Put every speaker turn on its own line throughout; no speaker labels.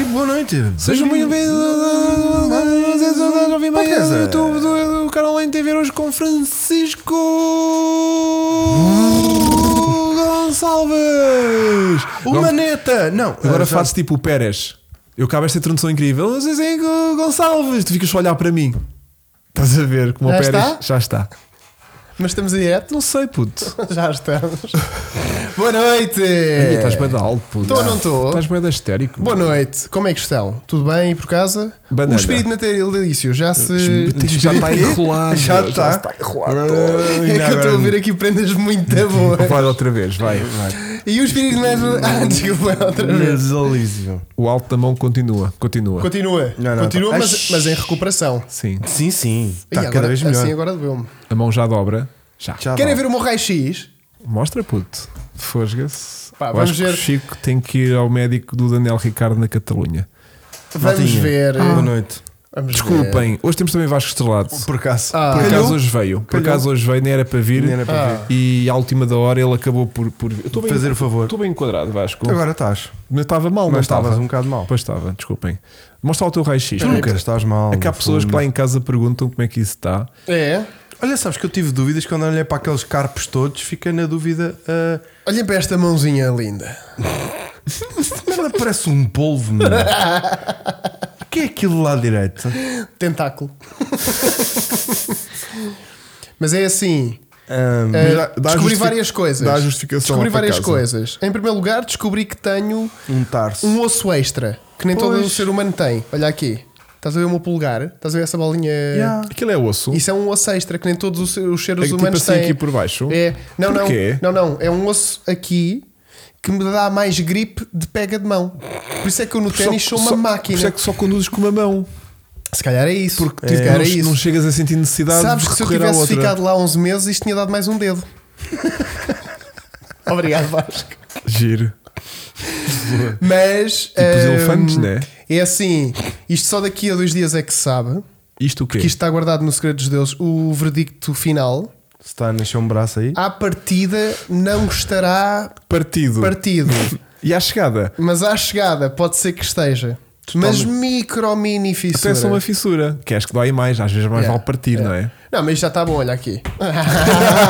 E boa noite. Sejam
Bem-vindo.
bem-vindos ao
Podcast.
mais do YouTube do, do Caroline TV hoje com Francisco Gonçalves. O
Gon-
Maneta. Não,
Agora
ah, já-
faço tipo o Pérez. Eu acabo esta introdução incrível. Eu sei, sei, Go- Gonçalves, tu ficas só a olhar para mim. Estás a ver como o
Já
Pérez
está?
já está.
Mas estamos em direto?
Não sei, puto.
Já estamos. Boa noite!
Ih, Estás bem de alto, puto.
Tô, É. não tô.
Estás bem de histérico.
Boa noite, como é que estão? Tudo bem por casa?
Banana.
O espírito natalício já se. Tá.
Já está enrolado.
Já está. É que eu estou a ouvir aqui prendas muito boas.
Vai outra vez, vai. vai.
E o espírito natalício. Ah, desculpa, outra vez.
Nasalísio.
O alto da mão continua, continua.
Continua.
Não, não,
Continua,
tá.
mas, mas em recuperação.
Sim,
Sim, sim.
E
Está
agora-
cada vez melhor.
Assim agora doeu-me.
a mão já dobra. Já.
Já
Querem
vai.
ver o meu raio-x?
Mostra, puto. Fosga-se.
Pá,
Eu
vamos
acho que
ver.
o Chico tem que ir ao médico do Daniel Ricardo na Catalunha.
Vamos
Maltinha, Ah.
ver.
Boa noite.
Vamos ver.
Desculpem, hoje temos também Vasco Estrelado.
Por acaso.
Ah.
Por
Calhou?
acaso hoje veio. Por
Calhou.
acaso hoje veio, nem era para vir.
Nem era para
Ah.
E à última da hora ele acabou por. por... Eu estou bem-
Fazer o favor.
Estou bem enquadrado, Vasco.
Agora estás.
Mas estava mal, não
Mas
estava.
estavas um bocado mal.
Pois estava, desculpem. Mostra lá o teu raio-x.
Tu nunca estás mal.
É que há
no
pessoas que
fundo.
lá em casa perguntam como é que isso está.
É.
Olha, sabes que eu tive dúvidas quando olhei para aqueles carpos todos, fiquei na dúvida. ah,
Olhem para esta mãozinha linda.
Merda, parece um polvo, mano. O que é aquilo lá direito?
Tentáculo. Mas é assim.
Ahm, Ah, mas
eh,
dá- dá
descobri
justifi-
várias coisas.
Dá justificação.
Descobri
lá para
várias
casa.
coisas. Em primeiro lugar, descobri que tenho
Um tarso.
um osso extra que nem todo
Pois.
o ser humano tem. Olha aqui. Estás a ver o meu polegar? Estás a ver essa bolinha?
Yeah.
Aquilo é osso.
Isso é um osso extra que nem todos os- os seres
é que tipo
humanos
assim
têm.
aqui por baixo.
É. Não, não,
Porquê?
não, não. É um osso aqui que me dá mais gripe de pega de mão. Por isso é que eu no ténis sou uma
só- Por
máquina.
isso é que só conduzes com uma mão.
Se calhar é isso.
Porque
se
tipo,
calhar
não,
é isso.
não chegas a sentir necessidade
Sabes
de
que se eu
recorrer à
tivesse
outra.
ficado lá 11 meses, isto tinha dado mais um dedo. Obrigado, Vasco.
Giro.
Mas.
Tipo os
hum,
elefantes, né?
É assim, isto só daqui a dois dias é que se sabe,
Isto o quê?
que isto está guardado no segredo dos deuses. O verdicto final,
Se está a nascer um braço aí.
à partida, não estará
Partido.
partido.
E à chegada.
Mas à chegada, pode ser que esteja. Mas micro, mini
Até
fissura.
só uma fissura. Que acho que dói mais. Às vezes mais
Yeah,
vale partir,
yeah.
não é?
Não, mas já está bom, olha aqui.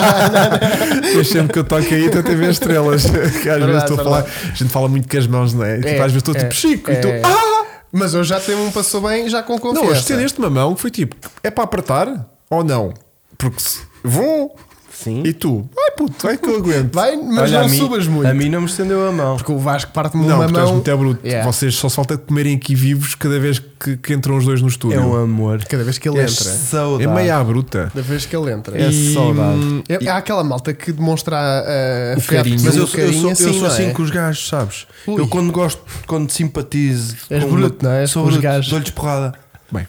Eu sempre que eu toco aí, estou a ver estrelas. Que às vezes
Verdade,
estou a falar. A gente fala muito com as mãos, não é? Tipo, às vezes estou
é,
tipo Chico. e tu.
é.
Ah!
Mas hoje já tem um passou bem, já com confiança.
Não, hoje estendeste uma mão que foi tipo: é para apertar ou não? Porque se- vou.
Sim.
E tu? Vai puto, vai que eu aguento.
Hum? Vai, mas
Olha,
não
a mim,
subas muito.
A mim não me estendeu a mão.
Porque o Vasco parte-me
Não,
uma
porque tu és
mão.
muito é bruto.
Yeah.
Vocês só se falta comerem aqui vivos cada vez que, que entram os dois no estúdio.
É um amor.
Cada vez que ele
É
entra.
É
saudade.
meia à bruta.
Cada vez que ele entra.
É
E-
saudade.
É- há aquela malta que demonstra ah, afeto
carinho.
e
Mas
o
eu, sou- eu
carinho
sou, eu
assim,
sou
não é?
assim com os gajos, sabes?
Ui.
Eu quando gosto, quando simpatizo.
És
com-
bruto, não é?
Sou
Com os
bruto,
gajos.
dou-lhes porrada.
Bem.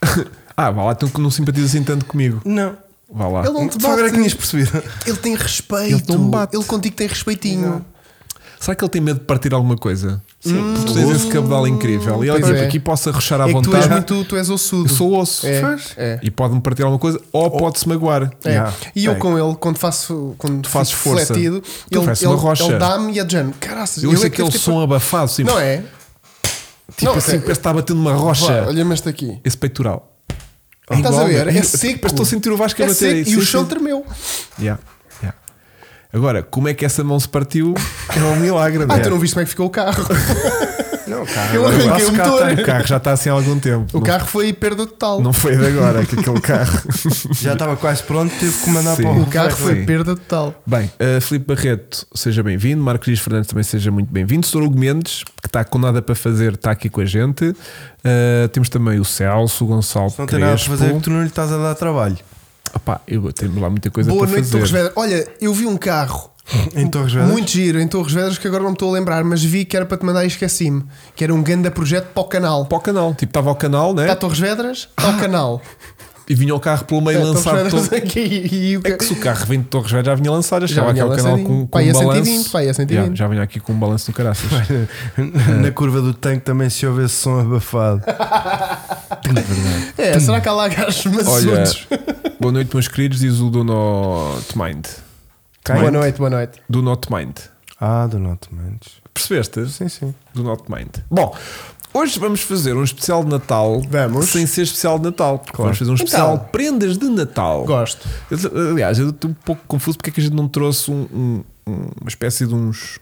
ah, vá lá, tu que não simpatizas assim tanto comigo.
Não.
Vá lá.
Ele não te
Só agora é que
bate.
tinhas percebido.
Ele tem
Ele
respeito.
não me bate.
Ele contigo tem respeitinho.
Será que ele tem medo de partir alguma coisa? Sim. Porque tu tens esse cabedal incrível. E ele
Hum. Pois
tipo,
é.
aqui possa rochar à
É que tu és
vontade.
muito, tu és ossudo.
Eu sou osso.
É,
Faz.
é.
E pode-me partir alguma coisa ou, pode-se magoar.
É.
Yeah.
E eu
É.
com ele, quando faço quando tu
fazes força.
Refletido,
Tu
ele,
fazes
ele,
uma rocha.
ele dá-me e a Jane, caraças,
Eu
ele
ouço
é que
aquele
deve ter-
som abafado, assim,
Não é?
tipo
não,
assim,
é-
parece que está batendo uma rocha.
Vá, Olha-me este aqui.
Esse peitoral.
Estás a
igual,
ver?
né?
É
Eu-
seco.
Estou a sentir o Vasco a
É
bater aí.
seco, e
Sim,
o
sim.
chão tremeu.
Yeah, yeah. Agora, como é que essa mão se partiu? É um milagre, não
Ah,
é?
tu não viste como é que ficou o carro.
Não, cara.
Eu
Agora,
arranquei o
o, carro
motor.
está- o carro já está assim há algum tempo.
O
não,
carro foi perda total.
não foi de agora que aquele carro.
Já estava quase pronto, teve que mandar
Sim.
para
O carro foi
Sim.
perda total.
Bem, uh, Filipe Barreto, seja bem-vindo. Marcos Dias Fernandes também seja muito bem-vindo. Sr. Hugo Mendes, que está com nada para fazer, está aqui com a gente. Uh, temos também o Celso, o Gonçalo
Não tem nada a
Crespo.
fazer que tu não lhe estás a dar trabalho.
Opá, eu tenho lá muita coisa
Boa
para
noite, Torres
fazer.
Vedras. Olha, eu vi um carro
Em Torres Vedras?
muito giro em Torres Vedras que agora não me estou a lembrar, mas vi que era para te mandar e esqueci-me. Que era um grande projeto para o canal.
Para o canal, tipo, estava ao canal, né?
Está a Torres Vedras, está ao canal.
E vinha o carro pelo meio
Está
lançado
Torres
todo.
Vedras aqui e- e o
É
ca-
que se o carro vem de Torres Vedras já vinha lançado, já
Já
estava aqui
vinha
ao canal
lançadinho.
com, com
Pá,
um
ia
balanço.
120, pá, ia 120.
Yeah, já vinha aqui com um balanço do caraças.
Na curva do tanque também se ouve esse som abafado.
É, será que há lá gajos
Olha,
maçudos?
boa noite, meus queridos, diz o Dono Mind.
Boa noite, boa noite.
Do Not Mind.
Ah, do Not Mendes.
Percebeste?
Sim, sim.
Do Not Mind. Bom, Hoje vamos fazer um especial de Natal
Vamos.
sem ser especial de Natal. Vamos fazer um especial
Então.
prendas de Natal.
Gosto.
Eu, aliás, eu estou um pouco confuso porque é que a gente não trouxe um- um- uma espécie de uns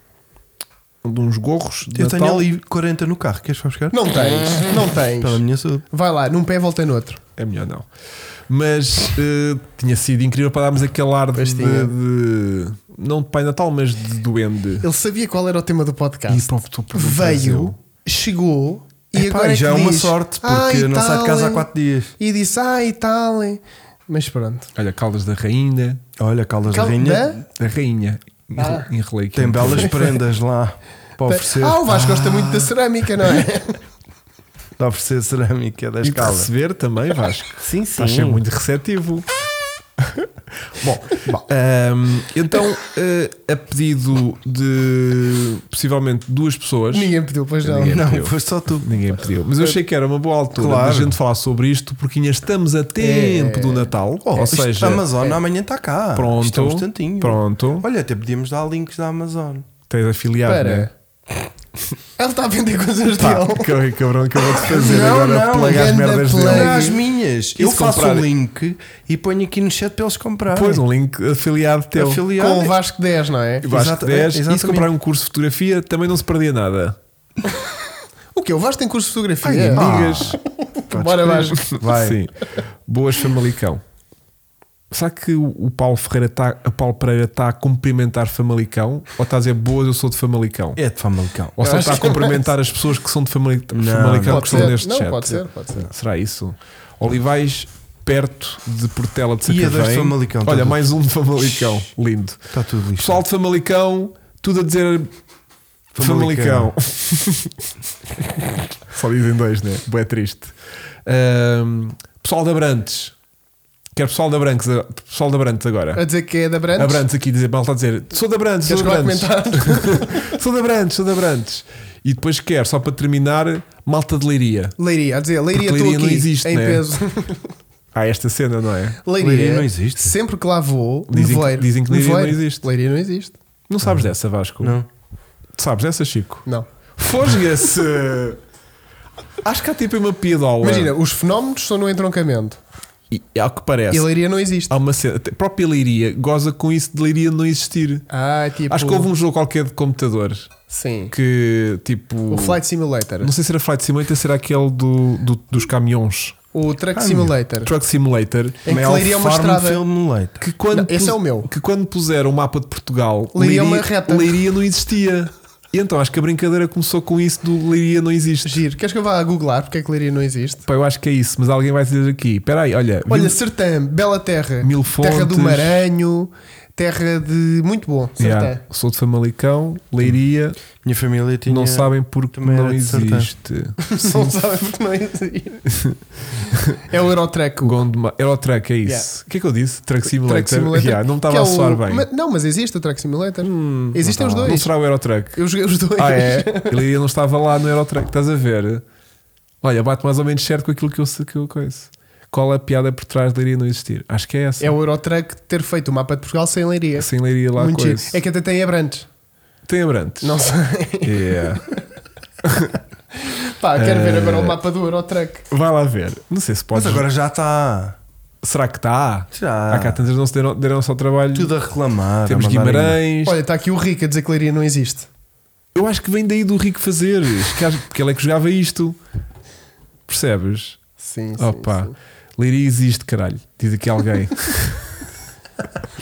de uns gorros de
Eu
Natal.
tenho ali 40 no carro, queres só buscar?
Não tens, não tens.
Pela minha saúde.
Vai lá, num pé volta no outro.
É melhor não. Mas eh, tinha sido incrível para darmos aquele ar de,
Pois tinha.
de- não de Pai Natal, mas de duende.
Ele sabia qual era o tema do podcast.
E pronto, tu perguntas,
Veio,
eu.
chegou e
Epá,
agora é
já
que
é uma
diz,
sorte, porque
"Ah, e
não sai de
tal,
casa há
hein?"
4 dias.
E disse, ah, e tal. hein?" Mas pronto.
Olha, Caldas da Rainha.
Olha, Caldas da
Cal-
Rainha
da-
Da Rainha.
Ah.
Enrolei aqui.
tem belas prendas lá para oferecer.
Ah, o Vasco gosta muito da cerâmica, não é?
Para oferecer cerâmica das
E de
Caldas.
receber também, Vasco.
Sim, sim.
Estás sempre Tá muito receptivo. Bom, ahm, então, eh, a pedido de possivelmente duas pessoas,
Ninguém pediu, pois não.
Ninguém.
Não,
pediu.
foi só tu.
Ninguém pediu. Mas eu achei que era uma boa altura
Claro.
da gente falar sobre isto, porque ainda estamos a tempo
É.
do Natal. Ou
Isto
seja,
da Amazon amanhã está cá.
pronto,
Isto é um instantinho.
pronto.
Olha, até podíamos dar links da Amazon.
Tens afiliado,
Espera.
né?
Ele está a vender coisas
Pá,
dele.
que cabrão que eu vou te fazer
Não,
agora
não,
plagar as
ganda
merdas
plug.
dele.
Não, as minhas.
E
Eu
se
faço o
comprarem?
link e ponho aqui no chat para eles
Ah,
comprarem.
é.
Pois, um link afiliado teu.
Afiliado.
Com o Vasco 10, não é?
Eu acho
Exata-
que 10. E
exatamente.
se comprar um curso de fotografia também não se perdia nada.
O que? O Vasco tem curso de fotografia?
Amigas.
Ah, Bora, Vasco.
Vai.
Sim. Boas Famalicão. Será que o o Paulo, Ferreira tá, o Paulo Pereira está a cumprimentar Famalicão? Ou está a dizer boas, eu sou de Famalicão?
É de Famalicão.
Ou só
Eu
está a
acho que-
cumprimentar as pessoas que são de Famali-
Não,
Famalicão
não.
que
Pode
estão
ser.
neste
Não,
chat?
pode ser, pode ser.
Será isso? Olivais perto de Portela de
E a dois de
Sacavém.
Famalicão, tá está
Olha,
tudo-
mais um de Famalicão. Lindo.
Está tudo lixo.
Pessoal de Famalicão, tudo a dizer
Famalicão.
Famalicão. Só dizem dois, né? Boé triste. Ahm, pessoal de Abrantes. Quero pessoal de Abrantes, pessoal de Abrantes
A
agora.
dizer que é da Brandes?
Abrantes aqui dizer, mal está a dizer, sou de Abrantes, sou
Queres
de
que eu
Abrantes.
comentar?
sou de Abrantes, sou de Abrantes. E depois quero, só para terminar, malta de Leiria.
Leiria, a dizer, Leiria,
Porque
estou
Leiria
aqui
não existe,
em
né?
peso.
Há esta cena, não é?
Leiria,
Leiria não existe.
Sempre que lá vou,
Dizem que-
nevoeiro.
dizem que Leiria
Nevoeiro.
não existe.
Leiria não existe.
Não sabes dessa, Vasco?
Não.
Sabes dessa, Chico?
Não.
Fosga-se! Acho que há tipo uma piadola.
Imagina, os fenómenos são no entroncamento.
E, e ao que parece,
E Leiria não existe.
há uma cena. A própria Leiria goza com isso de Leiria não existir.
Ah, tipo.
Acho que houve um jogo qualquer de computador
Sim.
que tipo.
O Flight Simulator.
Não sei se era Flight Simulator, será aquele do, do- dos caminhões.
O Truck Simulator.
Truck Simulator.
Em que Leiria é uma estrada.
Filme leite.
Que quando
Não, esse é o meu.
Que quando puseram o mapa de Portugal,
Leiria é uma reta.
Leiria não existia. E então acho que a brincadeira começou com isso do Leiria não existe.
Giro. Queres que eu vá a googlar porque é que Leiria não existe?
Pá, eu acho que é isso, mas alguém vai dizer aqui: espera aí, olha,
Olha,
viu-
Sertã, bela terra.
Mil
Terra do
fontes.
Maranho, terra de. Muito bom, Sertã.
Yeah, sou de Famalicão, Leiria,
Minha família tinha.
não sabem porque
também era
não
de Sertã.
existe.
Não sabem porque não existe. é o Eurotrack. o
Gondomar, era o track, é isso.
Yeah.
O que é que eu disse? Track Simulator?
Truck Simulator.
Yeah, não estava
que é
a soar
o-
bem. Hum,
Mas- não, mas existe o Truck Simulator. Existem os
Não
dois.
será o Aerotrack.
Eu joguei os dois.
Ah, é? Leiria não estava lá no Aerotrack, estás a ver? Olha, bate mais ou menos certo com aquilo que eu, que eu conheço. Qual a piada por trás de Leiria não existir? Acho que é essa.
É o Eurotrack ter feito o mapa de Portugal sem leiria.
Sem Leiria lá
Muito giro.
coisa.
É que até tem Abrantes.
Tem Abrantes.
Não sei.
Yeah.
Pá, quero ver agora
Eh,
o mapa do Eurotrack.
Vai lá ver. Não sei se
Mas
podes.
agora já está.
Será que está?
Já.
Ah.
Há cá tantas não se deram, deram só trabalho.
Tudo a reclamar.
Temos
a mandarem-
Guimarães.
Olha, está aqui o Rico a dizer que leiria não existe.
Eu acho que vem daí do Rico fazer, que acho- porque ele é que jogava isto. Percebes?
Sim,
Opa, Leiria existe, caralho. Diz aqui alguém.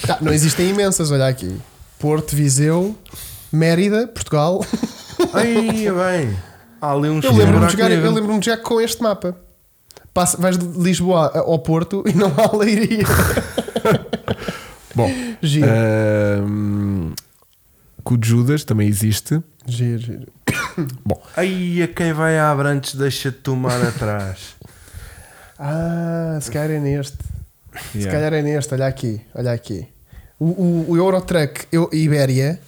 Tá, não existem imensas, olha aqui. Porto, Viseu, Mérida, Portugal.
Ai, é bem. Há ali
é
uns.
Eu lembro-me de,
buracos
jogar-
negros.
eu lembro-me de jogar com este mapa. Passa, vais de Lisboa ao Porto e não há leiria.
Bom,
Giro.
Eh. ahm, com o Judas também existe.
Giro, giro.
Ai, a quem vai a Abrantes deixa de tomar atrás.
Ah, se calhar é neste. Se
Yeah.
calhar é neste, olha aqui, olha aqui. O, o, o Eurotruck eu, Ibéria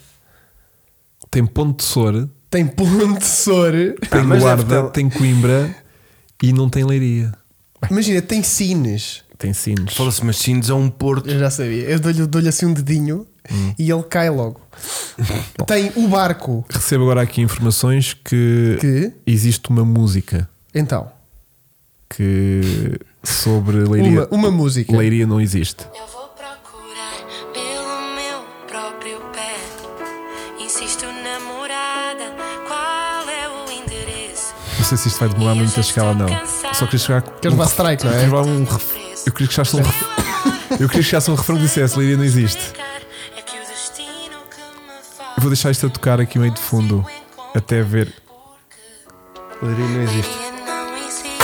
Tem Ponte de Sor,
tem pontessor.
tem
mas deve
Guarda,
ter-
tem Coimbra e não tem Leiria.
Imagina, tem Sines.
Tem Sines.
Fala-se, mas Sines é um porto.
Eu já sabia. Eu dou-lhe dou assim um dedinho e ele cai logo. Tem o barco
Recebo agora aqui informações que,
que.
existe uma música
Então,
que sobre Leiria.
uma, uma música.
Leiria não existe.
Eu vou procurar pelo meu próprio pé. Insisto na morada, qual é o endereço?
Não sei se isto vai demorar muito a chegar lá, não. Só queria chegar.
Queres levar strike, não é?
queria levar um ref- Eu queria que chegasse um ref- Eu queria que chegasse um refrão que dissesse Leiria não existe.
É que o destino que me faz
Eu vou deixar isto a tocar aqui meio de fundo até ver.
porque
Leiria não existe.
Leiria não existe.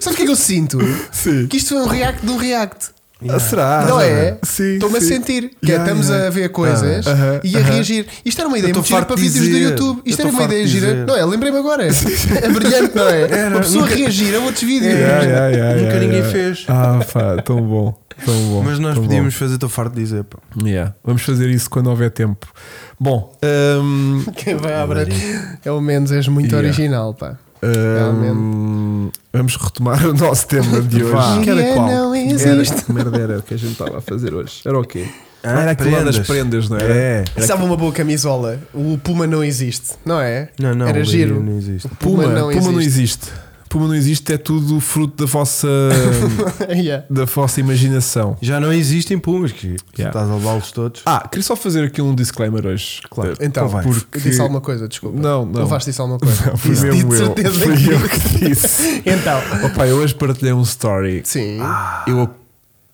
Sabe o que é que eu sinto?
Sim.
Que isto foi um react do react.
Ah, Será?
Não é?
Sim.
Estou-me a
sim.
sentir. Que é,
Yeah,
estamos
yeah.
a ver coisas
Ah, aham,
e a
aham.
reagir. Isto era uma ideia
Eu tô
muito gira
farto
para
de
vídeos do
dizer.
YouTube. Isto
Eu
era
tô
uma
farto de
ideia gira.
dizer.
Não é? Lembrei-me agora. É brilhante, não é?
Era,
uma pessoa
nunca-
reagir a outros vídeos.
um Yeah, yeah, yeah,
Nunca
yeah,
ninguém
yeah.
fez.
Ah, pá, tão bom. Tão bom
Mas nós
tão bom.
podíamos fazer, estou farto de dizer. Pá.
Yeah, Vamos fazer isso quando houver tempo. Bom, hum,
Quem vai abrir? Ao menos és muito
Yeah.
original, pá.
hum, um, vamos retomar o nosso tema de hoje.
Vá.
Que era
Yeah,
qual?
não
Era,
existe.
que merda era o que a gente estava a fazer hoje? Era o quê?
Ah,
Ah, era aquilo lá das
prendas.
prendas, não era?
É.
Sabe uma boa camisola? O Puma não existe, não é?
Não, não,
Era
Leiria
giro.
não existe.
Puma,
Puma não
Puma não existe. Puma não existe, é tudo fruto da vossa,
Yeah.
da vossa imaginação.
Já não existem pumas, que
Yeah.
estás a levá-los todos.
Ah, queria só fazer aqui um disclaimer hoje.
Claro.
Eh,
Então,
Convém.
porque... disse alguma coisa, desculpa.
Não, não.
Levaste isso alguma coisa.
Não, fui
Disse,
mesmo
de
eu.
certeza
Fui
que-
eu que disse.
Então.
Opa, eu hoje partilhei um story.
Sim.
Ah, Eu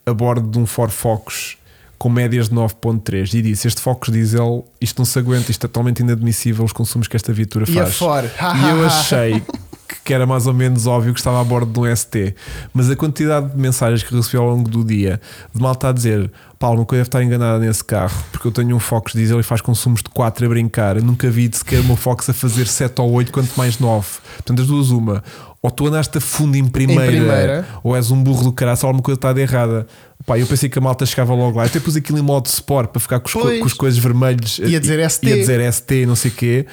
a bordo de um Ford Focus com médias de 9.3 e disse: Este Focus diesel, isto não se aguenta, isto é totalmente inadmissível os consumos que esta viatura
E
faz.
afora.
E eu achei que- que era mais ou menos óbvio que estava a bordo de um ST, mas a quantidade de mensagens que recebi ao longo do dia de malta a dizer: Paulo, nunca deve estar enganada nesse carro, porque eu tenho um Focus diesel e faz consumos de 4 a brincar. Eu nunca vi de sequer uma Focus a fazer 7 ou 8, quanto mais 9. Portanto, as duas, uma. Ou tu andaste a fundo em primeira,
primeira.
ou és um burro do caralho, se alguma coisa está de errada. Pá, eu pensei que a malta chegava logo lá. Eu até pus aquilo em modo sport para ficar com os, co-
Pois.
com os coisas vermelhos
Ia dizer ST.
ia dizer ST e não sei o quê.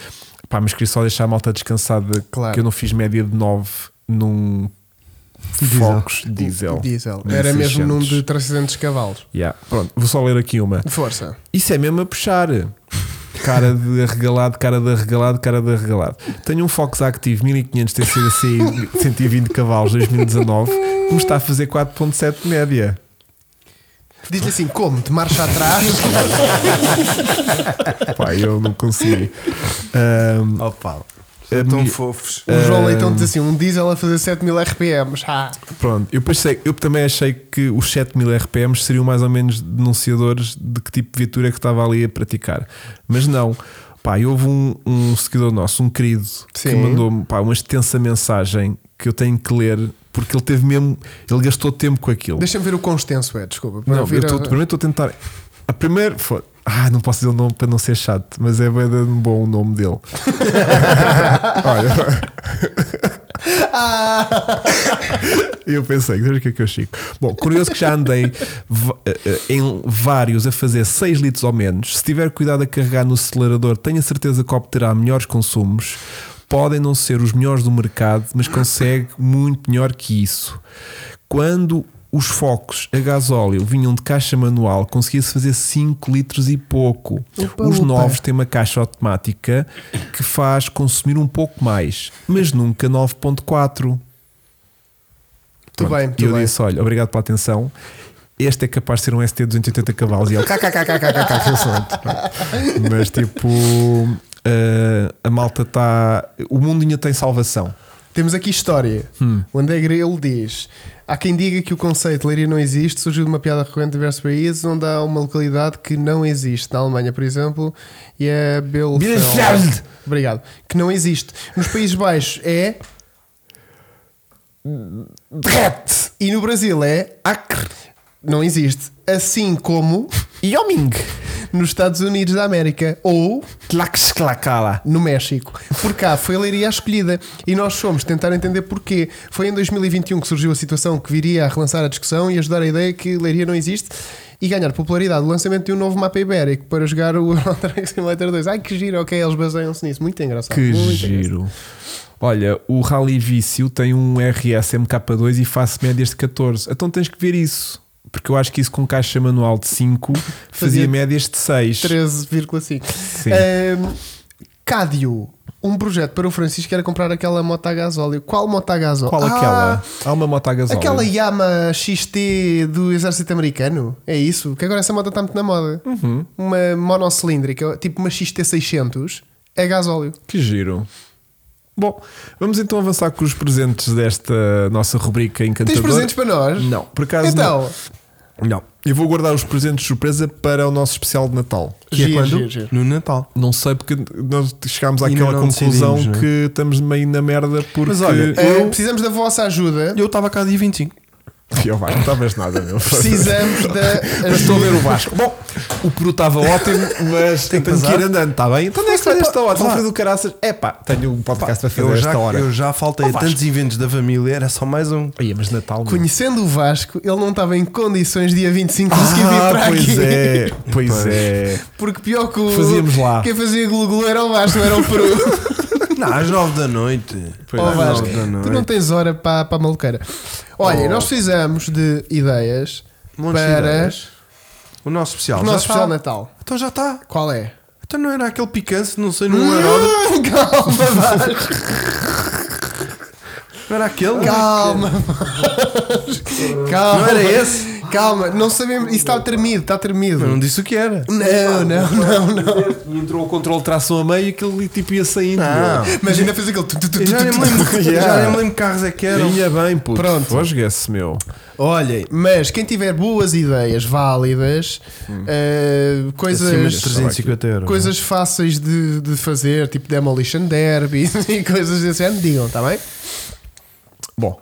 Pá, mas queria só deixar a malta descansada
Claro.
que eu não fiz média de 9 num Focus diesel.
Diesel.
Nem
Era mesmo
600.
num de 300 cavalos.
Yeah. Pronto, vou só ler aqui uma.
Força.
Isso é mesmo a puxar. Cara de arregalado, cara de arregalado, cara de arregalado. Tenho um Fox Active 1500 TCDCI 120 cavalos 2019 que me está a fazer 4.7 de média.
Diz-lhe assim, como? De marcha atrás?
Pá, eu não consegui. Ahm,
Oh, Paulo.
a
São tão
minha-
fofos.
o João Leitão diz assim, um diesel a fazer 7000 RPMs. Ah,
Pronto, eu, pensei, eu também achei que os 7000 RPM seriam mais ou menos denunciadores de que tipo de viatura que estava ali a praticar, mas não. Pá, e houve um, um seguidor nosso, um querido, que
Sim.
mandou-me pá, uma extensa mensagem que eu tenho que ler porque ele teve mesmo, ele gastou tempo com aquilo.
Deixa-me ver o quão extenso é, desculpa. para
não,
vir
eu
a-
estou- primeiro estou a tentar. A primeira foi. Ah, não posso dizer o nome para não ser chato, mas é bem bom o nome dele. Olha. Eu pensei, veja o que é que eu chico. Bom, curioso que já andei v- eh, eh, em vários a fazer 6 litros ou menos. Se tiver cuidado a carregar no acelerador, tenho a certeza que obterá melhores consumos. Podem não ser os melhores do mercado, mas consegue muito melhor que isso. Quando os focos a gasóleo vinham de caixa manual, conseguia-se fazer 5 litros e pouco.
Opa,
os
opa.
novos têm uma caixa automática que faz consumir um pouco mais, mas nunca 9.4.
Muito
Pronto,
bem,
e eu
muito bem.
disse: olha, obrigado pela atenção. Este é capaz de ser um ST 280 cavalos. E ele, kkkkkk, pensando. Pronto. Mas tipo, eh, a malta está. O mundo ainda tem salvação.
Temos aqui história. O André Grilo diz: Há quem diga que o conceito de leiria não existe, surgiu de uma piada recorrente de diversos países, onde há uma localidade que não existe. Na Alemanha, por exemplo, e é Bielefeld.
Bielefeld.
Obrigado. Que não existe. Nos Países Baixos é.
Derrete!
E no Brasil é.
Acre!
Não existe. Assim como
Yoming!
nos Estados Unidos da América. Ou.
Tlaxclacala!
no México. Por cá foi a leiria a escolhida e nós fomos tentar entender porquê. Foi em 2021 que surgiu a situação que viria a relançar a discussão e ajudar a ideia que leiria não existe e ganhar popularidade. O lançamento de um novo mapa ibérico para jogar o Euro Truck Simulator 2. Ai que giro, ok, eles baseiam-se nisso. Muito engraçado.
Que
muito engraçado.
giro! Olha, o Rally Vício tem um RS MK2 e faço médias de 14. Então tens que ver isso. Porque eu acho que isso com caixa manual de 5 fazia,
Fazia
médias de 6.
13,5.
Sim.
Ahm, Cádio, um projeto para o Francisco era comprar aquela moto a gasóleo. Qual moto a gasóleo?
Qual
Ah,
aquela? Há uma moto a gasóleo.
Aquela Yama XT do exército americano, é isso? Que agora essa moto está muito na moda.
Uhum.
Uma monocilíndrica, tipo uma XT600, é gasóleo.
Que giro. Bom, vamos então avançar com os presentes desta nossa rubrica
Tens
encantadora.
presentes para nós?
Não, por acaso
Ah,
Então,
não. Não. Eu vou guardar os presentes de surpresa para o nosso especial de Natal.
Que é
Giro,
quando?
giro, giro.
No Natal.
Não sei porque nós chegámos
Ainda
àquela
não
conclusão
decidimos, não é?
que estamos meio na merda porque.
Mas olha,
eh,
Eu-
precisamos da vossa ajuda.
Eu estava cá dia 25. é-
Eu, vai, não estavas nada, meu.
Precisamos da.
Mas estou a ver o Vasco. Bom, o Peru estava ótimo, mas
Tem
tenho
que
que
passar.
ir andando, está bem? Então onde é que
Mas,
vai esta
pá,
hora?
pá.
Alfredo Caraças. É pá, tenho um podcast para fazer
eu,
esta
já,
hora.
eu já faltei
Oh,
a
Vasco.
tantos eventos da família, era só mais um.
Ia, mas Natal. não.
Conhecendo o Vasco, ele não estava em condições dia 25 de conseguir vir para
Ah, pois
aqui.
é, pois
Pois.
é.
Porque pior que o.
Fazíamos lá.
Quem fazia glu-glu era o Vasco, não era o Peru.
Não, às 9 da noite.
Pois
Ó
é. Oh.
Às
Vasco,
nove da
tu não
noite.
tens hora para, para a maluqueira. Olha, nós precisamos de ideias
Um monte de
para
ideias. O nosso especial.
o
já
nosso é especial
tá.
Natal.
Então já está.
Qual é?
Então não era aquele picante, não sei, num aeródromo.
Calma, Vasco.
Não era aquele?
Calma, Vasco. Calma.
Não era esse?
Calma, não sabemos. Isso está tremido, está tremido.
Eu não disse o que era.
Não, não, não, não.
E entrou o controle de tração a meio e aquele tipo ia saindo.
Não.
Mas ainda fez aquele. tu, tu, tu,
Eu já
tu,
nem
tu,
me lembro, já
Yeah.
nem me lembro que carros é que
meu.
eram.
Ia bem, puto.
Pronto.
Rosga-se, meu.
Olhem, mas quem tiver boas ideias válidas, eh,
Hum. Acima de
coisas,
350 euros. né?
coisas fáceis de, de fazer, tipo Demolition Derby e coisas desse género, digam, está bem?
Bom,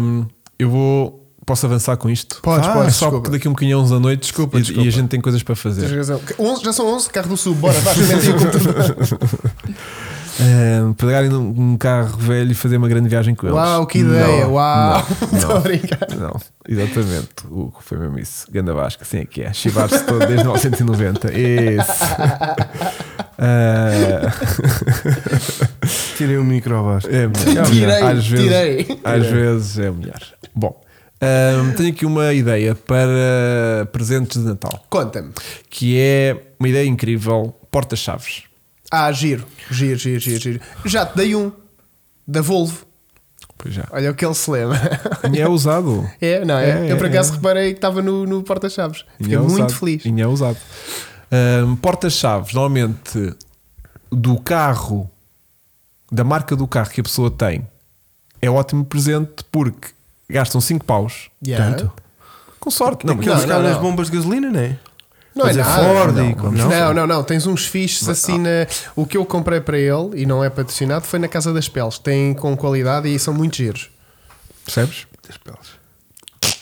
hum, eu vou. Posso avançar com isto?
Podes,
Ah,
podes,
Só
desculpa.
porque daqui um bocadinho 11 da noite desculpa, e, e a gente tem coisas para fazer.
Tens razão. Que- 11, já são 11, carro do sul, bora, vá, experimentem o computador.
Ahm, pegarem um um carro velho e fazer uma grande viagem com eles.
Uau, que ideia,
Não,
uau, muito
não.
obrigado.
Não, exatamente. O que foi mesmo isso. Ganda Vasco, assim é que é. Chivar-se todo desde 1990. Esse. Ah,
Tirei o micro abaixo.
é melhor.
Tirei,
às vezes,
tirei.
Às vezes é melhor. Bom, ahm, tenho aqui uma ideia para presentes de Natal,
Conta-me.
que é uma ideia incrível, porta-chaves.
Ah, giro, giro, giro, giro, giro. Já te dei um, da Volvo.
Pois já.
Olha o que ele se lembra.
E é usado.
É, não é?
É,
eu por
é,
acaso
é.
reparei que estava no, no porta-chaves. Fiquei
Inha é
muito
usado.
feliz.
Inha é usado. Ahm, Porta-chaves, normalmente do carro, da marca do carro que a pessoa tem, é ótimo presente porque gastam 5 paus.
Yeah.
Tanto?
Com sorte, não,
Não,
mas
que eles
não, não,
buscaram as
não.
bombas de gasolina, não é?
Não é
Mas é
nada.
Ford
não,
e
não,
como-
não,
não?
não, não. Tens uns fixes assim na- O que eu comprei para ele, e não é patrocinado, foi na Casa das Peles. Tem com qualidade e são muito giros.
percebes?
Das peles.
Isto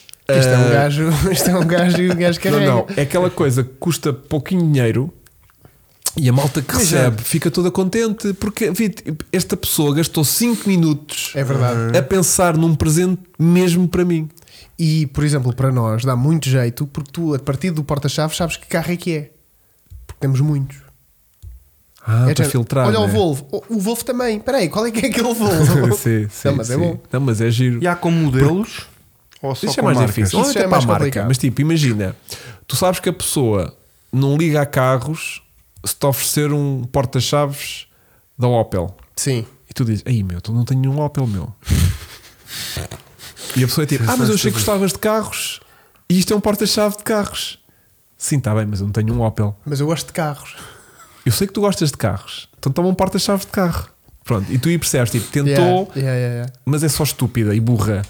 é um gajo, isto é um gajo e um gajo que
Não,
arrega.
não, é aquela coisa que custa pouquinho dinheiro. E a malta que
Mas
é.
recebe fica toda contente porque vi, esta pessoa gastou 5 minutos
É verdade.
a pensar num presente mesmo para mim.
E, por exemplo, para nós dá muito jeito porque tu, a partir do porta-chaves, sabes que carro é que é. Porque temos muitos.
Ah,
É
para
género,
filtrar.
Olha o
né?
Volvo. O- O Volvo também. Espera aí, qual é que é aquele Volvo?
sim, sim,
Não, mas é
sim.
bom.
Não, mas é giro.
E há com modelos? Ou só
Isso é
com
mais
marcas?
difícil.
Isso
Ou
já
até para
é
a
mais
marca.
complicado.
Mas tipo, imagina, tu sabes que a pessoa não liga a carros se te oferecer um porta-chaves da Opel.
Sim.
E tu dizes, aí meu, tu não tenho um Opel, meu. e a pessoa é tipo, ah, mas eu achei que gostavas de carros e isto é um porta-chave de carros. Sim, está bem, mas eu não tenho um Opel.
Mas eu gosto de carros.
Eu sei que tu gostas de carros, então toma um porta-chave de carro. Pronto, e tu aí percebes, tipo, tentou
Yeah, yeah, yeah, yeah.
mas é só estúpida e burra.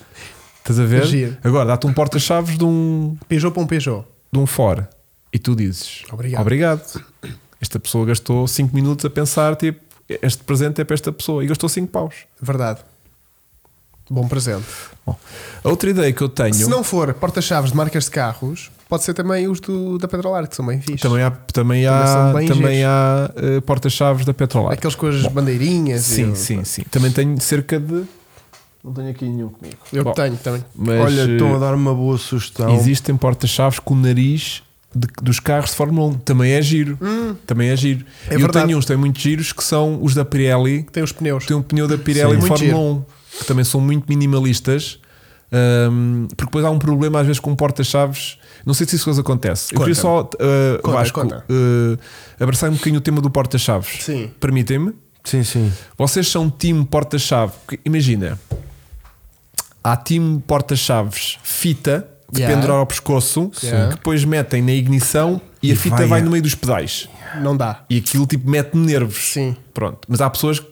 Estás a ver?
Giro.
Agora dá-te um porta-chaves de um,
Peugeot para um Peugeot.
de um Ford e tu dizes
Obrigado.
Esta pessoa gastou 5 minutos a pensar, tipo, este presente é para esta pessoa e gastou 5 paus.
Verdade. Bom presente.
Bom, a outra ideia que eu tenho
Se não for porta-chaves de marcas de carros, pode ser também os do, da Pedralar, que são bem fixos.
também há, também
são
há,
bem
também
giros.
há eh, porta-chaves da Petrolab.
Aqueles com as bandeirinhas.
Sim,
e-
sim, sim. Também tenho cerca de. Não tenho aqui nenhum comigo.
Eu
Bom,
que tenho também.
Mas,
Olha,
eh,
um.
estão a dar uma boa sugestão.
Existem porta-chaves com o nariz de- dos carros de Fórmula 1. Também é giro. Também é giro.
É
E eu
verdade.
tenho uns, tenho muito giros que são os da Pirelli.
Tem os pneus.
Tem um pneu da Pirelli
Sim.
de
Muito
Fórmula 1, que também são muito minimalistas. hum, porque depois há um problema às vezes com porta-chaves. Não sei se isso coisa acontece. Eu queria só, uh,
Conta,
Vasco,
conta.
uh, abraçar um bocadinho o tema do porta-chaves.
Sim.
Permitem-me?
Sim, sim.
Vocês são time porta-chave. Porque Imagina, há time porta-chaves fita de
Yeah.
pendurar ao pescoço
Yeah.
que depois metem na ignição e, a
E
fita
vai
vai,
a-
no meio dos pedais.
Não dá.
E aquilo tipo mete-me nervos.
Sim.
Pronto. Mas há pessoas que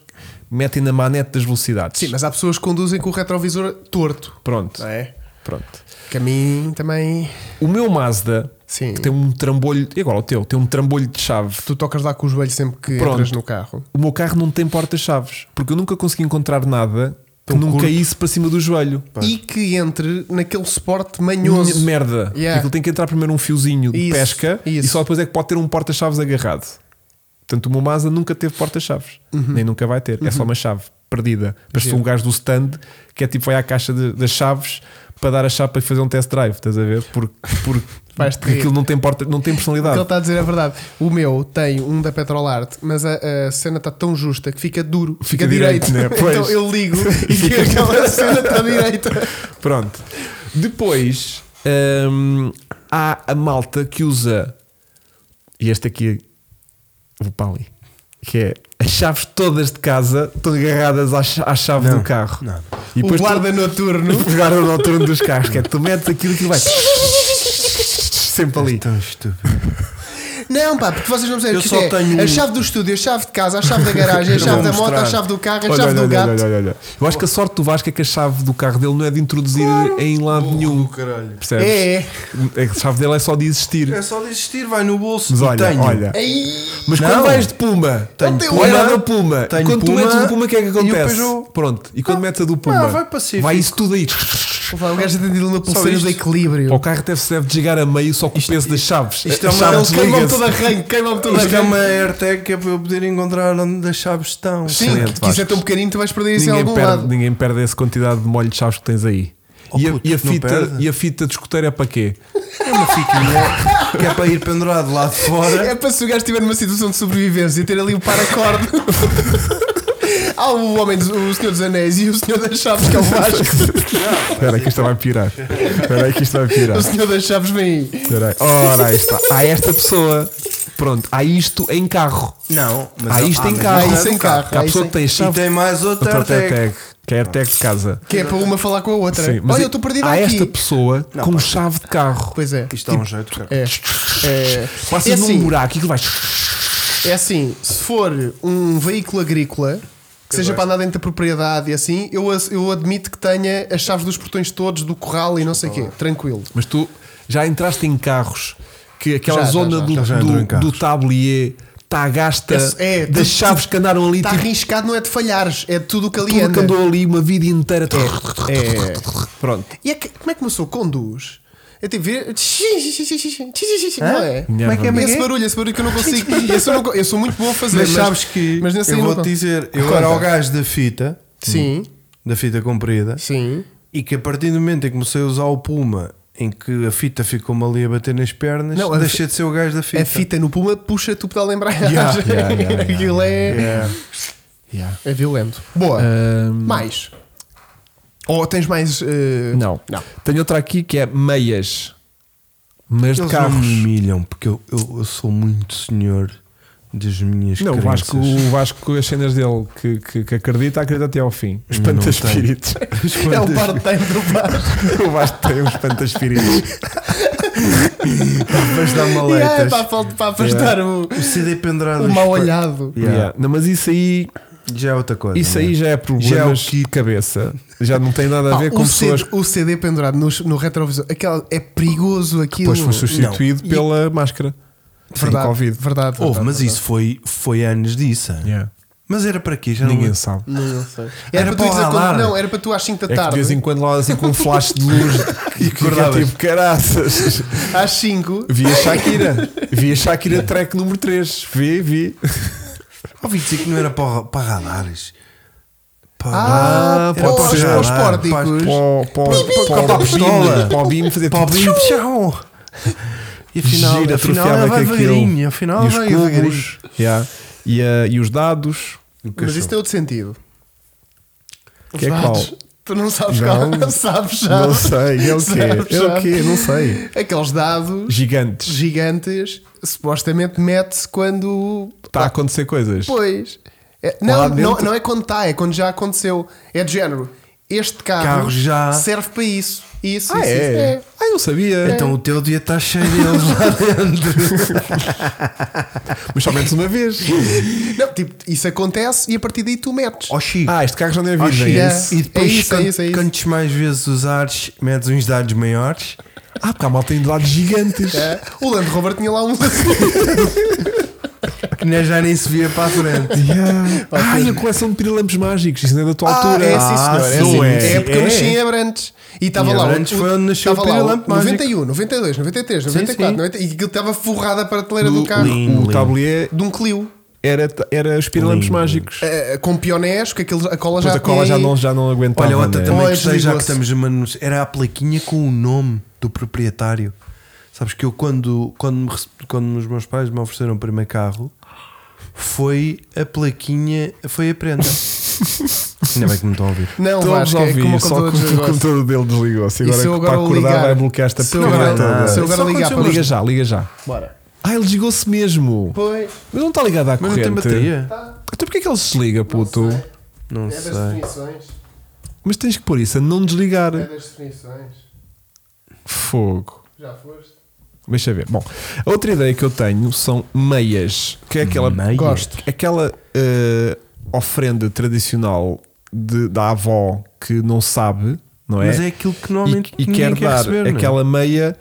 metem na manete das velocidades.
Sim, mas há pessoas que conduzem com o retrovisor torto.
Pronto.
Não é?
Pronto.
Que a mim também.
O meu Mazda,
Sim.
que tem um trambolho, é igual ao teu, tem um trambolho de chave.
Tu tocas lá com o joelho sempre que
Pronto.
entras no carro.
O meu carro não tem porta-chaves. Porque eu nunca consegui encontrar nada que
um
Tão
não
curto.
caísse para cima do joelho.
E que entre naquele suporte manhoso.
Merda.
Yeah.
Aquilo tem que entrar primeiro um fiozinho de
Isso,
pesca e
isso.
só depois é que pode ter um porta-chaves agarrado. Portanto, o meu Mazda nunca teve porta-chaves,
Uhum.
nem nunca vai ter. É só uma chave perdida. Mas sou um gajo do stand que é tipo vai à caixa de- das chaves para dar a chave para fazer um test drive, estás a ver? Porque, porque,
Vais-te
porque
rir.
aquilo não tem, porta, não tem
O que
personalidade.
ele está a dizer é verdade. O meu tem um da Petrolarte, mas a, a cena está tão justa que fica duro,
Fica
fica,
direito,
direito.
né? Pois.
Então eu ligo e fica aquela cena está direita.
Pronto. Depois hum, há a malta que usa. E este aqui vou para ali. Que é as chaves todas de casa estão agarradas à, cha- à chave do carro.
não.
E
O guarda noturno.
tu, guarda no turno dos carros. Que é tu metes aquilo que vai sempre ali.
Tão estúpido.
Não, pá, porque vocês não sabem
Eu
o que
só
é.
tenho um.
A chave do estúdio, a chave de casa, a chave da garagem, a
Eu
chave
vou
da moto,
mostrar.
a chave do carro, a
Olha,
chave
olha,
do
olha,
gato.
olha, olha. Eu acho que a sorte do Vasco é que a chave do carro dele não é de introduzir em lado nenhum.
caralho.
Percebes?
É, é.
A chave dele é só de existir.
É só de existir, vai no bolso.
Mas
E
olha,
tenho.
olha.
Aí,
Mas
Não.
quando vais de Puma,
Tenho
Olha
Puma,
a da Puma.
tenho
e quando
Puma
tu metes o Puma, o que é que
e o
acontece?
Peugeot.
Pronto, e quando
Ah,
metes a do Puma,
ah, vai Pacífico.
vai isso tudo aí.
Pá, o gajo atendido uma pulseira
isto.
do equilíbrio.
Pá, O carro até se deve desligar a meio só com o peso das chaves.
isto é
As
uma-
chaves
ele queimou
desligam-se.
Queimam-me todo arranque, queimam-me todo
Isto é uma
arranque.
AirTag que é para eu poder encontrar onde as chaves estão.
Sim,
Excelente,
que
Vasco.
quiser tão pequenino, tu vais perder isso em
ninguém,
algum
perde,
lado.
ninguém perde essa quantidade de molho de chaves que tens aí.
Oh,
e, a,
puto,
e a
não
fita,
perde.
e a fita de escuteiro é para quê?
É uma fiquinha que é para ir pendurado lá de
É
fora.
para se o gajo estiver numa situação de sobrevivência e ter ali um o paracordo. Há o homem, dos- o Senhor dos Anéis e o Senhor das Chaves, que é o Vasco.
Espera aí que isto vai piorar. Espera aí que isto vai piorar.
O Senhor das Chaves vem aí.
Espera aí. Ora, aí está. Há esta pessoa. Pronto, há isto em carro.
Não,
há isto em
mas
carro.
não é
Há isso em
do carro.
carro.
Há a
Há isso
pessoa
em-
que tem a
E
chave
tem é mais outra
Outra
AirTag.
tag, que é AirTag de casa.
Que é para uma falar com a outra.
Sim, mas
Olha,
e-
eu estou perdido
Há
aqui.
esta pessoa com chave de carro.
Pois é.
Isto dá um jeito, cara.
É. É,
Passas
é
num
assim,
buraco e que vais.
é assim, se for um veículo agrícola que seja para andar dentro da propriedade e assim, eu, as- eu admito que tenha as chaves dos portões todos, do corral e não sei o quê. Tranquilo.
Mas tu já entraste em carros que aquela
Já, já,
zona
já.
do,
Ele já entrou em
do,
carros.
do tablier está a gasta
Esse- é,
das
tu-
chaves que andaram ali,
Está
tipo,
arriscado, não é de falhares, é de tudo o que ali
tudo
anda.
que andou ali uma vida inteira.
é.
Pronto.
E é que, como é que uma pessoa conduz? É tipo, Eu tive ver.
como
Como é que é,
Não é?
é que
Esse
é?
barulho, esse barulho que eu não consigo. Eu sou, não- eu sou muito bom a fazer.
Mas sabes que
Mas nesse
eu
aí não
vou-te
con-
dizer, eu
Conta.
era o gajo da fita,
Sim,
da fita comprida,
sim.
e que a partir do momento em que comecei a usar o Puma, em que a fita ficou-me ali a bater nas pernas,
Não, a
deixei de ser o gajo da fita.
A fita no Puma puxa-te o pedal de embreagem.
Yeah, yeah, yeah, yeah.
Aquilo é.
É.
É violento. Boa.
Ahm,
Mais. Ou tens mais. eh,
não.
Não.
Tenho outra aqui que é meias. Meias
Eles
de
não me
carros.
humilham, porque eu, eu, eu sou muito senhor das minhas
Não, o
crenças.
Vasco, o Vasco, as cenas dele que, que, que acredita, acredita até ao fim. Espanta espíritos.
É o part-time do bar.
o Vasco tem uns espíritos.
Vais dar
Yeah, é
maletas.
para, afast- para afastar o,
o CD pendurado.
o mal olhado.
Yeah.
Yeah. Não, mas isso aí,
Já é outra coisa.
isso
não é?
aí já é
Já é o
problemas de cabeça. Já não tem nada a
Pá,
ver
Ah, o,
com pessoas
CD, o CD pendurado no, no retrovisor aquela, é perigoso aquilo.
depois foi substituído
Não.
pela máscara.
Verdade,
Sim, Covid.
verdade.
Houve,
verdade,
Oh, mas isso foi, foi anos disso. hein?
Yeah.
Mas era para quê? Já não
Ninguém
lembro.
sabe.
Era,
Era
para tu
para o
ires a
alar.
conduzir- Não, era para tu às 5 da
É que de
tarde.
vez em quando lá assim com um flash de luz e que é
acordavas.
tipo caraças.
Às 5.
Vi a Shakira. Vi a Shakira track número 3. Vi, vi.
Ouvi dizer que não era para, para radares. Para
Ah,
radar.
para
Era
pode
os-
ser.
para os
radar,
pórticos.
Para o- para o-
Para a
para o BIM
pistola.
para o BIM fazer
Para o
tipo-
bim, tchau. E afinal,
gira
afinal
atrofiada
é
ela vai
que aquilo.
devagarinho, afinal
e os
vai devagarinho.
cubos yeah. e, a- e os dados. O que
Mas
achou?
isso tem outro sentido. Os
Que é
dados.
qual?
Tu não sabes
Não.
qual. Sabes já.
Não sei, é o quê?
Sabes
É o
já.
quê? Não sei.
Aqueles dados
Gigantes.
gigantes supostamente mete-se quando.
Está a acontecer coisas.
Pois. É-
Lá
não,
dentro-
não, não é quando está, é quando já aconteceu. É de género. Este carro,
Carro já-
serve para isso. Isso,
Ah,
isso, isso.
é?
É.
Ah, eu sabia.
Então o teu dia está cheio deles lá dentro.
Mas somente uma vez.
Não, tipo, isso acontece e a partir daí tu metes.
Ó Chico,
Ah, este carro já não é
ó,
vida.
Chico,
é
yeah.
isso?
e depois
É isso, é
quant-
isso, é isso.
quantos mais vezes usares, medes uns dados maiores.
Ah, porque a malta tem dados gigantes.
É. O Land Rover tinha lá um.
que nós já nem se via para a frente.
Yeah. Ah, e a coleção de pirilampos mágicos, isso não é da tua
Ah,
altura.
é, sim,
Ah,
senhor.
sim,
é, sim.
é.
é porque eu nasci em
É.
Abrantes. E estava
Em
lá. o-
Abrantes
o-
foi onde nasceu o
estava lá o
Pirilampo Mágico.
91, 92, 93, 94. 90, e aquilo estava forrada a prateleira do carro.
lindo.
O tablier
De um Clio.
era, era os pirilampos
Lindo.
mágicos.
eh, com pionés, porque aquilo, a cola
Depois
já
a cola
tinha
já
aí-
não, já não aguentava.
Olha, outra
né?
também
Pois,
gostei, já que
desligou-se.
estamos a manusear. Era a plaquinha com o nome do proprietário. Sabes que eu, quando, quando, me rece- quando os meus pais me ofereceram o primeiro carro, foi a plaquinha, foi a prenda. Ainda bem que me estão a ouvir.
Não,
Estou a
Vasco, é
Então ouvir,
como o
só
computador
que o
desligou-se.
computador dele desligou-se.
E se
Agora,
eu
para
agora
acordar,
ligar?
vai bloquear esta
Se eu agora-
Ah,
porcaria toda.
se eu
Só
agora ligar
aconteceu
para
Liga já, liga já.
Bora.
Ah, ele desligou-se mesmo.
Pois.
Mas não está ligado à
Mas não
corrente.
tem bateria?
Então porquê é que ele se liga, puto?
Não
Tá. É das
sei.
definições.
Mas tens que pôr isso a não desligar.
É das definições.
Fogo.
Já foste.
Deixa eu ver. Bom, a outra ideia que eu tenho são meias. Que é aquela.
Meias? Gosto.
Aquela eh, ofrenda tradicional de- da avó que não sabe, não é?
Mas é aquilo que
E-
normalmente
e,
ninguém
quer dar
receber, não é?
aquela meia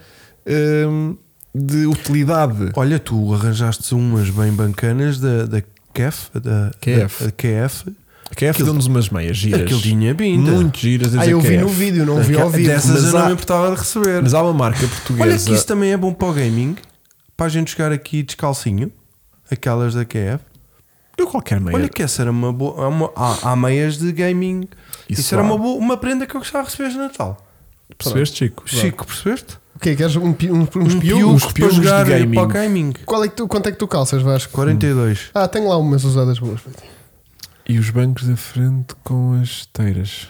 hum, de utilidade.
Olha, tu arranjaste umas bem bacanas da, da KF, da
KF.
da- da KF.
Que é deu-nos umas meias giras.
Aquilo tinha binda.
Muito giras. a
Ah,
dizer
eu
que
vi
é.
no vídeo, não vi ao
Aquela-
vivo.
Dessas eu
mas
não
há-
me importava de receber.
Mas há uma marca portuguesa.
Olha que isso também é bom para o gaming, para a gente jogar aqui descalcinho, aquelas da KF.
Eu qualquer meia.
Olha que essa era uma boa. há uma- há, há meias de gaming.
Isso
Isso, era
há.
uma, boa, uma prenda que eu gostava de receber de Natal.
Percebeste, Chico?
Chico, percebeste?
O quê? Queres um, pi- um, uns
Um
piucos?
piuco para
piolhos de
jogar
gaming.
para o gaming.
Qual é que tu, quanto é que tu calças, Vasco?
42.
Ah, tenho lá umas usadas boas. para ti.
E os bancos da frente com as esteiras.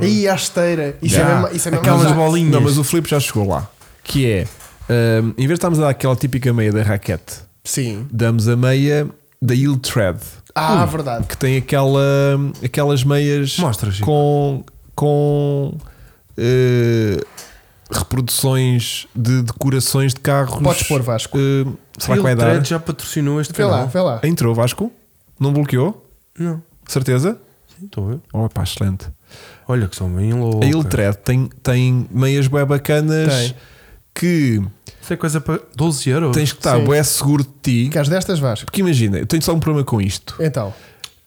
Aí a esteira. Isso
Já.
é mesmo. Isso é mesmo
Ah, Aquelas
azar.
bolinhas.
Não, mas o Filipe já chegou lá. Que é, hum, em vez de estarmos a dar aquela típica meia da raquete,
Sim.
damos a meia da Yield Thread,
Ah, verdade.
que tem aquela, aquelas meias
Mostra, Chico.
com, com eh, reproduções de decorações de carros.
Podes pôr, Vasco.
Eh, será que vai
Ele
dar?
Thread já patrocinou este
Vê lá,
canal.
vê lá.
Entrou, Vasco? Não bloqueou?
Não,
Certeza?
sim, estou a ver.
Oh, pá, excelente.
Olha que são bem
A
loucos.
Iltred tem, tem meias bem bacanas
Tem.
que
Isso é coisa para 12 euros.
tens que estar
Sim.
bué seguro de ti.
Queres destas, Vasco?
Porque imagina, eu tenho só um problema com isto.
Então.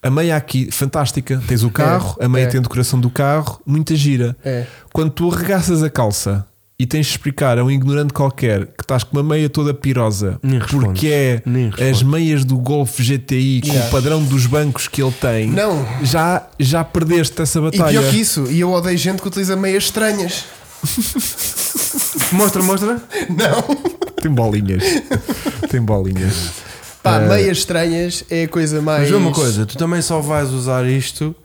A meia aqui, fantástica, tens o carro, a meia
é.
tem a decoração do carro, muita gira.
É.
Quando tu arregaças a calça e tens de explicar a um ignorante qualquer que estás com uma meia toda pirosa
Nem respondes.
porque é
Nem respondes.
as meias do Golf GTI com
Yeah.
o padrão dos bancos que ele tem,
Não.
Já, já perdeste essa
E
Tá,
batalha.
é.
pior que isso, e eu odeio gente que utiliza meias estranhas.
Mostra, mostra.
Não.
Tem bolinhas. tem bolinhas.
Pá, meias estranhas é a coisa mais.
Mas vê uma coisa, tu também só vais usar isto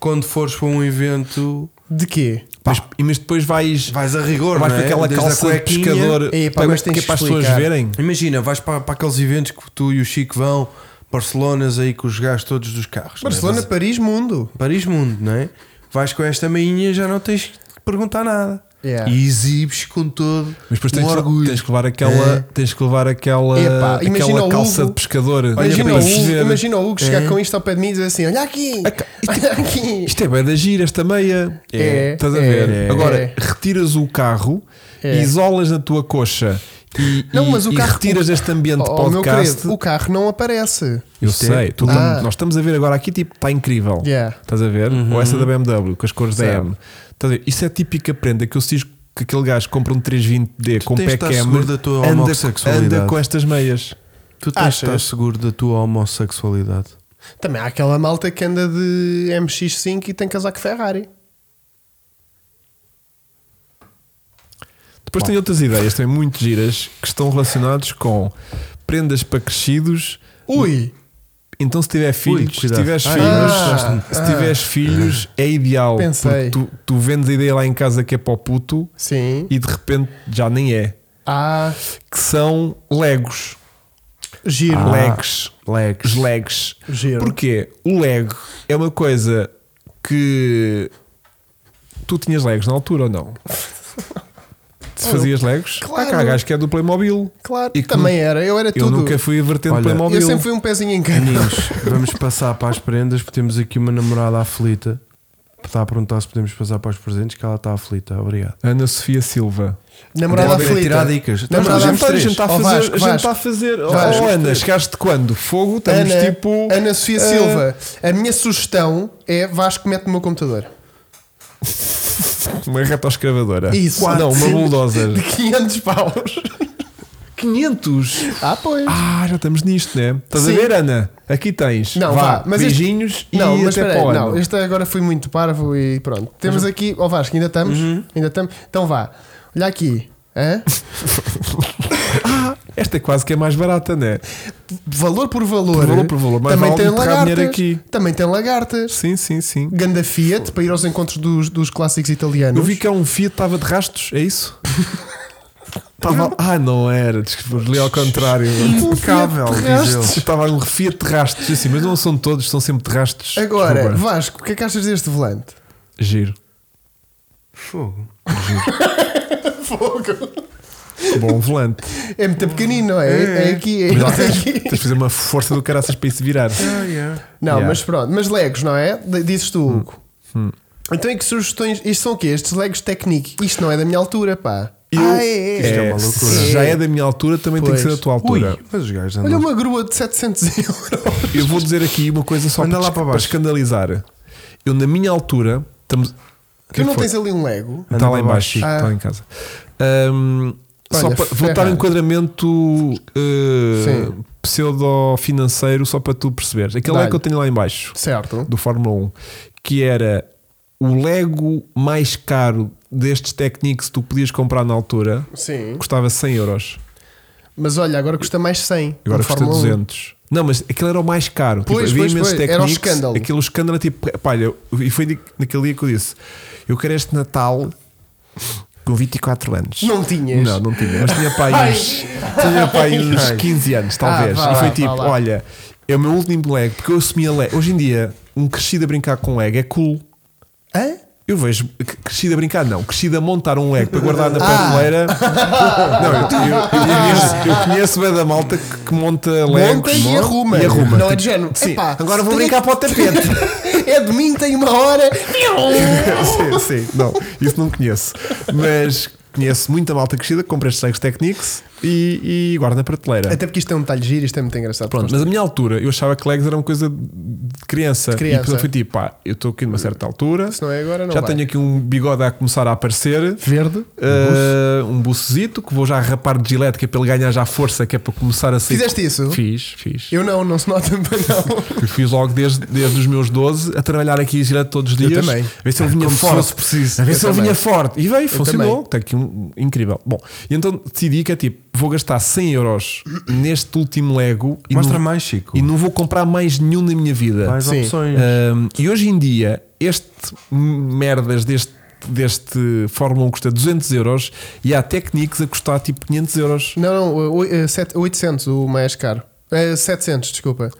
quando fores para um evento.
De quê?
Mas, e mas depois vais,
Vais a rigor,
vais
não
com
é?
aquela
Desde a
calça de
cuequinha.
pescador
Ei, pá,
para,
mas tens
que é
que
para as pessoas
explicar.
verem.
Imagina, vais para, para aqueles eventos que tu e o Chico vão, Barcelonas aí com os gajos todos dos carros. não é?
Barcelona,
Vais
Paris, mundo.
a Paris, Mundo, não é? Vais com esta meinha já não tens que perguntar nada.
Yeah.
E exibes com todo
Mas depois
o
tens,
orgulho.
tens que levar aquela,
É.
tens que levar aquela,
Um Epá, imagina
aquela
o
calça
Hugo.
de pescador.
Imagina
para
o,
se
Hugo,
ver.
imagina o Hugo chegar
É.
com isto ao pé de mim e dizer assim: Olha aqui! Olha aqui!
Isto é bem da gira, esta meia.
É,
Estás a
é,
ver?
é.
Agora,
É.
retiras o carro,
É.
isolas na tua coxa e,
Não,
e-
mas o
e
carro.
retiras este ambiente de
Oh, meu
podcast.
querido, o carro não aparece.
Eu
Isto é-
sei, tu-
Ah.
nós estamos a ver agora aqui, tipo, está incrível.
Yeah.
Estás a ver?
Uhum.
Ou essa da BMW, com as cores da M. Estás a ver? Isso é a típica prenda que eu sigo que aquele gajo compra um 320D com
tens de estar
pé
seguro da tua
anda,
homossexualidade.
anda com estas meias.
Tu tens de estar
Achas?
seguro da tua homossexualidade.
Também há aquela malta que anda de MX5 e tem casaco Ferrari.
Depois tenho outras ideias também muito giras que estão relacionados com prendas para crescidos.
Ui!
Então, se tiver filhos, se
cuidado.
tiveres
Ah,
filhos,
ah,
se tiveres filhos, é ideal. Porque
Pensei.
tu, tu vendes a ideia lá em casa que é para o puto
Sim.
e de repente já nem é.
Ah,
Que são legos. Ah.
giro.
Ah.
Legs.
Legs.
Os legs.
Giro.
Porquê? O lego é uma coisa que. Tu tinhas legos na altura ou não? Se fazias legos?
Oh. Claro.
Há cá gajo que é do Playmobil.
Claro,
E que
também era. Eu era
Eu
tudo.
nunca fui a vertente
Olha,
Playmobil.
Eu sempre fui um pezinho em cada.
Meninos, vamos passar para as prendas, porque temos aqui uma namorada aflita. Está a perguntar se podemos passar para os presentes, que ela está aflita. Obrigado.
Ana Sofia Silva.
Namorada
Deve
aflita.
tirar dicas.
Não,
Estamos
Ah, mas
a
a
gente
gente
três.
está a
Ó,
fazer.
Vasco,
a gente tá está
Vasco. Oh,
a fazer. Ó,
Vasco.
ó, Ana, chegaste de quando? Fogo? Estamos
Ana,
tipo.
Ana Sofia
eh,
Silva. A minha sugestão é Vasco mete no meu computador.
Ah, Uma ratoscravadora.
Isso.
Não, uma
Sim.
bulldozer.
De 500 paus.
500.
Ah, pois.
Ah, já estamos nisto, né? Estás
Sim.
a ver, Ana? Aqui tens.
Não, vá, mas este-
beijinhos e
não,
até
mas
para
espera
o
aí,
ano.
não, este agora foi muito parvo e pronto. Temos aqui, ó Vasco, ainda estamos?
Uhum.
Ainda estamos? Então vá, olha aqui. hã?
Esta é quase que é mais barata, né?
Valor por valor.
Por valor por valor, mas
também
vale
tem
enterrar dinheiro
lagartas.
aqui.
Também tem lagartas.
Sim, sim, sim.
Ganda Fiat para ir aos encontros dos, dos clássicos
Eu
italianos.
vi que há um Fiat estava de rastos, é isso? Estava. Ah, não era. Desculpa, li ao contrário.
Impecável, diz ele.
Estava um Fiat de rastos, assim, mas não são todos, são sempre de rastos.
Agora,
Desculpa.
Vasco, o que é que achas deste volante?
Giro.
Fogo.
Bom um volante.
É muito pequenino, não é? É, aqui, é
Mas lá tens,
aqui.
tens de fazer uma força do caraças para isso virar.
Ah, yeah.
Não,
Yeah. Hum.
mas pronto, mas legos, não é? D- Dizes tu, Hugo. Então, e que sugestões? Isto são o quê? Estes legos Technique. Isto não é da minha altura, pá. Ah, é, é.
Isto é uma loucura.
Se já é da minha altura, também
Pois.
tem que ser da tua
Ui,
altura.
mas os gajos
Olha
andam.
uma grua de 700 euros.
Eu vou dizer aqui uma coisa só
Anda
para,
lá
esc-
para baixo.
escandalizar. Eu, na minha altura, estamos.
Tu não
foi?
tens ali um lego?
Está lá
Anda
em baixo,
abaixo.
Chico,
Ah.
está lá em casa. Ahm,
Olha,
só para vou dar
Ferrari.
um enquadramento
Sim.
uh, pseudo-financeiro só para tu perceberes. Aquele
Dá-lhe.
é que eu tenho lá em baixo,
Certo.
do Fórmula 1, que era o Lego mais caro destes Technics que tu podias comprar na altura,
Sim.
custava 100 euros.
Mas olha, agora custa mais 100.
Agora
do
custa
Fórmula 1.
200. Não, mas aquele era o mais caro. Tipo,
Pois,
havia
pois,
imensos
pois. Era o
Technics,
escândalo.
Aquele escândalo, tipo, palha, e foi di- naquele dia que eu disse: Eu quero este Natal com 24 anos.
Não tinhas.
Não, não tinha, mas tinha pai uns, tinha pai uns 15 anos, talvez.
Ah, vá
e foi
lá,
tipo:
vá lá.
Olha, é o meu último leg, porque eu assumi a leg. Hoje em dia, um crescido a brincar com leg é cool.
Hã?
Eu vejo que- crescido a brincar, não, crescido a montar um leque para guardar na
Ah.
prateleira. Não, eu, eu- eu conheço, eu conheço bem da malta que, que monta
Monta
leques
e arruma.
E arruma.
Não é de
Tipo,
género.
Sim,
Epá,
agora vou
tenho
brincar para o tapete.
que- é domingo, tem uma hora.
sim, sim, não, isso não conheço. Mas conheço muita malta crescida que compra estes leques Technics e, e guarda na prateleira.
Até porque isto é um detalhe giro, isto é muito engraçado.
Pronto, mas a minha altura eu achava que legs era uma coisa de criança.
criança. Hum.
E portanto foi tipo, pá, eu estou aqui numa certa altura.
Se não é agora, não
Já
vai.
tenho aqui um bigode a começar a aparecer.
Verde.
Uh, um bucezito que vou já rapar de gilete, que é para ele ganhar já força, que é para começar a sair.
Fizeste isso?
Fiz, fiz.
Eu não, não se nota bem, não.
Eu fiz logo desde, desde os meus 12 a trabalhar aqui gilete todos os
Eu
dias.
também. Ah,
A ver se ele vinha
Como se
forte.
fosse preciso.
A ver se
Eu
ele
também.
vinha forte. E veio, funcionou.
também.
Tem aqui um incrível. Bom, e então decidi que é tipo, vou gastar 100 euros neste último Lego e
Mostra
não-
mais, Chico.
e não vou comprar mais nenhum na minha vida.
Mais
Sim.
opções.
Um, e hoje em dia, este merdas deste, deste Fórmula 1 custa 200 euros e há Technics a custar tipo 500 euros.
Não, não, oi- eh, sete- 800 o mais caro. Eh, 700, desculpa.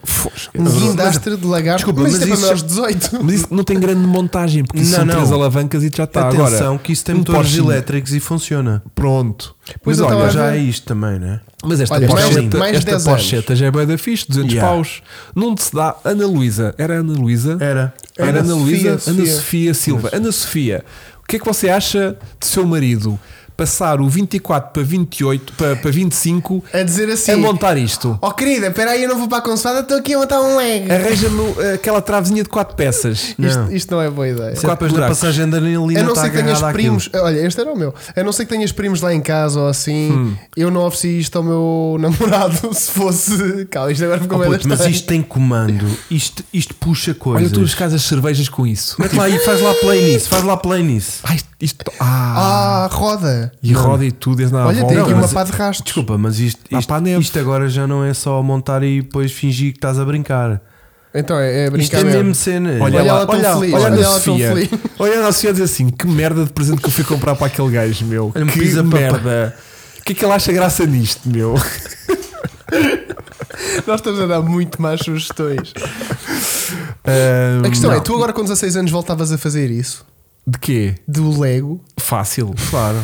Um
Mas-
guindastre de lagarto.
Desculpa,
mas,
mas
isto é para
isso-
menores de 18.
Mas isso não tem grande montagem, porque isso
Não,
são
não.
três alavancas e já está.
Atenção,
tá, Agora,
que isso tem
um
motores
Porsche-
elétricos e funciona.
Pronto.
Pois
mas
eu
olha,
estava a
Já
ver.
é isto também, né?
Mas esta
Olha, mais-
Porscheta,
mais
esta
10
Porscheta já é bem da fixe, 200
Yeah.
paus. Não te se dá. Ana Luísa, era Ana Luísa?
Era.
Era
Ana
Ana Luísa, Ana
Sofia, Sofia.
Sofia Silva. Ana Sofia, o que é que você acha de seu marido passar o 24 para 28 para, para 25
A dizer assim:
a montar isto?
Oh querida, espera aí, eu não vou para a consoada, estou aqui a montar um leg.
É
Arranja-me uh, aquela travezinha de 4 peças.
Isto, isto não é boa ideia.
Isso é depois da
buracos.
passagem da
A
anilina
não
está
ser que tenhas
agarrada àquilo.
primos. Olha, este era o meu. A não ser que tenhas primos lá em casa ou assim,
Hum.
eu não ofereci isto ao meu namorado se fosse. Calma, isto agora
Oh,
ficou
puto,
bem
mas isto tem comando, isto, isto puxa
Olha,
coisas.
tu buscas as cervejas com isso.
Mete lá aí, faz lá play nisso, faz lá play nisso.
Ah, isto, isto- ah,
Ah, roda! roda.
E roda e tudo, e na
Olha, tem
volta.
aqui uma
Mas-
pá de rastros.
Desculpa, mas isto,
Dá
isto,
para a neve.
isto agora já não é só montar e depois fingir que estás a brincar.
Então é, é
Isto
brincar
é mesmo
mesmo.
cena.
Olha,
Olha
lá,
ela tão
olha,
feliz,
olha,
olha
a
ela tão
Sofia.
feliz.
Olha a Nossa Senhora diz assim: que merda de presente que eu fui comprar para aquele gajo, meu.
Olha, um
que
pizza para-
merda. O que é que ele acha graça nisto, meu?
Nós estamos a dar muito mais sugestões.
Ahm,
A questão
não.
é, tu agora com 16 anos voltavas a fazer isso?
De quê?
Do Lego?
Fácil. Claro.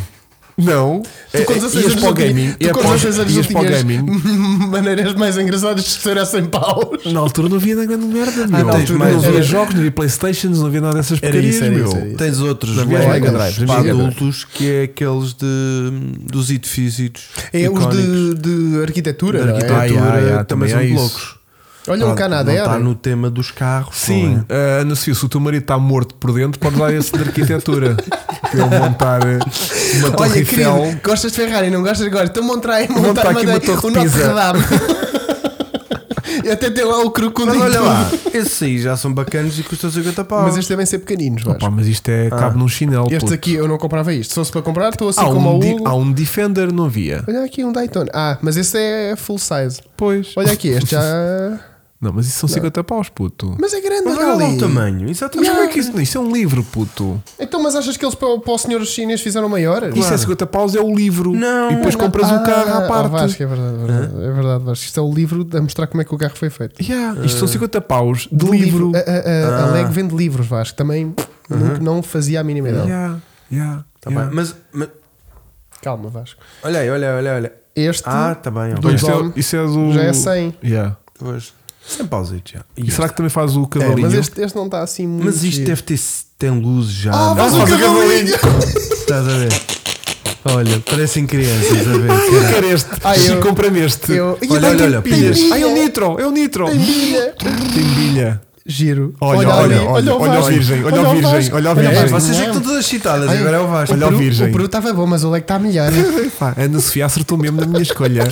Não.
Tu com
É-
16
ias
anos
para o
não tinha-
gaming.
Tu
ia
com
para o-
16 anos não
ias para o
tinhas
gaming.
maneiras mais engraçadas de estourar sem paus.
Na altura não havia nada grande merda,
Ah,
meu.
na
não,
altura
não
era-
havia jogos, não havia Playstations, não havia nada dessas
Era
porcarias,
isso, era
meu.
isso, era isso. é
Tens outros
Havia os Mega Drives,
Legos
havia
para
Mega Drives.
adultos que é aqueles de, dos edifícios.
É os
icónicos.
de, de arquitetura,
da
não é?
arquitetura
Ah, yeah, yeah,
também
também
são
há
de
isso.
loucos.
Olha o Canadá,
Está no tema dos carros.
Sim,
não é?
ah, Ana Sofia, se o teu marido está morto por dentro, podes dar esse de arquitetura. Para ele montar eh, uma torre
Olha,
Eiffel.
querido, gostas de Ferrari, não gostas agora? Então montar aí,
Montar
montar
aqui uma torre de
o Notre
Pisa.
Dame. E até tem lá o
Mas
crocodilo.
olha lá, esses aí já são bacanas e custam 50 pau.
Mas estes devem ser pequeninos,
Opa,
Vasco.
mas isto é cabe num chinelo.
Estes
puto.
Ah. aqui eu não comprava isto. Se fosse para comprar, estou assim
há,
como
um
ao
di-
Hugo.
há um Defender, não havia.
Olha aqui um Daytona. Ah, mas esse é full size.
Pois.
Olha aqui, este já.
Não, mas isso são 50 paus, puto.
Mas é grande,
Mas
olha
olha lá
ali.
o tamanho. Exatamente.
Mas como é que isso? Isso é um livro, puto.
Então, mas achas que eles para, o- para o senhor chinês fizeram maior?
Isso é 50 paus, é o livro.
Não,
E depois
não.
compras o carro à parte.
Ah, Vasco, é verdade, é verdade, é verdade, Vasco. Isto é o livro a mostrar como é que o carro foi feito.
Yeah, Isto são 50 paus de
Eh, Do É-
livro. Ah.
A, a, a- a Lego vende livros, Vasco. Também nunca- não fazia a mínima ideia.
Yeah, yeah,
Tá
yeah.
bem, mas, mas-
Calma, Vasco.
olha aí, olha aí, olha aí, olha. aí.
Este
Ah, tá bem.
Do
ok.
Isto
Dom
é, isso é do.
já é 100.
Yeah.
Pois. Sem pausitos já.
E será que também faz o
É,
cavalinho?
mas este, este não está assim muito.
Mas isto
giro.
deve ter tem luzes já. não
Ah, faz
é?
um
faz o
cavalinho!
Estás a ver? Olha, parecem crianças a ver. caralho.
quero este.
Ah, eu-
Chico, compra-me este.
eu- Ih,
olha,
tem
olha,
pilhas.
pilhas.
Ah, é o Nitro, é o Nitro.
Tem bilha.
Tem bilha.
Giro.
Olha, olha,
ali,
olha,
o
olha o
Vasco.
virgem, olha o virgem,
Vasco.
olha o
É,
virgem.
Vasco.
vocês é que estão todas excitadas,
Ai,
agora é o Vasco.
Olha o
Peru-
virgem.
O Peru estava bom, mas o Lego
tá
está melhor.
Pá, Ana Sofia acertou mesmo na minha escolha.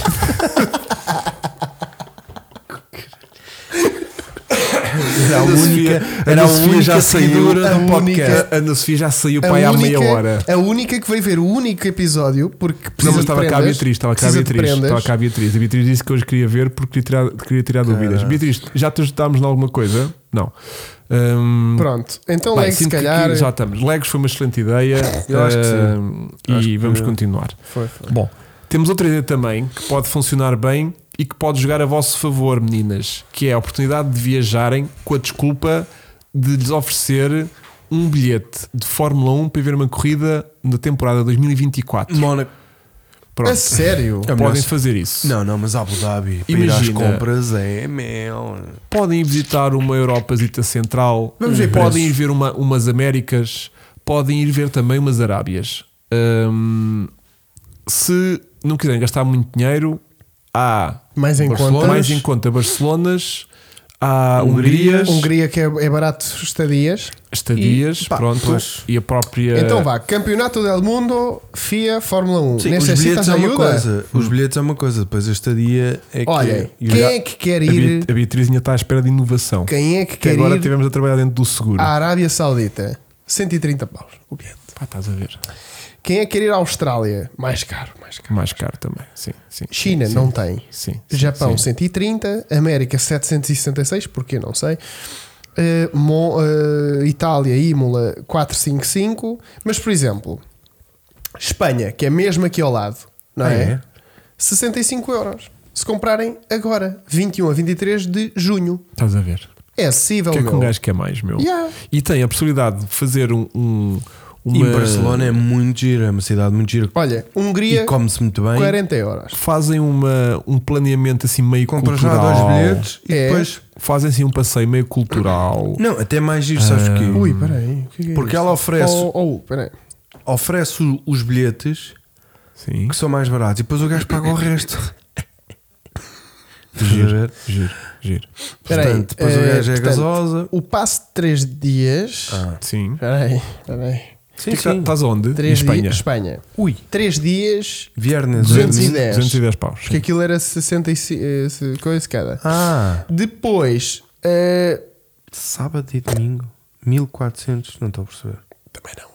Era a
Ana Sofia-
única,
Ana
Ana
Sofia
Sofia já saiu
seguidora
do
do
podcast.
podcast.
A Ana Sofia já saiu para aí há meia hora.
a única que veio ver o único episódio, porque precisa
Não, mas
de
estava cá a
prendas,
Beatriz, estava cá a
precisa de
Beatriz,
prendas.
estava cá a Beatriz. A Beatriz disse que hoje queria ver porque queria tirar, queria tirar dúvidas. Beatriz, já te ajudámos em alguma coisa? Não. Hum,
Pronto, então
bem,
Lego se
sinto que aqui
calhar.
já estamos. Legos foi uma excelente ideia.
Eu acho que sim.
hum, E
Acho que-
vamos continuar.
Foi, foi.
Bom, temos outra ideia também que pode funcionar bem e que pode jogar a vosso favor, meninas, que é a oportunidade de viajarem com a desculpa de lhes oferecer um bilhete de Fórmula 1 para ver uma corrida na temporada 2024.
Mónaco.
Pronto,
A sério?
É o melhor
podem
se-
fazer isso.
Não, não, mas Abu Dhabi, para ir às
Imagina.
compras é mel.
Podem ir visitar uma Europazita Central,
Vamos ver
podem ir ver uma- umas Américas, podem ir ver também umas Arábias. Hum, se não quiserem gastar muito dinheiro, há
Mais em
Barcelona-
conta.
mais em conta Barcelonas, há
Hungria.
Hungrias,
Hungria que é, é barato estadias.
estadias,
E, pá,
pronto,
pois.
e a própria.
Então vá, Campeonato del Mundo, FIA, Fórmula 1.
Sim, os
Necessitas
bilhetes é uma
ajuda?
coisa. Os bilhetes é uma coisa, depois a estadia é que.
Olha,
e
quem
já-
é que quer
A Beat-
ir?
a Beatrizinha está à espera de inovação.
Quem é que
que
quer
agora
ir Ah.
estivemos a trabalhar dentro do seguro.
à Arábia Saudita? 130 paus o bilhete.
Pá, estás a ver.
Quem é que quer ir à Austrália? Mais caro, mais caro.
Mais caro também. Sim, sim.
China
sim,
não tem.
Sim, sim,
Japão
sim.
130, América 766, porque não sei. Eh, Mo- eh, Itália, Imola 455, mas por exemplo, Espanha, que é mesmo aqui ao lado, não
Ah,
é?
é?
65 euros. Se comprarem agora, 21 a 23 de junho.
Estás a ver.
É
O
acessível,
que é que
meu.
um gajo quer mais, meu?
Yeah.
E tem a possibilidade de fazer um. um
E
uma...
Barcelona é muito gira, é uma cidade muito gira.
Olha, Hungria,
E come-se muito bem.
40 euros.
Fazem uma, um planeamento assim meio
Compras já
cultural.
dois bilhetes e
É.
depois.
Fazem assim um passeio meio cultural.
Não, até mais giro, sabes porquê?
Ui, peraí. o que é que é
Hum. Porque
isto?
ela oferece,
Oh, oh, peraí.
oferece o- os bilhetes
Sim.
que são mais baratos e depois o gajo paga o resto. Estás a ver?
Giro, giro.
Peraí,
Portanto, depois o
eh,
gajo é
portanto,
gasosa. Ah.
O passe de 3 dias.
Sim.
Peraí, peraí.
Sim,
Que tá-
sim.
Estás onde? Em
3
Espanha.
dias. Espanha. Ui. 3 dias.
Viernes.
210.
210 paus.
Porque aquilo era 65. eh, se- coisa cada.
Ah,
Depois. eh,
sábado e domingo. 1400, não estou a perceber.
também não.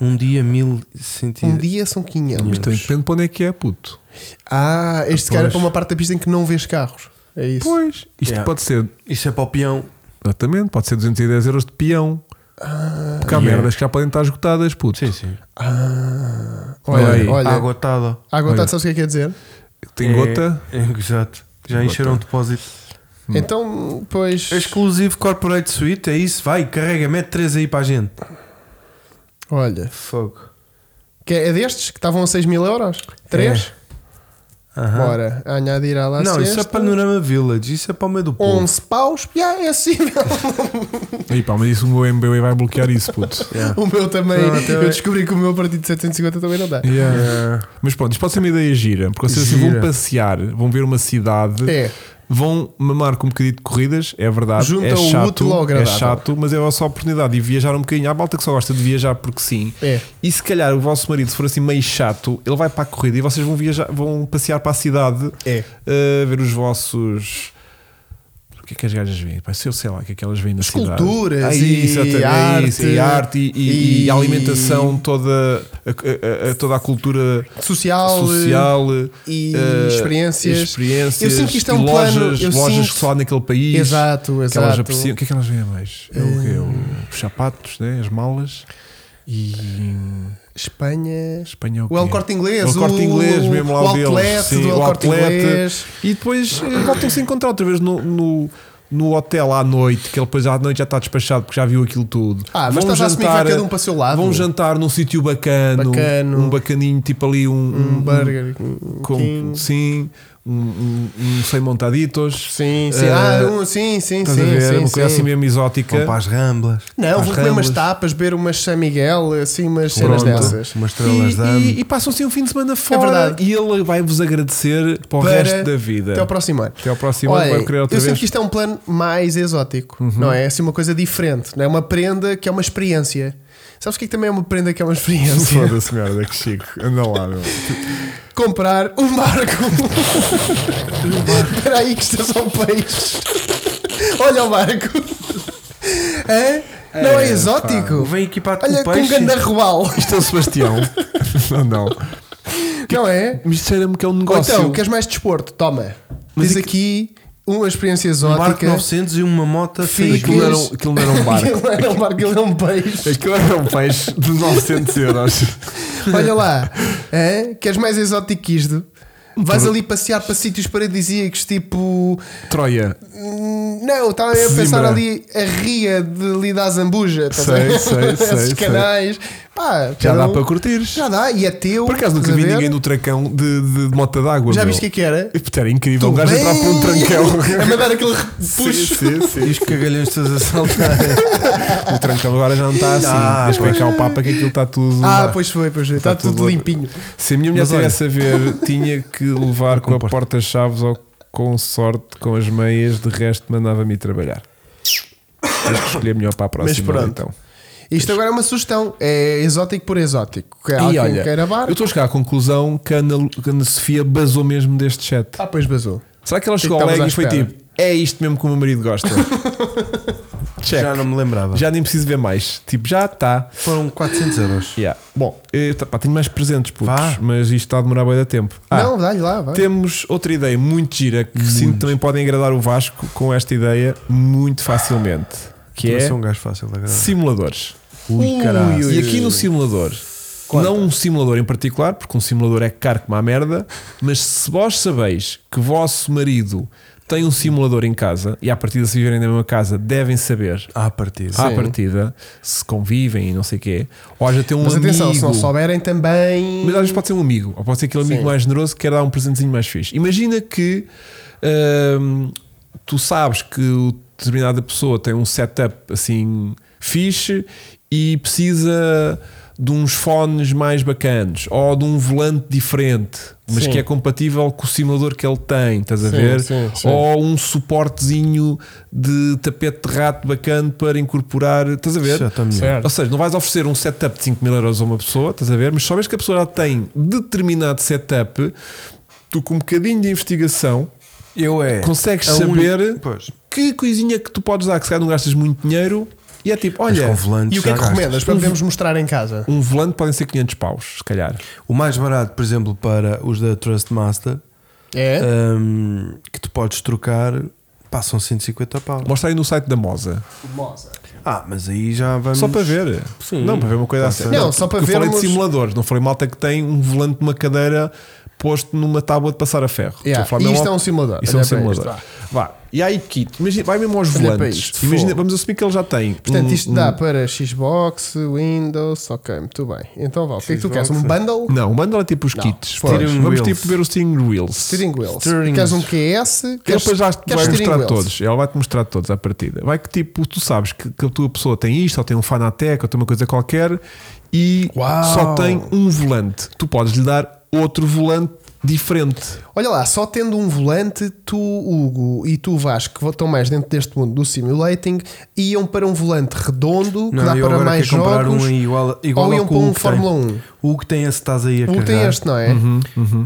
Um dia mil senti...
Um dia são 500.
Então depende para onde é que é, puto.
Ah,
Pois.
este cara é para uma parte da pista em que não vês carros. É isso.
Pois. Isto
Yeah.
pode ser,
Isso é para o peão.
exatamente, pode ser 210 euros de peão. Porque há
Yeah.
merdas que já podem estar esgotadas, puto.
Ah. Sim, sim.
Ah,
Olha aí.
olha, olha. Água,
Água atada.
agotada,
Olha.
sabes o que é que quer dizer?
Tem
É-
gota.
é, exato. Já encheram o depósito.
Então, pois.
Exclusivo Corporate Suite, é isso? Vai, carrega, mete 3 aí para a gente.
Olha.
Fogo.
Que é destes que estavam a 6 mil euros? 3?
Aham.
Bora, añadir à la
Não, isso é
siesta.
Panorama Village, isso é para o meio do povo.
11 paus? Já é acessível.
E pá, mas isso o meu MBA vai bloquear isso, puto.
É. Yeah.
O meu também.
Não, até
eu
bem.
descobri que o meu a partir de 750 também não dá.
Yeah.
Yeah.
Mas pronto, isto pode ser uma ideia gira, porque vocês assim, vão
Gira.
passear, vão ver uma cidade,
É.
vão mamar com um bocadinho de corridas, é verdade,
Junta
é
o
chato,
útil ao
é
agradável.
chato, mas é a vossa oportunidade de viajar um bocadinho. Há malta que só gosta de viajar porque sim.
É.
E se calhar o vosso marido, se for assim meio chato, ele vai para a corrida e vocês vão viajar, vão passear para a cidade
É.
a ver os vossos. O que é que as gajas vêm? Parece eu sei lá o que é que elas vêm na
Esculturas
cidade.
e
exatamente, é
arte.
isso, e arte e, e- e
E-
alimentação, toda a- a- a- toda a cultura
Social.
social
e
eh,
experiências.
experiências,
Eu sinto que isto é um
e lojas,
plano, eu
lojas
sinto-
que só há naquele país.
Exato,
que elas
exato. Eh,
apreciam. O que é que elas veem mais? É o quê? O- Os sapatos, né? as malas e em
Espanha.
Espanha é o
O
quê?
El Corte Inglês.
O El Corte Inglês, mesmo lá
o
o deles.
outlet
Sim,
do El
o
Corte
outlet.
Inglês.
E depois eh, voltam-se a encontrar outra vez no, no, no hotel à noite, que ele depois à noite já está despachado porque já viu aquilo tudo.
Ah, mas estás a assumir que vai cada um para o seu lado.
Vão jantar num sítio bacano,
Bacano.
um bacaninho, tipo ali um,
Um
um-
burger.
com,
king.
sim, um, um, um sem montaditos.
Sim, sim.
Eh,
ah, um, sim, sim,
Estás a
sim.
ver?
sim,
uma coisa
sim.
assim mesmo exótica.
Vão para as Ramblas.
Não,
para
vou
as
comer umas
Ramblas.
tapas, beber umas San Miguel, assim, umas cenas
Pronto.
dessas.
Umas estrelas
e,
de ame.
e, e passam assim um fim de semana fora
verdade.
e ele vai-vos agradecer para o resto da vida.
Até ao próximo ano.
Até ao próximo ano
Olha,
vai querer outra
eu
vez.
sinto que isto é um plano mais exótico, não é? É assim uma coisa diferente, não é? Uma prenda que é uma experiência. Sabes o que é que também é uma prenda que é uma experiência?
Foda-se, merda, que chico. Anda lá, meu.
Comprar um barco. Espera aí, que isto é só um peixe. Olha o barco. Hã? não é exótico?
Vem equipado com
Olha, com um
peixe.
gandarroal,
Isto é o Sebastião. não, não.
não é?
Mas cheira-me que é um
Ou
negócio.
então, queres mais desporto? Toma.
Mas
Diz
é
aqui uma experiência
Um barco
exótica.
900 e uma moto
Fica-
seis mil.
aquilo, não era, um- aquilo não era um barco.
Aquilo era um barco, aquilo era um peixe.
Aquilo era um peixe de 900 euros.
Olha lá, hã? queres mais exótico que isto? Vais ali passear para sítios paradisíacos, tipo.
Troia.
hum, Não, estava a pensar
Zimbra.
ali a ria de, ali da Zambuja. estás a
Sei,
ver?
sei,
Esses
sei,
canais. Pá,
Já um
cada
dá
um-
para curtir.
Já dá, e é teu.
Por acaso nunca
estás a
vi
ver?
ninguém no tracão de, de, de mota d'água.
Já
meu.
viste o que é que era?
E, puto, Era incrível. Um gajo
Bem-
entrar por um
a
trancão.
mandar aquele
Sim,
puxo.
sim, sim.
E os cagalhões estás a saltar.
O trancão agora já não está assim.
Ah,
Mas
pois.
vem cá o Papa que aquilo está tudo.
Ah,
lá.
pois foi, pois foi. Está
Está
tudo
Tá tudo- Tá
limpinho.
Se a minha mulher
Mas olha-
estivesse a ver, tinha que levar com a porta-chaves ou com sorte com as meias, de resto mandava-me ir trabalhar. Tens que escolher melhor para a próxima.
pronto.
Então.
Isto agora é uma sugestão. É exótico por exótico. É Que há
E
quem
olha,
queira barco.
eu estou a chegar à conclusão que a Ana, que a Ana Sofia basou mesmo deste chat.
Ah, pois basou.
Será que ela
que
chegou ao
estavas
leg
à
e foi
espera?
tipo: é isto mesmo que o meu marido gosta? Check.
Já não me lembrava.
Já nem preciso ver mais. Tipo, já está.
Foram 400 euros.
Yeah. Bom, eh, tá- pá, tenho mais presentes, putos,
Vá.
mas isto está a demorar bem da tempo. Ah,
não, dá-lhe lá, vai.
temos outra ideia muito gira que sinto que também podem agradar o Vasco com esta ideia muito facilmente. Que
Eu
é
sou um gajo fácil de agradar.
simuladores.
Ui, caralho.
E aqui no simulador, não um simulador em particular, porque um simulador é caro como a merda, mas se vós sabeis que vosso marido tem um simulador em casa e à partida se viverem na mesma casa, devem saber
À partida.
à partida se convivem e não sei o quê, ou já tem um
Mas
amigo.
atenção, se não souberem também.
Mas às vezes pode ser um amigo, ou pode ser aquele amigo
Sim.
mais generoso que quer dar um presentezinho mais fixe. Imagina que hum, tu sabes que o- determinada pessoa tem um setup assim fixe e precisa de uns fones mais bacanos ou de um volante diferente, mas
Sim.
que é compatível com o simulador que ele tem, estás a
Sim,
ver?
sim, sim.
Ou um suportezinho de tapete de rato bacana para incorporar, estás a ver?
Já está melhor.
Ou seja, não vais oferecer um setup de 5 mil euros a uma pessoa, estás a ver? Mas só vês que a pessoa já tem determinado setup, tu com um bocadinho de investigação
Eu é.
consegues
a
saber
única- Pois.
que coisinha que tu podes dar, que se calhar não gastas muito dinheiro E é tipo,
Mas
olha,
com volante
E o que é
já
que
gastas.
recomendas para podermos mostrar em casa?
um volante podem ser 500 paus, se calhar.
O mais barato, por exemplo, para os da Trustmaster,
É?
hum, que tu podes trocar, passam 150 pau.
Mostra aí no site da Moza.
Ah, mas aí já vamos.
Só para ver.
Sim.
Não, para ver uma coisa assim.
Não, só para
eu falei de
vermos-
simuladores, não falei malta que tem um volante de uma cadeira posto numa tábua de passar a ferro. Estou
Yeah.
a falar
E
mesmo
isto
ao-
é um simulador.
Isto é um
Olha para
simulador.
isto,
Vá. E aí, kit, imagina, vai mesmo aos
Olha para
volantes.
isto,
Imagina-
fogo.
vamos assumir que ele já tem.
Portanto,
um-
isto dá para Xbox, Windows, ok, muito bem. Então vá, o que é que tu
Xbox,
queres? Um
é.
bundle?
Não, manda lá tipo os
Não,
kits.
pois.
Vamos
Steering wheels.
tipo ver o steering wheels.
Steering wheels.
Steering
Queres um
wheels.
QS?
Ele
Queres,
depois já te vai
queres steering
mostrar
wheels?
todos. Ele vai te mostrar todos à partida. Vai que tipo, tu sabes que, que a tua pessoa tem isto, ou tem um Fanatec, ou tem uma coisa qualquer, e
Uau.
só tem um volante. Tu podes lhe dar outro volante diferente.
Olha lá, só tendo um volante, tu, Hugo, e tu, Vasco, que estão mais dentro deste mundo do simulating, iam para um volante redondo que
Não,
dá
eu
para
agora
mais
quero comprar
jogos.
um igual, igual
ou
ao
iam
que
para
o
um
Hugo tem.
Fórmula 1.
O Hugo tem esse que estás aí a
O Hugo
carregar.
tem este, não é?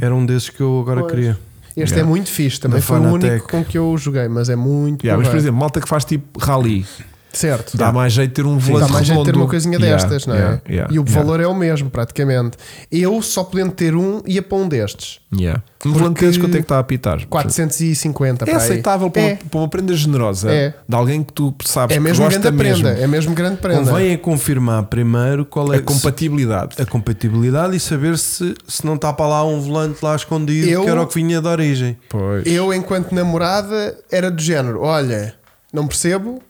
Era um desses que eu agora queria.
Este é muito fixe, também
Da
foi o
Fanatec.
único com que eu joguei, mas é muito.
Yeah, mas, por
porreiro.
exemplo, malta que faz tipo rally,
certo.
dá mais jeito de ter um volante
Dá mais jeito de ter
redondo.
uma coisinha
Yeah,
destas, não é?
yeah, yeah,
e o
yeah,
valor é o mesmo, praticamente. Eu só podendo ter um, ia para um destes.
yeah. Um volante desses quanto é que está a apitar?
450
É
para aí.
aceitável para,
É,
Uma, para uma prenda generosa
É.
de alguém que tu sabes
é
que
mesmo
gosta
grande
mesmo.
prenda. É mesmo grande prenda.
Convém é confirmar primeiro qual é
A compatibilidade.
a compatibilidade e saber se, se não está para lá um volante lá escondido
Eu-
que era o que vinha da origem.
Pois.
Eu, enquanto namorada, era do género: olha, não percebo,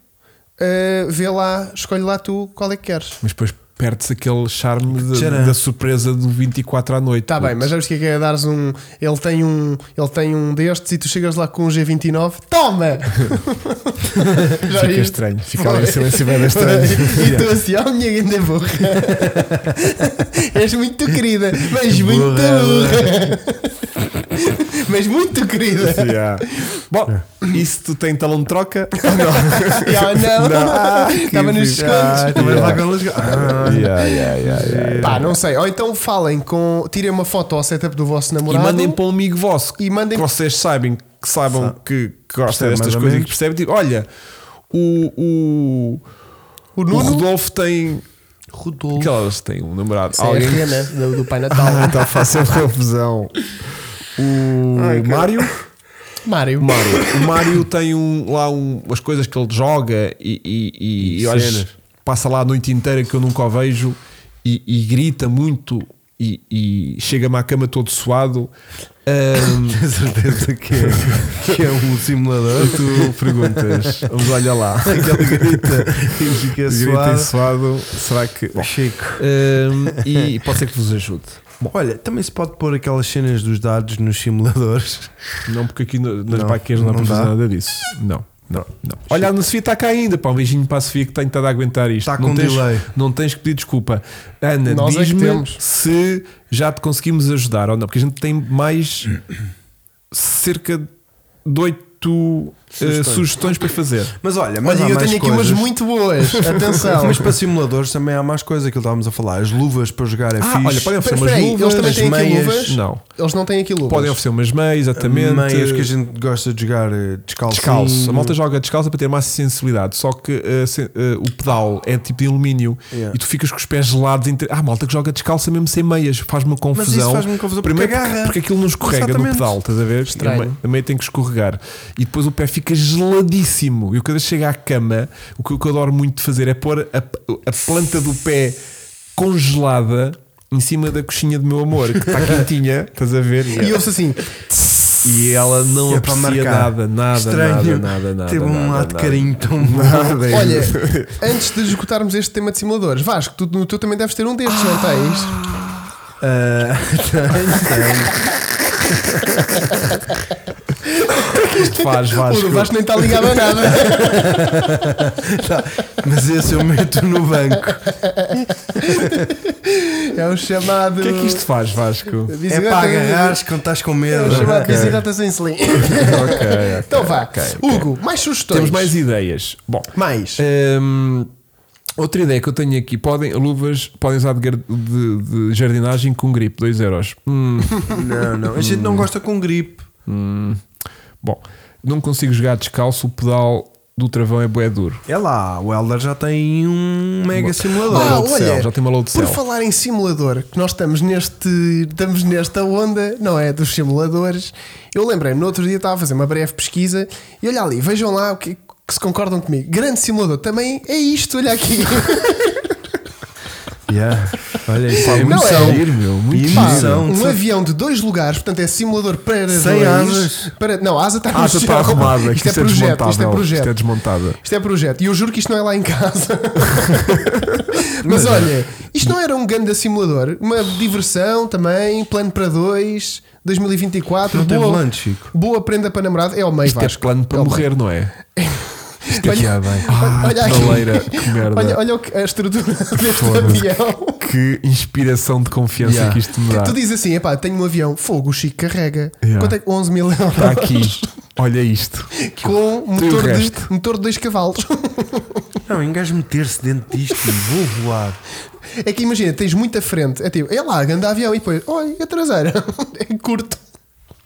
eh, vê lá, escolhe lá tu qual é que queres.
Mas depois perde-se aquele charme da-
Tcharam.
da surpresa do 24 à noite.
Está bem,
puto.
mas sabes o que é que é dares um. Ele tem um, ele tem um destes e tu chegas lá com um G29, toma! Já
Fica
viste?
estranho, fica lá em silêncio bem é estranho.
E tu assim, oh minha grande burra. És muito querida,
É
mas muito
Burra,
burra. mas muito querida.
Yeah. Bom, e se tu tem talão de troca?
E ela, não,
Ah, que
estava nos
fixe.
descontos.
Ah,
Também então
yeah.
lá com elas- é. Ah.
Yeah, yeah, yeah, yeah.
Pá, não sei. Ou então falem com. Tirem uma foto ao setup do vosso
E
namorado.
mandem para um amigo vosso
E mandem-
que vocês saibam que saibam que, que gosta
Percebe
destas
mais ou
coisas e
menos.
que percebe. Tipo, olha, o, o,
o
o
Nuno.
Rodolfo tem.
Rodolfo.
Aquelas tem um namorado.
Isso é a Rihanna, do, do Pai Natal.
está a fazer confusão. O Mário.
Mário.
Mário. O Mário tem um, lá um, as coisas que ele joga e, e, e,
E
e às vezes
cenas.
passa lá a noite inteira que eu nunca o vejo e, e grita muito e, e chega-me à cama todo suado. Ahm,
Tenho certeza que é, que é um simulador.
e tu perguntas, vamos olha lá.
Aquele grita e fica
Grita
suado.
e suado, será que. Bom,
Chico.
ahm, e pode ser que vos ajude.
Olha, também se pode pôr aquelas cenas dos dados nos simuladores.
Não, porque aqui no- nas
Não,
paquinhas não,
não
dá para fazer
dá.
nada disso. Não. Não, não. Olha, a Ana Sofia está cá ainda. Pá, um beijinho para a Sofia que tem estado a aguentar isto.
Está
não
com
tens,
delay.
Não tens que pedir desculpa. Ana,
Nós é que
diz-me
temos.
se já te conseguimos ajudar ou não, porque a gente tem mais cerca de 8 sugestões.
Sugestões.
para fazer.
Mas olha, mas
Olha,
há
eu
mais
tenho aqui umas
coisas.
muito boas. Atenção.
Mas para simuladores também há mais coisa que estávamos a falar. As luvas para jogar é
Ah,
fixe.
olha, podem oferecer
Espera,
umas
espera aí,
luvas,
eles também
as
têm aqui
meias.
luvas?
Não.
Eles não têm aqui luvas.
Podem oferecer umas meias, exatamente.
meias que a gente gosta de jogar eh, descalço.
Descalço, a malta joga descalça para ter mais sensibilidade, só que eh, se- eh, o pedal é tipo de alumínio
Yeah.
e tu ficas com os pés gelados. Entre... Ah, a malta que joga descalça mesmo sem meias, faz-me uma confusão.
faz-me confusão, porque
Primeiro porque,
agarra.
porque aquilo não escorrega no
Exatamente.
pedal, estás a ver?
Estranho.
A me- A meia tem que escorregar e depois o pé fica geladíssimo. E eu cada vez chego à cama, o que, o que eu adoro muito fazer é pôr a, a planta do pé congelada. Em cima da coxinha do meu amor, que está quentinha, estás a ver?
E ouve-se assim.
E ela não
É para marcar.
aprecia nada, nada,
Estranho.
nada, nada, nada.
Teve um
nada,
lado de
nada.
carinho tão bom.
Olha, antes de esgotarmos este tema de simuladores, Vasco, tu, no teu também deves ter um destes, não tens?
Ah,
Faz
O
Vasco.
do Vasco nem está ligado a nada.
mas esse eu meto no banco.
É o chamado.
O que é que isto faz, Vasco?
É para agarrares quando estás com
É
medo.
o chamado
Ok.
visitata sem selim.
ok.
Então vá. Hugo, mais sugestões.
Temos mais ideias. Bom,
Mais.
hum, outra ideia que eu tenho aqui: podem, luvas podem usar de, gar- de- de jardinagem com gripe, 2 euros. Hum,
Não, não. A gente não gosta com gripe.
bom, não consigo jogar descalço, o pedal do travão é bué duro.
É lá, o Elder já tem um mega simulador.
Ah, load cell, já tem uma load
por
cell.
falar em simulador, que nós estamos neste estamos nesta onda, não é, dos simuladores. Eu lembrei-me, no outro dia estava a fazer uma breve pesquisa e olha ali, vejam lá o que, que se concordam comigo. Grande simulador também é isto, olha aqui.
Yeah. Olha, isso é
Não, é
emoção.
giro, meu, muito
Pá,
emoção.
um avião de dois lugares, portanto é simulador para
Sem
dois.
asas.
Para, não, a asa está no
Ah, já
chão.
está arrumada.
Isto é projeto,
desmontável,
isto é
Isto é
projeto.
desmontável.
Isto é projeto. E eu juro que isto não é lá em casa. Mas olha, isto não era um grande simulador. Uma diversão também, plano para dois, 2024.
Não teve
boa,
lunch, Chico.
boa prenda para namorado. É ao meio,
Isto é
Vasco.
plano para
É ao meio.
morrer, não é?
Isto aqui é bem.
Ah,
Olha
que
aqui.
baleira, que merda.
Olha, olha o que- a estrutura deste
Foda-se.
avião.
Que inspiração de confiança
Yeah.
que isto me dá.
Tu dizes assim: epá, tenho um avião, fogo, o Chico carrega.
Yeah.
Quanto é que 11 mil euros?
Está Tá aqui. Olha isto.
com
e o
motor de,
resto?
motor de dois cavalos.
Não, um gajo meter-se dentro disto e vou voar.
É que imagina, tens muita frente. É tipo, é lá, ganda avião e depois, olha, a traseira. É curto.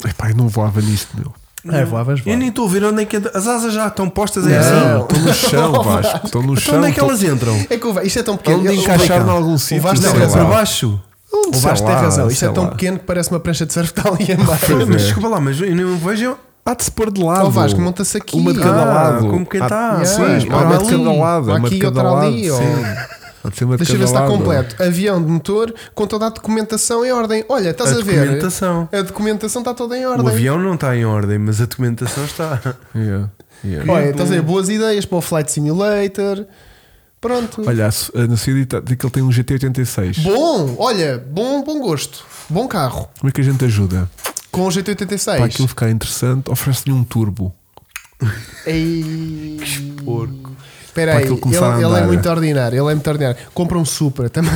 Epá, eu não voava nisto, meu.
É, voavas,
Eu nem estou a ver onde é que entra. As asas já estão postas aí
Não,
assim.
estou no chão, Vasco. Estou no
Então
chão.
onde é que elas entram?
Oh, É que o va- isto é tão pequeno.
Onde
Eu-
encaixar
o
em
Vasco-
algum
o
sítio.
Vasco
Não,
sei
é
lá.
para baixo.
O
Sei
Vasco
lá,
tem razão. Isto
sei
é tão
lá.
pequeno que parece uma prancha de surf que está ali
é.
embaixo.
Mas desculpa lá, mas eu não vejo.
Há de se pôr de lado.
Ó, Oh, Vasco, monta-se aqui. um
Uma de cada
Ah,
lado.
como quem
Há-
tá.
Sim,
Yeah,
há uma de
ali.
cada lado. é
Há
Uma de
aqui e
cada
outra
lado.
ali, ó.
sim. Há de ser uma de
Deixa eu
cada
ver se está
lado.
completo. Avião de motor com toda a documentação em ordem. Olha, estás
A
a, ver?
documentação.
A documentação está toda em
O
ordem.
avião não está em ordem, mas a documentação está.
Yeah, yeah.
Olha, estás a ver? Boas ideias para o Flight Simulator. Pronto.
Olha, a Su- a Nacida tá- diz que ele tem um GT86.
Bom, olha, bom, bom gosto. Bom carro.
Como é que a gente ajuda?
Com o
Para aquilo
GT86.
ficar interessante, oferece-lhe um turbo.
Ei.
Porco.
Espera
Para
aí,
aquilo
ele,
começar a
ele é
andar.
muito ordinário, ele é muito ordinário. Compra um Supra também.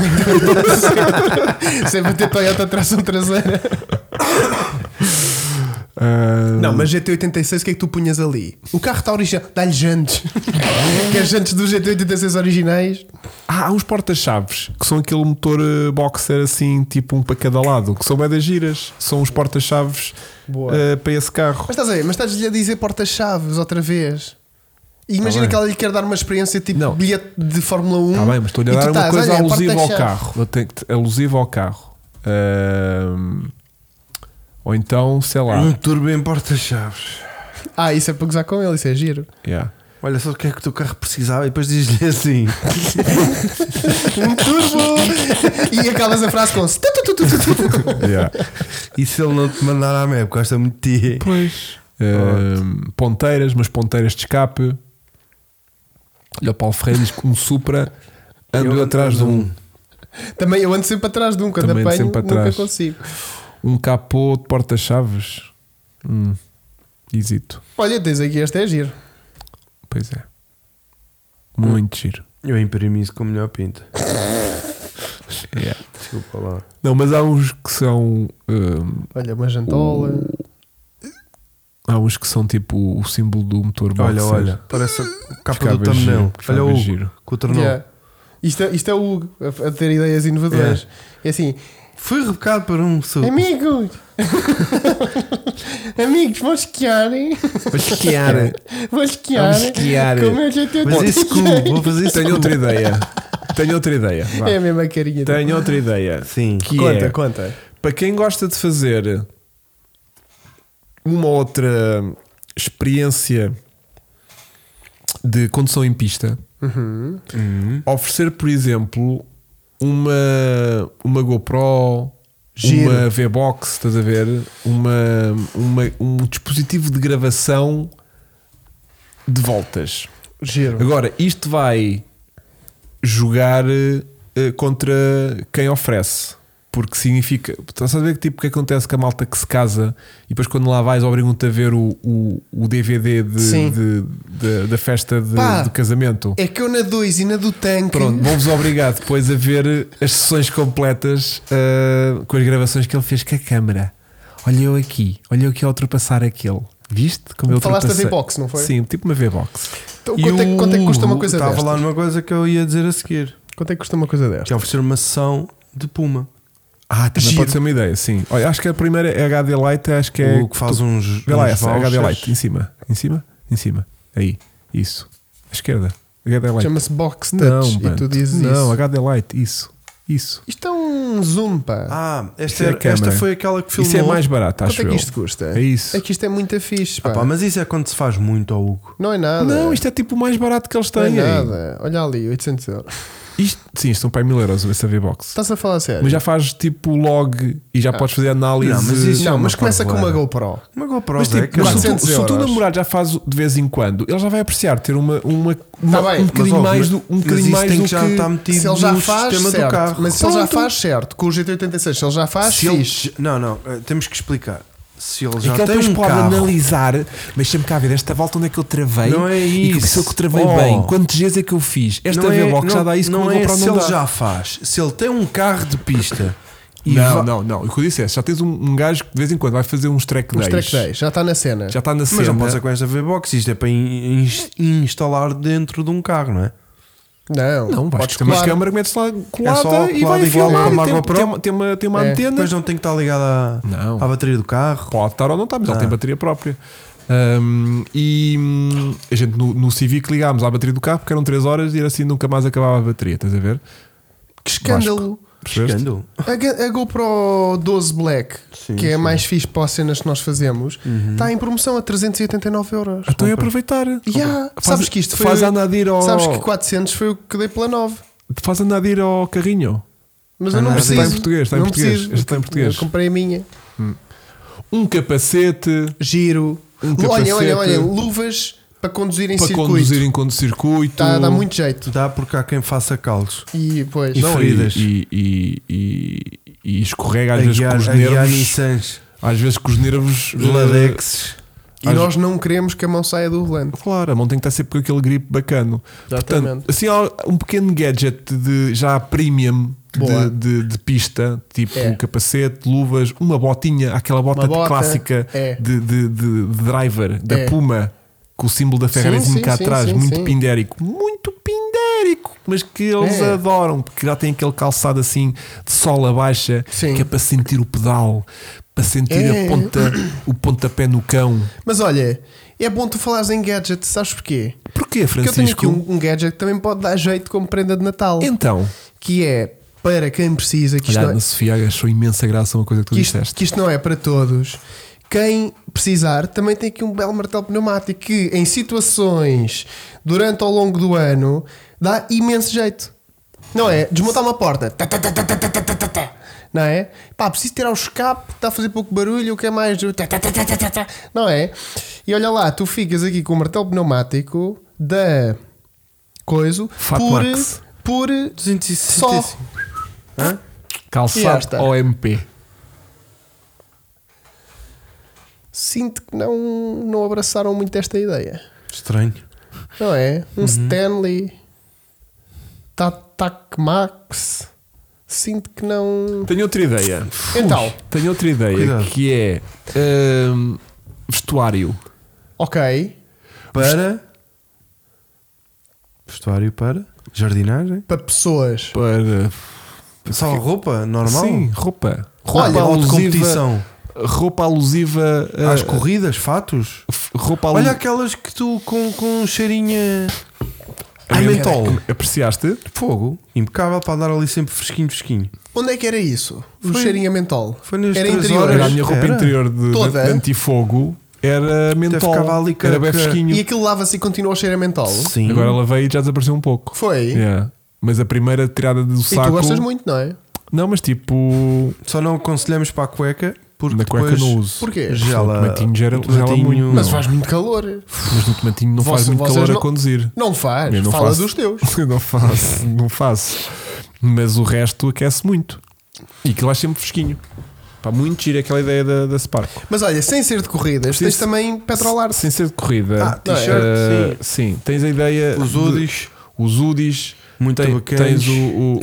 Sempre ter Toyota um tração traseira.
Ah,
Não, mas GT86, o que é que tu punhas ali? O carro está original, dá-lhe jantes. Quer jantes dos GT86 originais?
Ah, há uns porta-chaves que são aquele motor eh, boxer assim, tipo um para cada lado, que são bué das giras. São os porta-chaves
Boa.
eh, para esse carro.
Mas estás a ver, mas estás-lhe a dizer porta-chaves outra vez. E Tá imagina
bem.
que ela lhe quer dar uma experiência tipo
Não.
bilhete de Fórmula 1.
Está Tá bem, mas estou-lhe
e
a
tu
dar uma
estás,
coisa
olha, é
alusiva ao
porta-chaves.
carro. Eu tenho que- Alusiva ao carro. Ahm, ou então, sei lá.
Hum.
Um turbo em porta-chaves.
Ah, isso é para gozar com ele, isso é giro.
Yeah.
Olha só o que é que o teu carro precisava e depois diz-lhe assim.
Um turbo! e acabas a frase com. tu, tu, tu, tu, tu, tu.
Yeah.
E se ele não te mandar à MEB, gosta muito de ti.
Pois. Ahm, ponteiras, mas ponteiras de escape. Olha, o Paulo Ferreira diz que um Supra andou
Eu
atrás de
ando
um,
Também eu ando sempre atrás de um, quando
Também ando
apanho,
sempre
nunca
atrás.
consigo.
um capô de porta-chaves. Hum. Esito.
Olha, tens aqui este é giro.
Pois é. Muito giro.
Eu imprimi isso com o melhor pinta.
Yeah.
Desculpa lá.
Não, mas há uns que são. hum,
Olha, uma jantola.
Uh, há uns que são tipo o símbolo do motor
Olha,
boxer.
olha. Parece a capa
Ficava
do thumbnail.
giro, ficava
Olha o Hugo,
giro.
com o tornou.
Yeah. Isto, é, isto é o Hugo, a, a ter ideias inovadoras. É assim,
Fui rebocado por um sub.
amigos! amigos, vão esquiar, hein?
Mas esquiar.
Vão esquiar.
Vamos esquiar.
Como eu já tenho
Mas isso cu, vou fazer isso
Tenho
cu.
outra ideia. Tenho outra ideia. vá.
É a mesma carinha.
Tenho outra ideia.
Sim.
Que
Conta,
é,
conta.
Para quem gosta de fazer uma outra experiência de condução em pista, oferecer, por exemplo, uma, uma GoPro,
Giro.
uma V-Box, estás a ver? Uma, uma- um dispositivo de gravação de voltas.
Giro.
Agora, isto vai jogar eh, contra quem oferece. Porque significa. Estás a ver que tipo o que acontece com a malta que se casa e depois quando lá vais obrigam-te a ver o, o, o DVD de-
Sim.
de- de- da festa de,
Pá.
de casamento.
É que eu na 2 e na do tanque.
Pronto, vão-vos obrigar depois a ver as sessões completas eh, com as gravações que ele fez com a câmara. Olha eu aqui, olha eu aqui a ultrapassar aquele. Viste? Como eu
Falaste da
ultrapassei?
V-Box, não foi?
Sim, tipo uma V-Box.
Então, quanto, é, quanto é que custa uma coisa
Estava
destas?
lá numa coisa que eu ia dizer a seguir.
Quanto é que custa uma coisa desta?
Que é oferecer uma sessão de Puma.
Ah, também
Giro.
pode ser uma ideia, sim. Olha, acho que a primeira é HD Lite, acho que é.
O que faz um uns.
Vê lá
uns
essa,
vouchers.
HD Lite, em cima, em cima, em cima. Aí, Isso. A esquerda. HD Light.
Chama-se Box
Não,
Touch e
mano.
tu dizes
não,
isso.
HD Light. Isso. Isso.
Isto é um zoom, pá.
Ah,
Isso
esta,
é
era-
câmara.
esta foi aquela que filmou.
Isso é mais barato, acho
Quanto é que
eu.
isto custa?
É isso.
É que isto é muito fixe, pá.
Ah, pá, mas isso é quando se faz muito ao Hugo.
Não é nada.
Não, isto é tipo o mais barato que eles
não é
têm.
nada. Olha ali, 800 euros.
Isto, sim, isto são para aí mil euros essa V-Box.
Estás a falar a sério?
Mas já faz tipo log e já podes fazer análise.
Não, mas isso-
não,
é uma
mas começa com uma
parvoada.
GoPro.
Uma GoPro,
Mas,
Zé,
tipo,
caralho.
mas se, tu, se
400
o teu
euros.
namorado já faz de vez em quando, ele já vai apreciar ter uma, uma, uma-
bem,
um
mas,
bocadinho
ó,
mais do, um
mas
bocadinho
isso
mais
tem
do
que já estar metido
Se ele já tá-
no
faz,
sistema
certo.
do carro.
Mas se ele já
Pronto.
faz, certo. Com o GT86, se ele já faz,
se
fixe.
ele, não, não, eh, temos que explicar. Se ele
E
já
É que ele
tem
depois
um
pode
carro,
analisar, mas sempre cá a ver esta volta onde é que eu travei
Não é
e que se eu
isso.
travei
Oh.
bem, quantos dias é que eu fiz? Esta
não é-
V-Box já
não-
dá isso
não
com o
é
GoPro
se
não
ele
dá.
já faz. Se ele tem um carro de pista e
não,
va-
não, não. E o que eu disse é, já tens um, um gajo que de vez em quando vai fazer uns track
Os
days.
track days, já está na cena.
Já está na cena.
Mas não pode ser com esta V-Box, isto é para in- in- instalar dentro de um carro, não é?
Não,
Não, vais
podes
ter uma
colar.
câmara que metes lá
É só
colada e
colada
vai
igual
filmar.
como a
e tem-
GoPro.
Tem, uma- tem uma, tem uma
É.
antena.
Depois não tem que estar ligado à,
Não.
à bateria do carro.
Pode estar ou não está, mas ele
Ah.
tem bateria própria. Ahm, e hum, a gente no, no Civic ligámos à bateria do carro porque eram 3 horas e era assim nunca mais acabava a bateria, estás a ver?
Que escândalo.
Percebeste?
Chegando.
A, Ga- a GoPro 12 Black,
Sim,
que é a
sim.
mais fixe para as cenas que nós fazemos, está em promoção a 389 euros.
Então é aproveitar.
Yeah,
Faz-
sabes que isto foi.
Faz a nadir ao.
Sabes que 400 foi o que dei pela 9.
Faz a nadir ao carrinho.
Mas eu não
Ah, está em
preciso.
português, está em
não
português,
preciso.
está em português.
Eu comprei a minha.
Um capacete
Giro.
Um capacete.
olha, olha, olha. Luvas para conduzir em
para
circuito.
conduzir em condocircuito.
Tá, dá muito jeito.
Dá porque há quem faça calos.
E pois.
E
Não,
feridas.
E, e, e, e- e escorrega
A
às vezes com
guiar,
os
a guiar
nervos.
Nissans,
Às vezes com os nervos. eh,
Ladexes.
E
às-
nós não queremos que a mão saia do volante.
Claro, a mão tem que estar sempre com aquele grip bacano.
Exatamente.
Portanto, assim, há um pequeno gadget de já premium de,
Boa.
de- de pista, tipo
É.
um capacete, luvas, uma botinha, aquela bota,
Uma
de
bota,
clássica
é.
de, de- de- de driver, da
É.
Puma, com o símbolo da Ferrarizinho
sim,
cá
sim,
atrás,
sim,
muito
sim.
pindérico, muito pindérico, mas que eles
É.
adoram, porque já tem aquele calçado assim de sola baixa,
Sim.
que é para sentir o pedal. Para sentir
É.
a ponta, o pontapé no cão.
Mas olha, é bom tu falares em gadgets, sabes porquê?
Porquê,
Porque eu tenho
Francisco?
aqui um, um gadget que também pode dar jeito como prenda de Natal.
Então,
Que é para quem precisa, que isto,
Olha,
não,
Ana
é,
Sofia achou imensa graça uma coisa que tu
que isto-
disseste.
que isto não é para todos. Quem precisar também tem aqui um belo martelo pneumático que, em situações durante ao longo do ano, dá imenso jeito. Não é? Desmontar uma porta. Tá, tá, tá, tá, tá, tá, tá, tá, tá, tá. Não é? Pá, preciso tirar o escape, está a fazer pouco barulho, o que é mais? Tá, tá, tá, tá, tá, tá, tá. Não é? E olha lá, tu ficas aqui com o martelo pneumático da coisa por,
Fatmax.
por só
265.
E
Calçado
esta?
OMP.
sinto que não, não abraçaram muito esta ideia.
Estranho.
Não é?
Uhum.
Um Stanley Tatak Max. Sinto que não.
Tenho outra ideia.
Então.
Tenho outra ideia
Cuidado.
que é hum, vestuário.
Ok.
Para. Vestuário para. Jardinagem.
Para pessoas.
Para.
Só roupa normal.
Sim, roupa.
é
Roupa
Roupa ou de competição.
Roupa alusiva. a-
Às corridas, fatos.
f- Roupa
Olha
alusiva.
aquelas que tu com, com cheirinha. a mentol.
Apreciaste?
Fogo. Impecável para andar ali sempre fresquinho, fresquinho.
Onde é que era isso? O
Foi-
cheirinho a mentol.
foi nas
era
três
interior.
horas.
Era a minha roupa
Era?
interior de,
Toda?
de antifogo. Era mentol.
ficava ali
Era bem
que-
fresquinho.
E aquilo lava-se e continua a cheirar a mentol.
Sim.
Agora ela veio e já desapareceu um pouco.
Foi.
Yeah. Mas a primeira tirada do
E
saco.
tu gostas muito, não é?
Não, mas tipo.
Só não aconselhamos para a cueca porque
na cueca
depois
não uso.
Porquê?
gela.
O tomatinho gera- gela muito.
É, Mas
Não.
faz muito calor.
Mas no tomatinho não
Vocês-
faz muito
vocês
calor
não-
a conduzir.
Não faz.
Eu não
Fala
faço.
dos teus.
Eu não faço, não faço. Mas o resto aquece muito. E aquilo é sempre fresquinho. Pá, muito giro aquela ideia da, da Sparco.
Mas olha, sem ser de corridas,
Sim,
tens
sim.
também petrolar
Sem ser de corrida.
Ah,
Não é?
t-shirt,
Eh,
sim.
sim. Tens a ideia.
Os
de-
UDIs.
Os UDIs.
Muito
Tem-
bacanas.
tens o. o, o,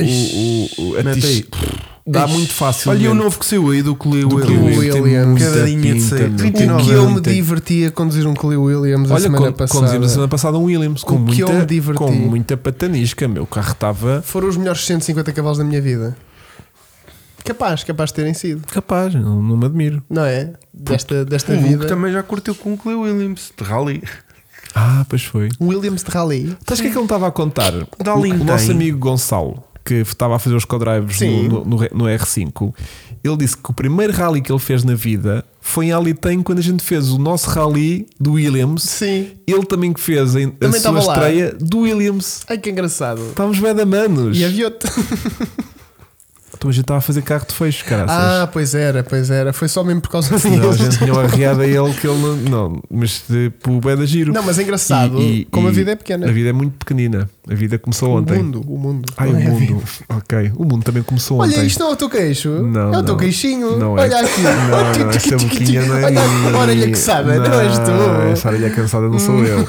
o- o- a
Mete
tis-
aí.
Dá
Ixi.
muito fácil.
Olha e o novo que saiu aí do Cleo
do
Cleo
Williams.
Cleveland. Tem
Williams.
muita
Cadeirinha de
pinta,
sair.
meu.
39
O que eu me
Tem-
diverti a conduzir um Clio Williams
é
a
Olha,
semana
quando,
passada.
conduzimos a semana passada um Williams com,
O que eu me
muita,
diverti.
com muita patanisca. Meu o carro estava
Foram os melhores 150 cavalos da minha vida. Capaz, capaz de terem sido,
capaz, não, não me admiro.
não é? Desta, desta
O Hugo
vida.
também já curtiu com o Cleo Williams de rally.
Ah, pois foi.
Um Williams de Rally.
Sabes o que é que ele me estava a contar?
Dá
O-
link,
o nosso
tem.
amigo Gonçalo, que estava a fazer os co-drives
Sim.
no, no- no R5, ele disse que o primeiro rally que ele fez na vida foi em Alitém, quando a gente fez o nosso rally do Williams.
Sim.
Ele também que fez a, a
Também
sua
estava lá.
estreia do Williams.
Ai que engraçado.
Estávamos bem da manos.
E havia outro.
Então a gente estava a fazer carro de fecho, caraças.
Ah, pois era, pois era. Foi só mesmo por causa
Não, a
disso.
gente tinha uma arreada a ele que ele não. não mas tipo, bem da giro.
Não, mas é engraçado, como a vida é pequena.
A vida é muito pequenina. A vida começou
O
ontem.
mundo, o mundo.
Ai,
Não
o
é a vida.
mundo. Ok. O mundo também começou
Olha,
ontem.
isto não é o teu queixo.
Não,
é o teu
não.
queixinho.
Não é.
olha aqui.
Não, não, essa boquinha não é
olha,
minha.
olha, olha que sabe, não, és
Essa
tu.
orelha é cansada não sou eu.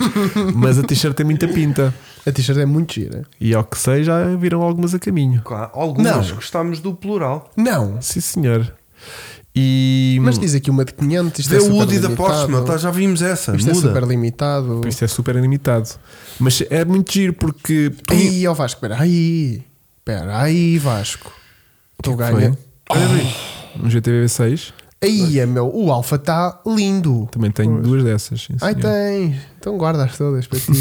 Mas a t-shirt tem muita pinta.
A t-shirt é muito gira.
E ao que sei, já viram algumas a caminho.
Claro, algumas
Não.
gostámos do plural.
Não.
Sim, senhor. E.
Mas diz aqui uma de 500. Isto
Vê
é
o
super
Woody da
limitado.
próxima, tá, já vimos essa.
Isto é
Muda.
super limitado.
Por isso é super limitado. Mas é muito giro porque. tu-
Aí, ó Vasco, espera aí. Espera aí, Vasco. Tu ganha.
é Foi. Olha bem. Um GTV 6.
Aí, meu, o Alfa está lindo.
Também tenho duas dessas. sim,
Ai,
senhor.
tem. Então guarda as todas para ti.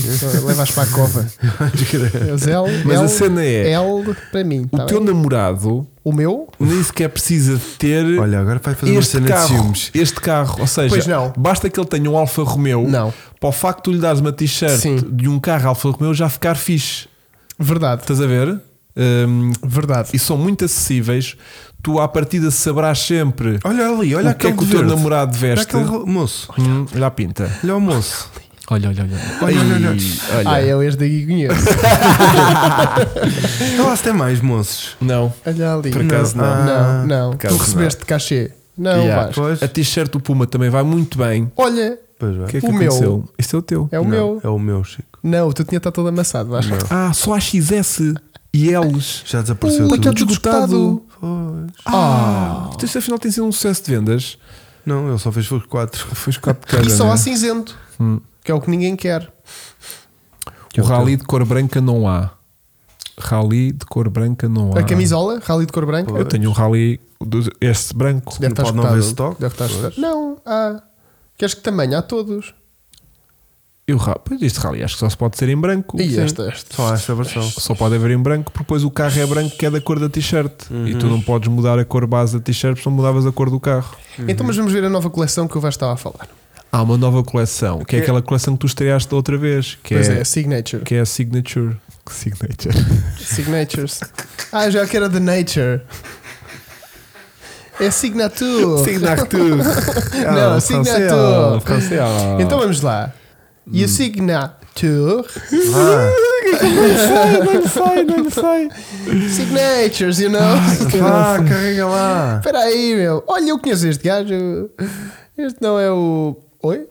Levas para a cova.
É
Mas
Mas a cena é-
L para mim.
O
tá
teu
bem?
namorado
O meu?
nem sequer precisa de ter.
Olha, agora vai fazer uma
este
cena de
carro,
ciúmes.
este carro, ou seja,
Pois não.
basta que ele tenha um Alfa Romeo
Não.
para o facto de tu lhe dares uma t-shirt
Sim.
de um carro Alfa Romeo já ficar fixe.
Verdade.
Estás a ver? Hum,
Verdade.
e são muito acessíveis. Tu à partida saberás sempre
Olha ali, olha
o que é
aquele
que o teu
verde.
namorado
Olha
veste.
aquele ro- moço.
Hum, olha a pinta.
Olha o moço.
Olha, olha, olha.
Olha, olha, olha.
olha.
Ah, eu este daqui conheço.
Olha Então lá se tem mais moços.
Não.
Olha ali.
Por acaso não.
Ah,
Não, não.
acaso
Tu recebeste cachê. Não,
Yeah.
Vasco.
Pois.
A t-shirt do Puma também vai muito bem.
Olha,
Pois vai.
O que é que
O meu.
aconteceu? Este é o teu.
é o
Não,
meu.
É o meu, Chico.
Não, o teu tinha estado todo amassado, Vasco.
Ah, só a XS e L's.
Já desapareceu
Ui,
tudo.
aquele esgotado.
Pois.
Ah, ah. Isto afinal tem sido um sucesso de vendas.
Não, ele só fez os quatro. assim.
Foi escape de
E
casa,
só
né?
há cinzento. Que é o que ninguém quer.
O rally de cor branca não há. Rally de cor branca não há.
A camisola, rally de cor branca.
Eu tenho um rally do- este branco.
Deve estar
Pode não
escutado.
haver stock,
Deve estar
pois.
escutado. Não, há. Queres que também há todos.
E o ra- pois este rally acho que só se pode ser em branco.
E
Sim.
esta, esta.
Só há esta versão.
Só pode haver em branco porque depois o carro é branco que é da cor da t-shirt. E tu não podes mudar a cor base da t-shirt porque não mudavas a cor do carro.
Então, mas vamos ver a nova coleção que o Vasco estava a falar.
Há uma nova coleção, que é
Que-
aquela coleção que tu estreaste da outra vez, que
pois
é,
é, Signature.
que é a Signature. Signature.
Signatures. Ah, já que era The Nature. É Signature.
Signature.
Não, Signature.
Ah, Francês.
Então vamos lá. E a Signature.
Ah,
não sei, não sei.
Signatures, you know?
vá, carrega lá.
Espera aí, meu. Olha, eu conheço este gajo. Este não é o. Oi?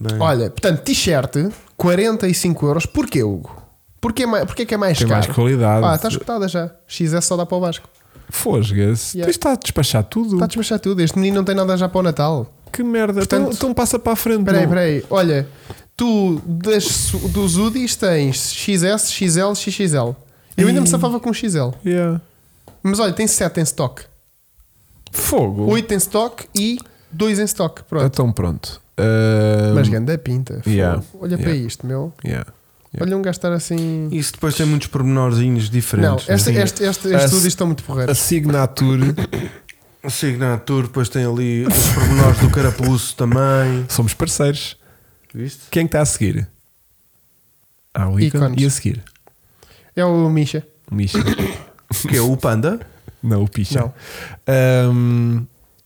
É.
Bem,
Olha, portanto, t-shirt, 45 euros. Porquê, Hugo? Porquê, mai- porquê que é mais
Tem
caro?
mais qualidade.
Ah, está escutada já. XS só dá para o Vasco.
Fosga-se. Tu
Yeah.
está a despachar tudo.
Está a desmanchar tudo. Este menino não tem nada já para o Natal.
Que merda.
Portanto-
então, então passa para a frente.
Espera aí,
não.
espera aí. Olha, tu das, su- dos UDIs tens XS, XL, XXL. Eu ainda me safava com XL.
Yeah.
Mas olha, tem 7 em stock.
Fogo.
8 em stock e 2 em stock. Pronto.
Então pronto. Ah,
Mas grande a pinta. fogo.
Yeah.
Olha para
Yeah.
isto, meu.
yeah. Yeah.
Olha um gastar assim.
Isso depois tem muitos pormenorzinhos
Não, é-
diferentes.
este,
né?
este, este,
assim. As-
estes UDIs estão muito
A
porreiros.
Signature.
A Signature, depois tem ali os pormenores do carapuço também.
Somos parceiros.
Viste?
Quem é está a seguir? Ah, o ícone.
Ícones.
E a seguir?
É o Misha.
O Misha.
Que é o Panda.
não, o Picha.
Não.
Ahm,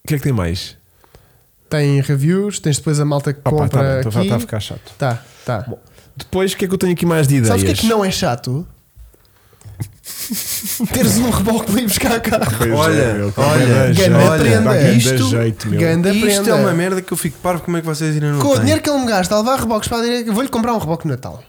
O que é que tem mais?
Tem reviews, tens depois a malta que
Ah, pá, tá
compra
então
bem,
aqui.
está a ficar chato.
Tá, tá.
Depois, o que é que eu tenho aqui mais de ideias?
Sabes o que é que não é chato? Teres um reboque para ir buscar carro.
Pois é,
Olha,
meu, que
olha,
ganda
ganda
jeito,
prenda.
pá, ganda
Isto-
jeito, meu.
ganda- Ainda
E isto
prenda.
é uma merda que eu fico parvo. Como é que vocês ainda não
Com o
têm?
dinheiro que ele me gasta, a levar reboques para a direita, vou-lhe comprar um reboque no Natal.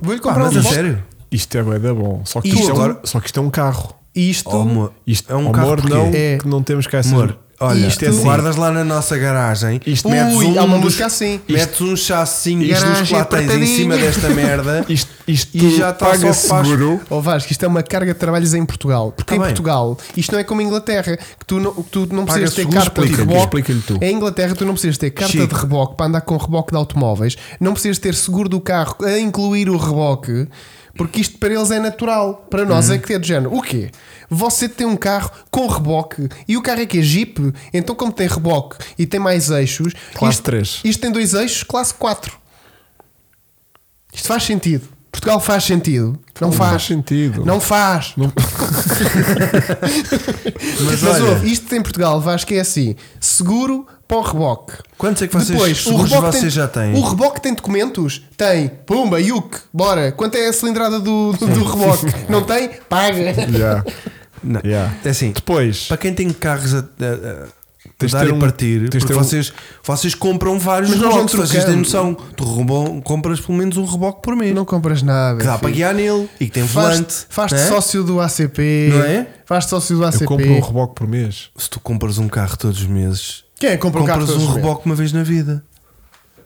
Vou-lhe
Pá,
comprar um
mas a
reboque.
sério?
Isto é bué bom. Só que
E
isto, é um,
agora-
só que isto é um carro.
Isto
Oh, amor,
Isto
é um
amor,
carro
não,
porquê?
É.
que não temos cá essas-
Amor, Olha,
Isto
isto
é assim.
guardas lá na nossa garagem.
Isto é
Ui,
metes
um
há uma
dos-
música assim.
Isto-
Metes um chassinho
Isto-
isto,
é
dos
Garagem
platens em cima
apertadinha.
desta merda
Isto, isto
e já está
paga
só faz...
seguro.
Ó Vasco, isto é uma carga de trabalhos em Portugal. Porque
Tá
em
bem.
Portugal, isto não é como em Inglaterra, que tu não, que tu não
Paga
precisas ter
seguro,
carta de
explica-lhe,
reboque.
explica-lhe tu.
Em Inglaterra, tu não precisas ter carta
Chico.
de reboque para andar com reboque de automóveis, não precisas ter seguro do carro a incluir o reboque, porque isto para eles é natural. Para nós é que é do género. O quê? Você tem um carro com reboque e o carro é que é Jeep, então como tem reboque e tem mais eixos,
Classe
isto,
três.
isto tem dois eixos, classe 4. Isto faz sentido. Portugal faz sentido. Não, faz.
faz sentido.
Não faz.
é
Mas,
assim.
Mas olha,
ouve, isto em Portugal, Vasco, é assim: seguro para o reboque.
Quantos é que vocês- seguros vocês
tem,
já têm?
O reboque tem documentos? Tem. Pumba, yuk, bora. Quanto é a cilindrada do, do, do reboque? Não tem? Paga.
Yeah.
Não.
Yeah.
É assim,
Depois,
para quem tem carros a, a- a
Tens de
dar
ter
e
um-
partir,
tens de
porque
ter um-
vocês, vocês compram vários
Mas nós
reboques,
vamos
vocês têm
trocando.
noção. Tu roubam- compras pelo menos um reboque por mês
Não compras nada.
que dá para
filho.
guiar nele e que tem
Faz-te
volante.
faz
não é?
sócio do ACP.
Não é?
Faz-te sócio do ACP.
eu compro um reboque por mês.
Se tu compras um carro todos os meses,
Quem é que compra um carro
compras
todos
um
os meses?
reboque uma vez na vida.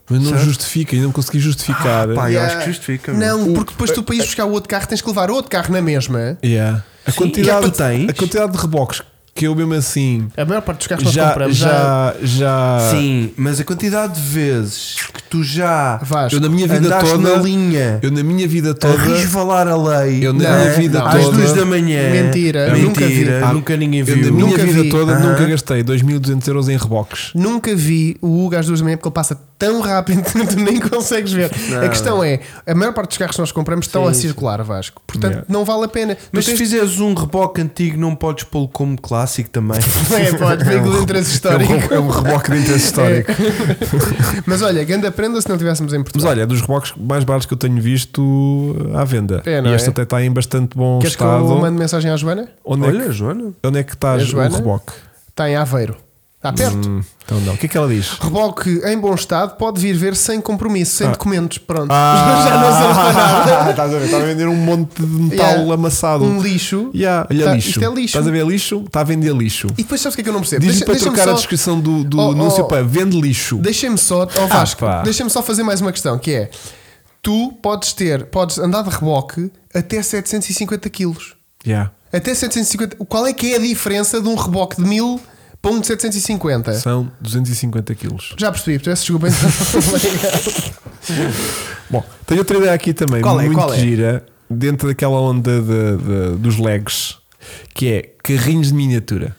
Mas não
Certo?
justifica, ainda não consegui justificar.
Ah, pá, eu
Yeah.
acho que justifica. meu.
Não, porque depois tu para ires buscar o outro carro tens que levar outro carro na mesma.
Yeah. A,
E
quantidade,
é para- tens?
a quantidade de reboques que eu mesmo assim
A maior parte dos carros que nós
já,
compramos já.
já, já.
Sim, mas a quantidade de vezes que tu já
Vasco,
Eu na minha vida
andaste na
toda.
É.
linha
Eu na minha vida
a
toda.
resvalar a lei
Eu na
não
minha
é?
vida
às
toda-
duas da manhã.
Mentira, eu nunca vi.
mentira,
Ah,
nunca ninguém
Eu
viu.
na minha
Nunca
vida
vi.
toda
Aham.
nunca gastei 2.200 euros em reboques.
Nunca vi o Hugo às duas da manhã porque ele passa tão rápido que tu nem consegues ver. a questão é: a maior parte dos carros que nós compramos estão a circular, Vasco. Portanto,
Yeah.
não vale a pena.
Mas
Mas
se fizeres um reboque antigo, não podes pô-lo como clássico também.
é, pode, veículo de interesse
É um,
histórico. É.
re- é um reboque de interesse histórico.
Mas olha, ganda prenda se não tivéssemos em
Mas
Portugal.
olha, é dos reboques mais baratos que eu tenho visto à venda.
É, não
e
é?
este até está em bastante bom
Queres que
um estado.
eu mande mensagem à Joana?
Onde, é
Olha,
que,
Joana.
onde é que
É,
estás o
Joana?
reboque?
Está em Aveiro. Está perto.
Hum, então não. O que é que ela diz?
Reboque em bom estado pode vir ver sem compromisso, sem documentos. Pronto. Já não serve para nada.
Ah, estás a ver? Está a vender um monte de metal
Yeah.
amassado.
Um lixo.
Yeah, olha,
Tá,
lixo.
isto é lixo.
Estás a ver lixo? Está a vender lixo.
E depois sabes o que é que eu não percebo?
Diz-lhe
Deixa-
para
deixa-me
trocar a
só-
descrição do, do
Oh, oh,
anúncio
oh.
para vende lixo.
Deixa-me só, ó Vasco,
Ah, pá.
deixa-me só fazer mais uma questão, que é tu podes ter, podes andar de reboque até 750 quilos.
Yeah.
Até 750. Qual é que é a diferença de um reboque de 1000 para um de 750?
São 250 quilos.
Já percebi, peço desculpa. então.
Bom, tenho outra ideia aqui também,
Qual é?
muito
Qual é?
gira, dentro daquela onda de- de- dos legs, que é carrinhos de miniatura.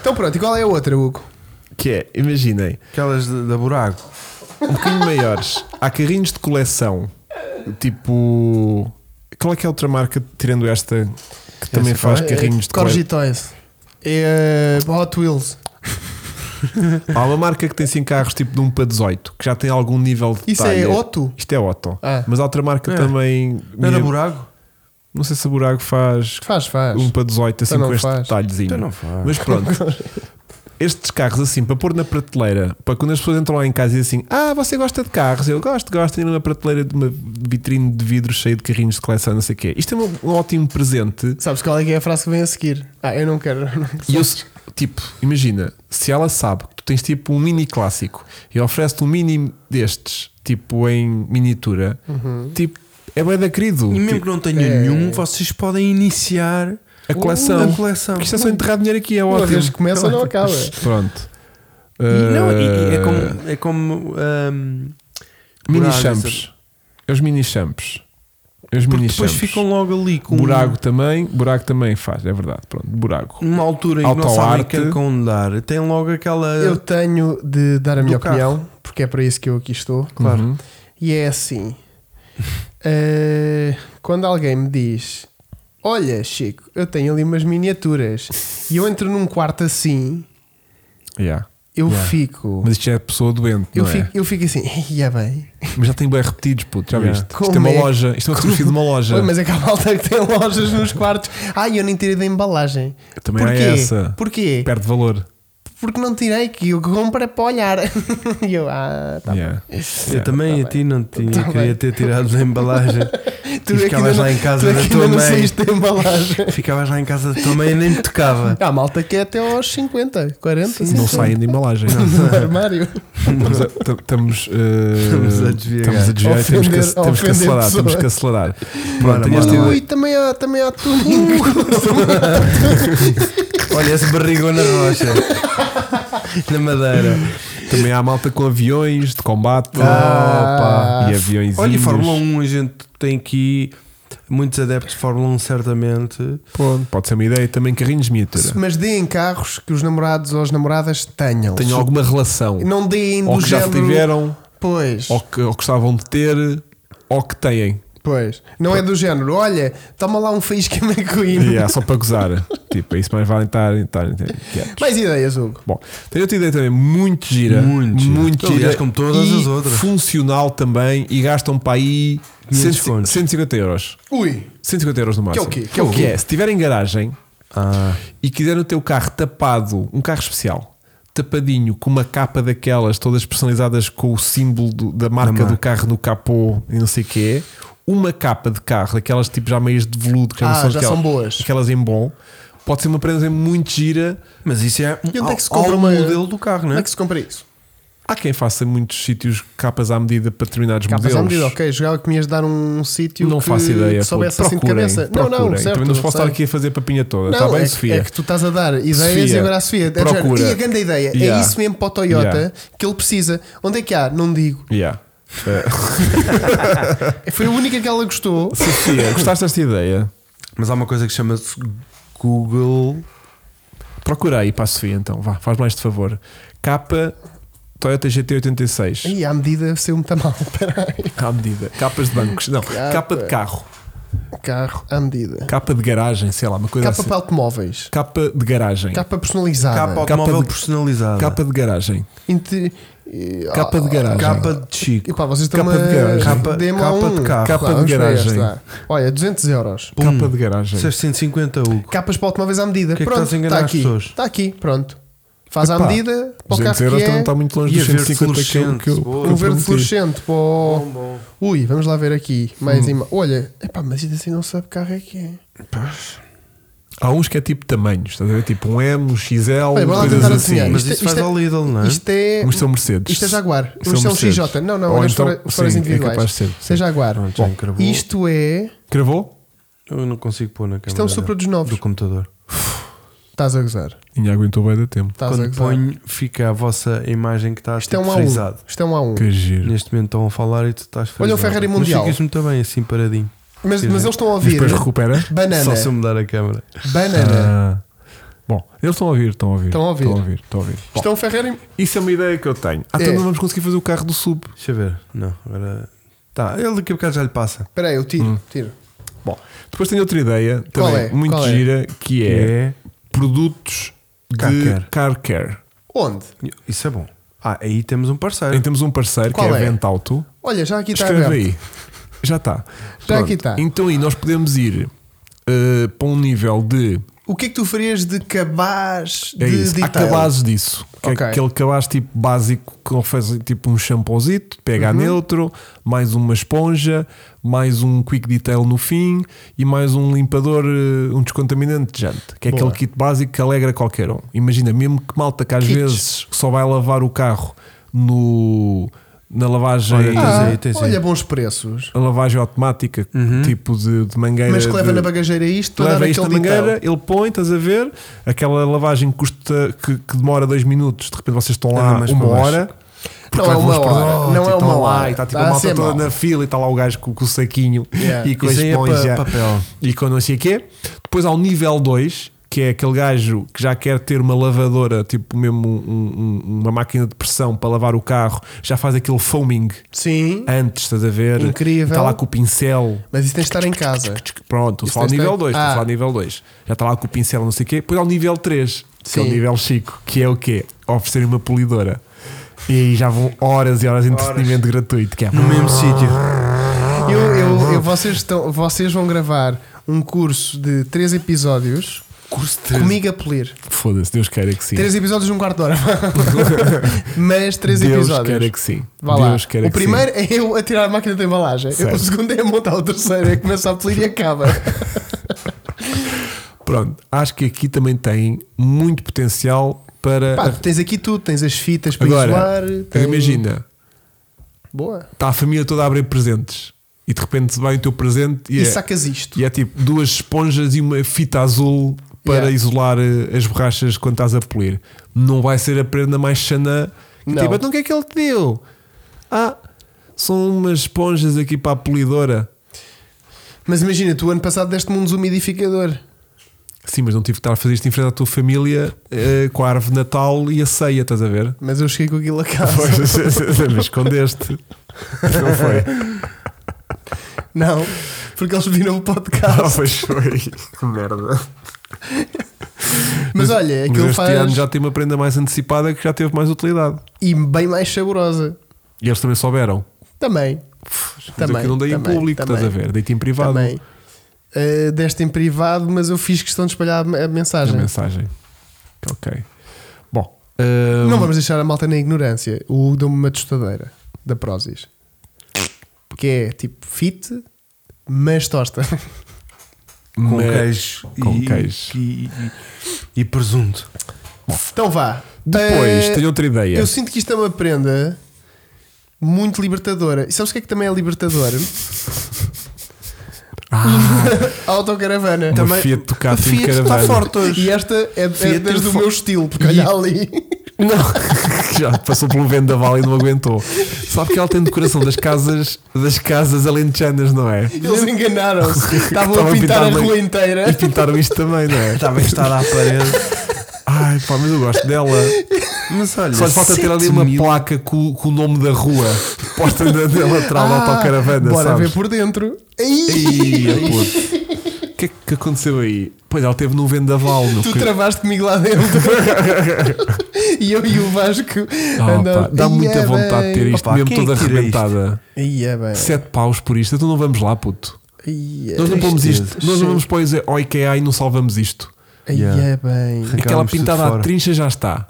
então pronto, e qual é a outra, Hugo?
Que é, imaginem,
Aquelas de- da buraco.
um bocadinho maiores. Há carrinhos de coleção, tipo. Qual é que é a outra marca, tirando esta, que também faz
é?
carrinhos de coleção?
Corgitões. É, Hot Wheels.
Há uma marca que tem 5 carros, tipo de 1 para 18, que já tem algum nível de
Isso
detalhe.
é Otto?
Isto é Otto.
Ah.
Mas há outra marca
É.
também.
Não era
minha-
buraco?
não sei se a Burago faz
Faz, faz.
1 para 18, assim
Então
com
não
este
faz.
detalhezinho.
Então não faz.
Mas pronto, estes carros assim, para pôr na prateleira, para quando as pessoas entram lá em casa e dizem assim: Ah, você gosta de carros? Eu gosto, gosto. Tenho uma prateleira de uma vitrine de vidro cheia de carrinhos de coleção, não sei o quê. Isto é um, um ótimo presente.
Sabes qual é que é a frase que vem a seguir? Ah, eu não quero.
E eu, se- tipo, imagina, se ela sabe que tu tens tipo um mini clássico e oferece-te um mini destes, tipo em miniatura, tipo, é bem da querido.
Uhum. E mesmo
Tipo,
que não tenha
É.
nenhum, vocês podem iniciar
a coleção.
a coleção. Uh,
Porque isto é só enterrar dinheiro aqui, é
Uma
ótimo.
vez que começa, não acaba.
Pronto.
E não, e- e é
Uh,
como. É como
um,
ahm,
Mini
buraco, essa-
champs. É os mini champs. É os
Porque
mini
depois
champs.
ficam logo ali com
Burago também, burago também faz, é verdade. Pronto, burago.
numa altura em que não sabem
Autoarte.
quem com dar. Tem logo aquela.
Eu tenho de dar a minha
Ah, carro.
opinião, porque é para isso que eu aqui estou.
Claro.
Uhum.
E é assim: eh, quando alguém me diz, Olha, Chico, eu tenho ali umas miniaturas, e eu entro num quarto assim,
Yeah.
eu
Yeah.
fico.
Mas isto já é pessoa doente.
Eu
não é?
fico, eu fico assim, ia bem.
Mas já tem bem repetidos, puto, já
Yeah.
viste? Isto
Como
é uma
é?
loja, isto é uma fotografia de uma loja.
Oi, mas é que há malta que tem lojas nos quartos. Ai, eu nem tirei da embalagem.
Também há
Porquê?
essa.
Porquê?
Perde valor.
porque não tirei que eu compro é para olhar. e eu, ah, tá
Yeah.
Eu também a ti não te tinha,
Tá
queria
bem.
ter tirado da embalagem.
bem.
e
é que
ficavas
ainda
lá
não-
em
tu é
casa
que
da
ainda
tua
não
mãe.
saíste da embalagem.
Ficavas lá em casa da tua mãe e nem te tocava.
Há malta que é até aos 50, 40,
Sim,
Não
50
saem de embalagem.
do armário.
Estamos a, t- estamos, eh,
Estamos a desviar.
estamos a desviar e temos que,
Ofender-
temos que
ofender
acelerar. Temos que
pessoas.
acelerar.
Bora,
Pronto, tinhas
bora,
tido-
bora.
Ui, também há, também há tuning.
Olha esse barrigão na rocha. na madeira.
também há malta com aviões de combate
Ah.
e aviões.
Olha, e Fórmula 1, a gente tem aqui muitos adeptos de Fórmula 1, certamente.
Pronto, pode ser uma ideia. Também carrinhos de miniatura.
Mas deem carros que os namorados ou as namoradas tenham.
Tenham alguma relação.
Não deem do
Ou que já
género.
tiveram,
Pois,
ou que ou que gostavam de ter, ou que têm.
pois. Não é do género. Olha, toma lá um faísca McQueen.
E é só para gozar. tipo, é isso mais vale estar, estar, estar quietos.
Mais ideias, Hugo.
Bom, tenho outra ideia também muito gira.
Muito gira.
muito
Aliás,
gira
como todas
e
as outras.
Funcional também e gastam para aí
500
150
contos.
150 euros.
Ui,
150 euros no máximo.
quê? Que é o quê? Ah.
Se tiverem garagem e quiserem ter o carro tapado, um carro especial, tapadinho, com uma capa daquelas, todas personalizadas com o símbolo do- da marca
marca.
do carro no capô e não sei o quê, uma capa de carro, daquelas tipo já meias de veludo, que
Ah,
não são
já
aquelas,
são boas.
aquelas em bom, pode ser uma prenda muito gira.
Mas isso é
E onde é que se
ao- ao
compra uma-
modelo do carro, não
como
Né?
é?
é que se compra isso?
Há quem faça muitos sítios capas à medida para determinados
Capas à
modelos.
medida, ok. Jogava que me ias dar um sítio
Não
que
faço ideia.
que soubesse
pô.
assim de
Procurem,
cabeça.
procurem.
Não, não, certo.
Também não se posso
sei.
estar aqui a fazer papinha toda. Está
Não,
bem,
é, que-
Sofia?
é que tu estás a dar ideias
Sofia,
e agora a Sofia. É do género,
procura.
"Ih, a grande ideia.
Yeah.
É isso mesmo para o Toyota
Yeah.
que ele precisa. Onde é que há? Não digo.
Yeah. Eh,
Foi a única que ela gostou.
Sofia, gostaste desta ideia?
Mas há uma coisa que chama-se Google.
Procura aí para a Sofia então. Vá, faz mais de favor. Capa Toyota GT86.
Ih, à medida saiu muito mal. Espera aí.
À medida. Capas de bancos. Não,
Capa.
capa de carro.
Carro à medida.
Capa de garagem, sei lá, uma coisa
Capa
assim.
para automóveis.
Capa de garagem.
Capa personalizada.
Capa
Capa
automóvel
de-
personalizada.
Capa de garagem.
Inte- eh,
Capa de garagem.
Capa de
E
Chico.
pá, vocês estão
Capa de garagem.
Capa-
um.
capa de carro.
Capa de garagem.
Olha, 200 euros.
Pum.
Capa de garagem.
650 Hugo.
Capas para automóveis à medida.
Que é que
pronto,
estás a enganar
está
as
aqui.
pessoas?
Está aqui, pronto. Faz à
Epá,
medida para o
200
carro
euros
que
também
é.
está muito longe
E
dos
a verde
150 que eu- que eu, que eu
fluorescente,
um verde
prometi.
fluorescente para o-
Bom, bom.
Ui, vamos lá ver aqui. Mais
Hum.
ima- Olha, epá, mas isso assim não sabe que carro é que é.
Há uns que é tipo tamanhos, estás a ver? Tipo um M, um XL,
Bem, vamos lá
coisas
tentar
assim.
adivinhar.
Mas
Isto-
isso faz
isto é-
ao Lidl, não é?
Isto é.
Uns são um Mercedes.
Isto é Jaguar.
São
Isto é um
Mercedes.
XJ. Não, não,
Ou
olha as
então-
fora- as foras
sim, é
individuais.
capaz de ser,
Isto é
sim.
Jaguar.
Pronto, já
Bom,
encravou.
isto é.
Gravou?
Eu não consigo pôr na câmera.
Isto é um sopro dos novos.
Do computador.
Estás a gozar.
Ainda aguentou bem da tempo.
Estás a
Quando
gozar.
ponho, fica a vossa imagem que está
Isto é
tipo,
um A1.
frisado.
Isto é um A1.
Que giro.
Neste momento estão a falar e tu estás
Olha o
frisado.
Ferrari
Mas
Mundial.
fica isso muito bem, assim paradinho.
Mas,
Quer
mas
dizer,
eles estão a
Mas
ouvir.
depois recupera.
Só
Banana.
se eu mudar a câmera.
Banana.
Ah. Bom, eles estão a ouvir, estão a ouvir.
Estão a ouvir.
Estão a ouvir, estão a ouvir. Bom,
Isto é um Ferrari.
Isso é uma ideia que eu tenho. Ah, então
É.
não vamos conseguir fazer o carro do sub.
Deixa eu ver. Não, agora. Tá, ele daqui a bocado já lhe passa.
Espera aí, eu tiro.
Hum.
tiro.
Bom, depois tenho outra ideia também
Qual é?
muito
Qual é?
gira que é, produtos
Car
de
care.
car care.
Onde?
Isso é bom. Ah, aí temos um parceiro.
Então temos um parceiro
Qual
que é,
é?
a Ventauto.
Olha, já aqui está
Escreve
aberto.
aí. Já está.
Já
Pronto.
aqui tá. está.
Então aí nós podemos ir eh, para um nível de.
O que é que tu farias de cabaz
É
de
isso. Há
detail?
cabazes disso. Que
Ok.
é aquele cabaz tipo básico que oferece tipo um shampoozito, pega
Uhum.
a neutro, mais uma esponja, mais um quick detail no fim e mais um limpador, eh, um descontaminante de jante. Que é
Boa.
aquele kit básico que alegra qualquer um. Imagina, mesmo que malta que às
Kits.
vezes só vai lavar o carro no, na lavagem.
Olha, tens
Ah,
é,
aí, tens aí.
olha, bons preços.
a lavagem automática, tipo de, de mangueira.
Uhum. Mas que leva
de-
na bagageira isto, para dar
Leva isto
aquele
na
detail.
mangueira, ele põe, estás a ver? Aquela lavagem que, custa, que, que demora dois minutos, de repente vocês estão
Ah,
lá
mas
uma
para baixo.
hora.
Não é uma hora, não é uma hora.
Está tipo a
Está a
malta
ser
toda
mau.
na fila e está lá o gajo com, com o saquinho
Yeah.
e com a
Isso aí é pa-
esponja
papel.
e com não sei o quê. Depois há o nível 2, que é aquele gajo que já quer ter uma lavadora, tipo mesmo um- um- uma máquina de pressão para lavar o carro, já faz aquele foaming
Sim.
antes, estás a ver?
Incrível.
Está lá com o pincel.
Mas isso tem de estar em casa.
Pronto, estou
Isso
a falar
tem-
nível 2, estou a
Ah.
falar nível 2. Já está lá com o pincel, não sei o quê. Depois há o nível 3, que é o
Sim.
nível Chico, que é o quê? Oferecer uma polidora. E aí já vão horas e horas de entretenimento gratuito, que é
No mesmo sítio.
Eu, eu, eu- vocês, estão, vocês vão gravar um curso de três episódios
Com certeza.
Comigo a polir.
Foda-se, Deus queira que sim.
Três episódios de um quarto de hora. Mas três
Deus
episódios.
queira que sim.
Vá lá.
Deus queira
o
que
primeiro é eu a tirar a máquina da embalagem.
Certo.
O segundo é a montar. O terceiro é começar a polir e acaba.
sim. Pronto, acho que aqui também tem muito potencial para.
Pá, tu tens aqui tudo. Tens as fitas para
Agora,
isolar. tem-
imagina,
Boa.
está a família toda a abrir presentes e de repente vai o teu presente e,
E
é,
sacas isto.
e é tipo duas esponjas e uma fita azul para
Yeah.
isolar eh, as borrachas quando estás a polir. Não vai ser a prenda mais chana. que
Não.
Tipo, então o que é que ele te deu? Ah, são umas esponjas aqui para a polidora.
Mas imagina, tu ano passado deste-me um desumidificador.
Sim, mas não tive que estar a fazer isto em frente à tua família eh, com a árvore de Natal e a ceia, estás a ver?
Mas eu cheguei com aquilo a casa.
Pois, me escondeste. Não foi.
Não, porque eles viram o podcast.
Ah, pois foi. Que merda.
Mas olha,
Mas
aquilo
este ano
faz.
já tem uma prenda mais antecipada que já teve mais utilidade.
E bem mais saborosa.
E eles também souberam.
Também.
Mas
Também,
aquilo não dei em
também,
público,
também.
estás a ver? Dei-te em privado
Também. Uh, deste em privado, mas eu fiz questão de espalhar a
a
mensagem.
mensagem. Ok. Bom. hum,
Não vamos deixar a malta na ignorância. O Hugo deu-me uma tostadeira da Prozis. Que é tipo fit, mas tosta.
Com
mas-
queijo.
com
e,
queijo.
E, e- e presunto.
Então vá.
Depois,
Uh,
tenho outra ideia.
Eu sinto que isto é uma prenda muito libertadora. E sabes o que é que também é libertador? a autocaravana.
Ah. Uma
Também-
Fiat
A
Ducato em
Fiat está
caravana.
forte hoje.
E esta é, é
Fiat
desde o
fo-
meu estilo, porque olha ali.
Não, já passou pelo vendaval e não aguentou. Sabe que ela tem decoração das casas, das casas alentejanas, não é?
Eles enganaram-se. Estavam
Estavam
a
a
pintar a
pintar
rua
uma-
inteira.
E pintaram isto também, não é?
Está Tá bem estar à parede.
Ai, pá, mas eu gosto dela.
Mas olha,
Só lhe falta ter ali
7
uma
mil.
placa com, com o nome da rua posta na, na lateral da autocaravana,
Ah, Bora
sabes?
ver por dentro. Ai,
Ih, a puta. O que é que aconteceu aí? Pois ela teve num vendaval. No
tu
que-
travaste comigo lá dentro. e eu e o Vasco
Ah, pá,
andamos.
dá
Ia
muita vontade de ter
é bem.
isto,
Opa,
mesmo
quem é
toda
que tira
arrebentada.
Ia bem.
Sete paus por isto, então não vamos lá, puto.
Ia é
Nós não pomos
Tristeza.
isto, nós não vamos pôr ao IKEA e não salvamos isto.
Ia
Yeah.
é bem.
Aquela
Ficávamos tudo
pintada à
fora.
trincha já está.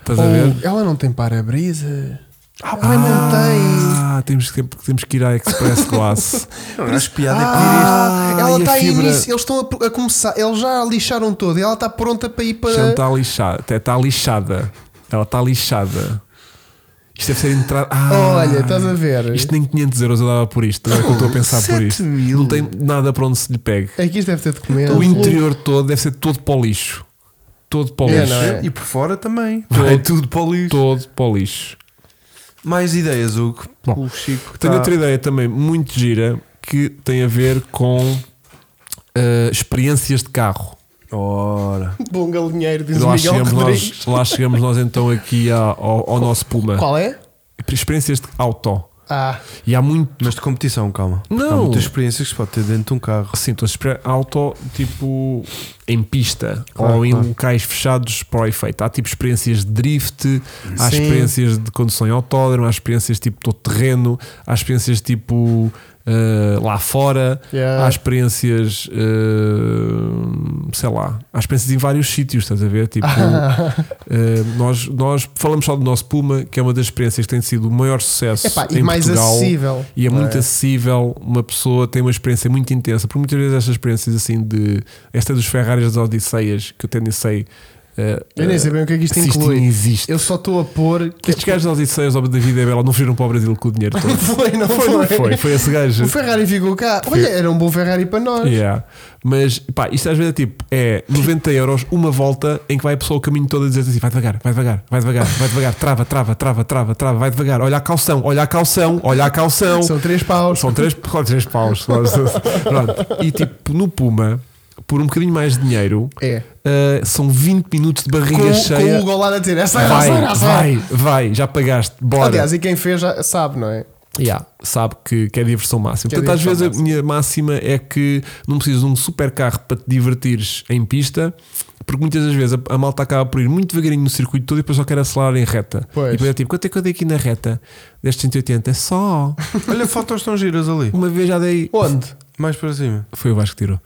Estás a ver?
Ou ela não tem para-brisa. Ah, ela não tem.
Ah, temos que, temos que ir à Express Glass.
Eu acho piada é pedir isto.
Ah,
Ah,
ela
e a
está aí
fibra-
nisso, eles estão a, a começar, eles já a lixaram todo e ela está pronta para ir
Já não
para.
está lixada, um até está lixada. Ela está lixada. Isto deve ser entrada. Ah,
Olha, estás a ver?
Isto nem 500 euros eu dava por isto. Não é que eu estou a pensar por
7
isto.
mil.
Não tem nada para onde se lhe pegue.
Aqui É isto deve ter documento.
O interior todo deve ser todo para o lixo. Todo para o
É,
lixo.
não é?
E por fora também.
Todo-
Vai tudo para o lixo.
Todo para o lixo.
Mais ideias, Hugo.
Bom,
o Chico.
Tenho
Ah.
tá-
outra ideia também muito gira que tem a ver com eh, experiências de carro.
Ora.
Bom galinheiro, diz o
Lá
Miguel
chegamos,
Rodrigues.
nós, lá chegamos nós então aqui à- ao, ao nosso Puma.
Qual é?
Experiências de auto.
Ah,
E há muito.
Mas de competição, calma. Porque Há
Não.
muitas experiências que se pode ter dentro de um carro.
Sim, Assim, estou a esperar auto tipo em pista
Claro,
ou em
claro.
locais fechados para o efeito. Há tipo experiências de drift, há
Sim.
experiências de condução em autódromo, há experiências tipo todo terreno, há experiências tipo eh, lá fora,
Yeah.
há experiências eh, sei lá, há experiências em vários sítios, estás a ver? Tipo, eh, nós, nós falamos só do nosso Puma, que é uma das experiências que tem sido o maior sucesso
epá,
em
e mais assim,
Portugal.
acessível.
E é
Não
muito acessível, uma pessoa tem uma experiência muito intensa, porque muitas vezes estas experiências assim de. Esta dos Ferraris das Odisseias, que eu até nem sei. eh,
Eu nem sei bem o que é que isto
se isto
inclui.
nem existe.
Eu só estou a pôr. Que
Estes gajos das Odisseias, obra da vida é bela, não fugiram para o Brasil com o dinheiro todo.
foi, não é? foi?
foi, foi, foi esse gajo.
O Ferrari ficou cá. Olha, era um bom Ferrari para nós.
Yeah. Mas pá, isto às vezes é tipo, é 90 euros, uma volta em que vai a pessoa o caminho todo a dizer assim: vai devagar, vai devagar, vai devagar, vai devagar, trava, trava, trava, trava, trava, vai devagar, olha a calção, olha a calção, olha a calção.
São três paus.
é um- São três, claro, três paus. Pronto. E tipo, no Puma, por um bocadinho mais de dinheiro,
É.
ah, são 20 minutos de
Com,
barriga
com um o
cheia.
Hugo lá a dizer, essa era,
vai,
essa era, essa era."
vai, vai, já pagaste, bora.
Aliás, e quem fez já sabe, não é?
Yeah, sabe que, que é diversão máxima.
Que é
Portanto, às vezes
diversão
a minha máxima é que não precisas de um super carro para te divertires em pista, porque muitas das vezes a, a malta acaba por ir muito devagarinho no circuito todo e depois só quer acelerar em reta.
Pois.
E depois é tipo, quanto é que eu dei aqui na reta? Deste 180? É só.
Olha, fotos tão giras ali.
Uma vez já dei.
Onde?
Mais para cima.
Foi o Vasco que tirou.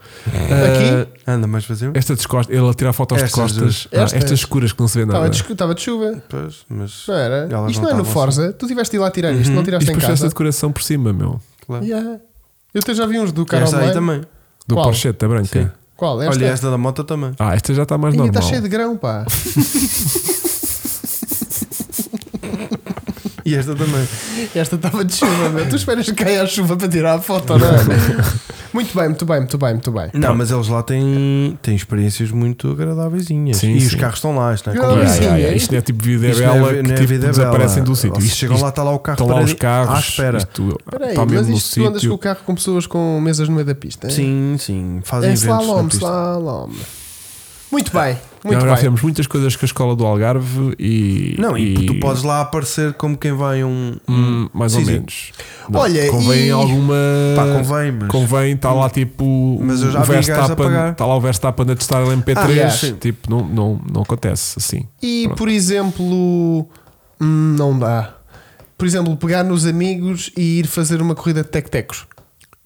Aqui?
Ah,
Anda, mais para cima.
esta descosta, ele a tirar foto aos de
Estas
costas.
duas. Tá,
Ah,
Estas.
estas escuras que não se vê nada.
Estava de, chu- estava de chuva.
Pois, mas.
Não era?
Elas
isto
não
não é no
estavam
Forza. Tu tiveste de ir lá tirar isto, não
E
tiraste em
depois esta
casa.
decoração por cima, meu.
claro.
Yeah. Eu até já vi uns do cara
Esta aí
online.
também.
Do
Qual?
Porsche da branca.
Sim. tá
Qual? Esta? é-
Olha, esta da moto também.
Ah, esta já está mais
Ih,
normal.
está cheio de grão, pá.
E esta também.
Esta estava de chuva, meu. Tu esperas que caia a chuva para tirar a foto, não é? muito bem, muito bem, muito bem, muito bem.
Não, mas eles lá têm, têm experiências muito agradáveis. E
Sim,
os
sim.
carros estão lá, isto não é?
Ah,
como-
Yeah, yeah,
sim,
yeah.
é.
Isto não é tipo vida
Isto
bela
não é-
que
não é
tipo,
vida
desaparecem
bela.
do sítio.
Eles
Isto-
chegam lá,
isto-
está lá o carro
Estão lá os
parado-
carros.
à espera.
Isto
Espera aí,
está
mas
tá mesmo no
isto tu andas com o
sítio.
carro com pessoas com mesas no meio da pista? é?
Sim, sim. Fazem
É
eventos
slalom,
na pista.
slalom. Muito bem, muito
Nós já
bem.
fizemos muitas coisas com a escola do Algarve e.
Não, e, tu podes lá aparecer como quem vai um.
Hum, mais
Sim,
ou
sim.
menos.
Olha,
convém
e-
alguma.
Pá, convém, mas.
Convém, está lá tipo.
Mas eu já
o
vi gajos a
Verstappen.
pagar.
Está lá o Verstappen a testar o MP3.
Ah, yeah, sim.
tipo, não, não, não acontece assim.
E por exemplo, hum, não dá. Por exemplo, pegar nos amigos e ir fazer uma corrida de tec-tecos.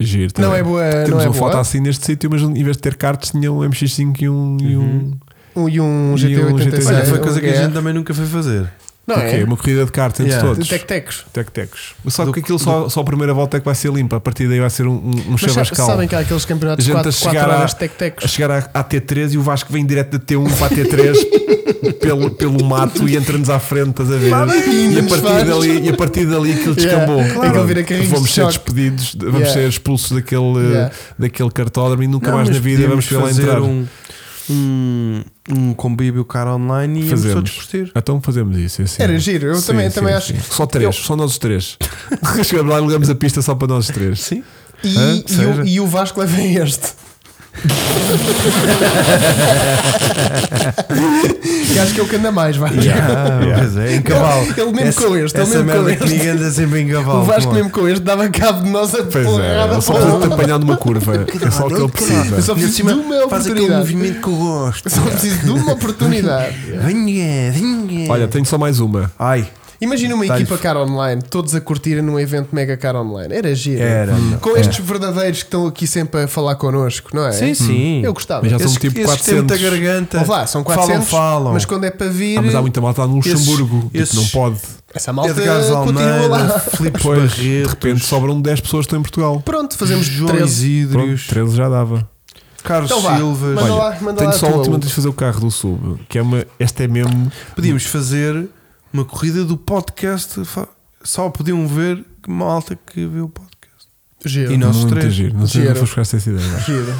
Giro.
Não
também.
é boa-
Temos
não é
uma
boa?
foto assim neste sítio, mas em vez de ter cartas, tinha um MX5 e um. e
Uhum.
um-
Um, e
E
um
um
GT86.
GT86.
Olha,
Sim,
foi
um
coisa que a
GR.
gente também nunca foi fazer.
Não
o quê?
é?
Uma corrida de cartas entre
Yeah.
todos.
Tec-tecos.
Tec-tecs. Só
Do-
que aquilo só, só a primeira volta é que vai ser limpa. A partir daí vai ser um, um, um
Mas sa-
chavascal.
sabem que há aqueles campeonatos de
Gente a
4
chegar a-
horas de
a
tec-tecos.
chegar à, à T3 e o Vasco vem direto da T1 para a T3 pelo, pelo mato e entra-nos à frente, estás a ver? E a,
bem-vindos,
partir
Vasco.
dali, e a partir dali aquilo
Yeah,
descambou.
claro.
Pronto,
Aquilo vira carrinhos
vamos
de
ser
choque.
despedidos, vamos
Yeah.
ser expulsos daquele,
Yeah.
daquele cartódromo e nunca
Não,
mais
mas
na vida vamos
podíamos
ver
fazer
lá entrar.
Um, um, um convívio cara online e íamos
Fazemos.
todos discutir.
Então fazemos isso. é assim.
Era giro, eu também- também acho-
Só três, só nós os três. Chegamos lá e ligamos a pista só para nós os três.
Sim.
E,
É,
Hã?
e o-
Seja.
e o Vasco leva este. que acho que é o que anda mais, vai.
Ah, Pois é, em cavalo.
Ele- ele mesmo
Essa-
com este, ele
essa
mesmo
merda
com
que
este.
ninguém anda sempre em cavalo. é
O Vasco
come on.
mesmo com este dava cabo de nós a
Pois é,
porrada
só
para o
para te apanhar numa curva. É só o que ele precisa.
Eu só
Ainda por
preciso
cima,
de uma
faz aquele
oportunidade.
movimento que eu gosto.
Só preciso de uma oportunidade.
Vinha, vinha.
Olha, tenho só mais uma.
Ai,
Imagina
Tá
uma
Dá-lhe
equipa
f-
cara online, todos a curtirem num evento mega cara online. Era giro.
Era, não.
Com
É.
estes verdadeiros que estão aqui sempre a falar connosco, não é?
Sim, sim.
Eu gostava.
Mas já
esses
são tipo
esses que têm muita
400.
garganta.
Ouve lá, são 400,
Falam, falam.
mas quando é para vir,
Ah, mas há muita malta lá no
Esses-
Luxemburgo. tipo,
esses-
não pode.
essa malta
Edgar
continua
Almeida,
lá.
Filipe
Pois, de
Barreto,
repente sobram 10 pessoas que estão em Portugal.
Pronto, fazemos
João
13.
Isidrios,
Pronto, 13 já dava.
Carlos
Então vá,
Silvas.
manda
Olha,
lá, manda
Tenho
lá a
só a
tua,
última
Hugo.
antes de fazer o carro do Sub, que é uma. Esta é mesmo.
Podíamos fazer uma corrida do podcast. fa- Só podiam ver que malta que vê o podcast.
Giro.
E nós
muito
três.
giro. Não sei se
Giro.
vou buscar essa ideia. vá.
Giro.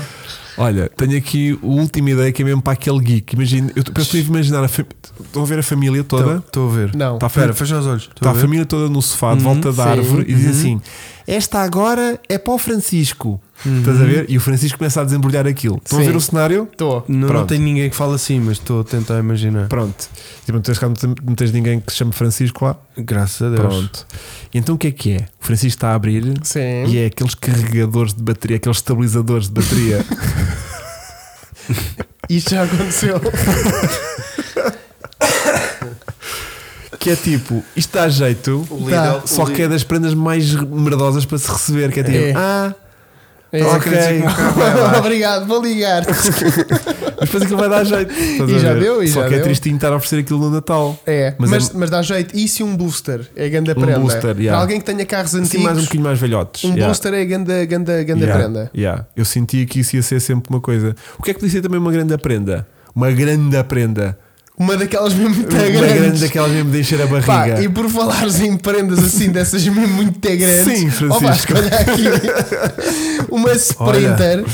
Olha, tenho aqui a última ideia que é mesmo para aquele geek. Imagina, eu penso que estou a imaginar. A fam... Estão a ver a família toda?
Estou a ver.
Não.
Tá a
Espera,
ver?
fecha os olhos. Estou
Está a
ver.
família toda no sofá de volta da
Uhum, sim.
árvore e diz assim: Esta agora é para o Francisco. Estás a ver? E o Francisco começa a desembrulhar aquilo. Estão a
Uhum. Sim.
ver o cenário?
Estou.
Não, não
Pronto.
tem ninguém que fala assim, mas estou a tentar imaginar.
Pronto. Tipo, não tens, cá- não tens- não tens ninguém que se chame Francisco lá?
Graças a Deus.
Pronto. E então o que é que é? O Francisco está a abrir
Sim.
e é aqueles carregadores de bateria, aqueles estabilizadores de bateria.
Isto já aconteceu.
que é tipo, isto dá jeito,
Lidl-
só que é das prendas mais merdosas para se receber. Que é tipo,
É.
ah,
É.
Só quer dizer que o carro um vai lá.
Obrigado, vou ligar.
mas depois aquilo vai dar jeito. Estás
E
a
já
ver?
deu, e
só
já
que é
deu.
tristinho estar a oferecer aquilo no Natal.
É, mas,
Mas
mas,
é-
dá jeito. Isso e um booster é a ganda
Um
prenda.
booster, yeah.
Para alguém que tenha carros antigos,
Assim, mais um bocadinho mais velhotes.
um
Yeah.
booster é a ganda, ganda, ganda
Yeah,
prenda.
yeah. Eu sentia que isso ia ser sempre uma coisa. O que é que podia ser também uma grande prenda? Uma grande prenda.
Uma daquelas mesmo muito
Uma
grandes.
grande daquelas mesmo de encher a
Pá,
barriga.
e por falares em prendas assim dessas mesmo muito grandes,
Sim, Francisco.
ó Vasco, olha aqui uma Sprinter.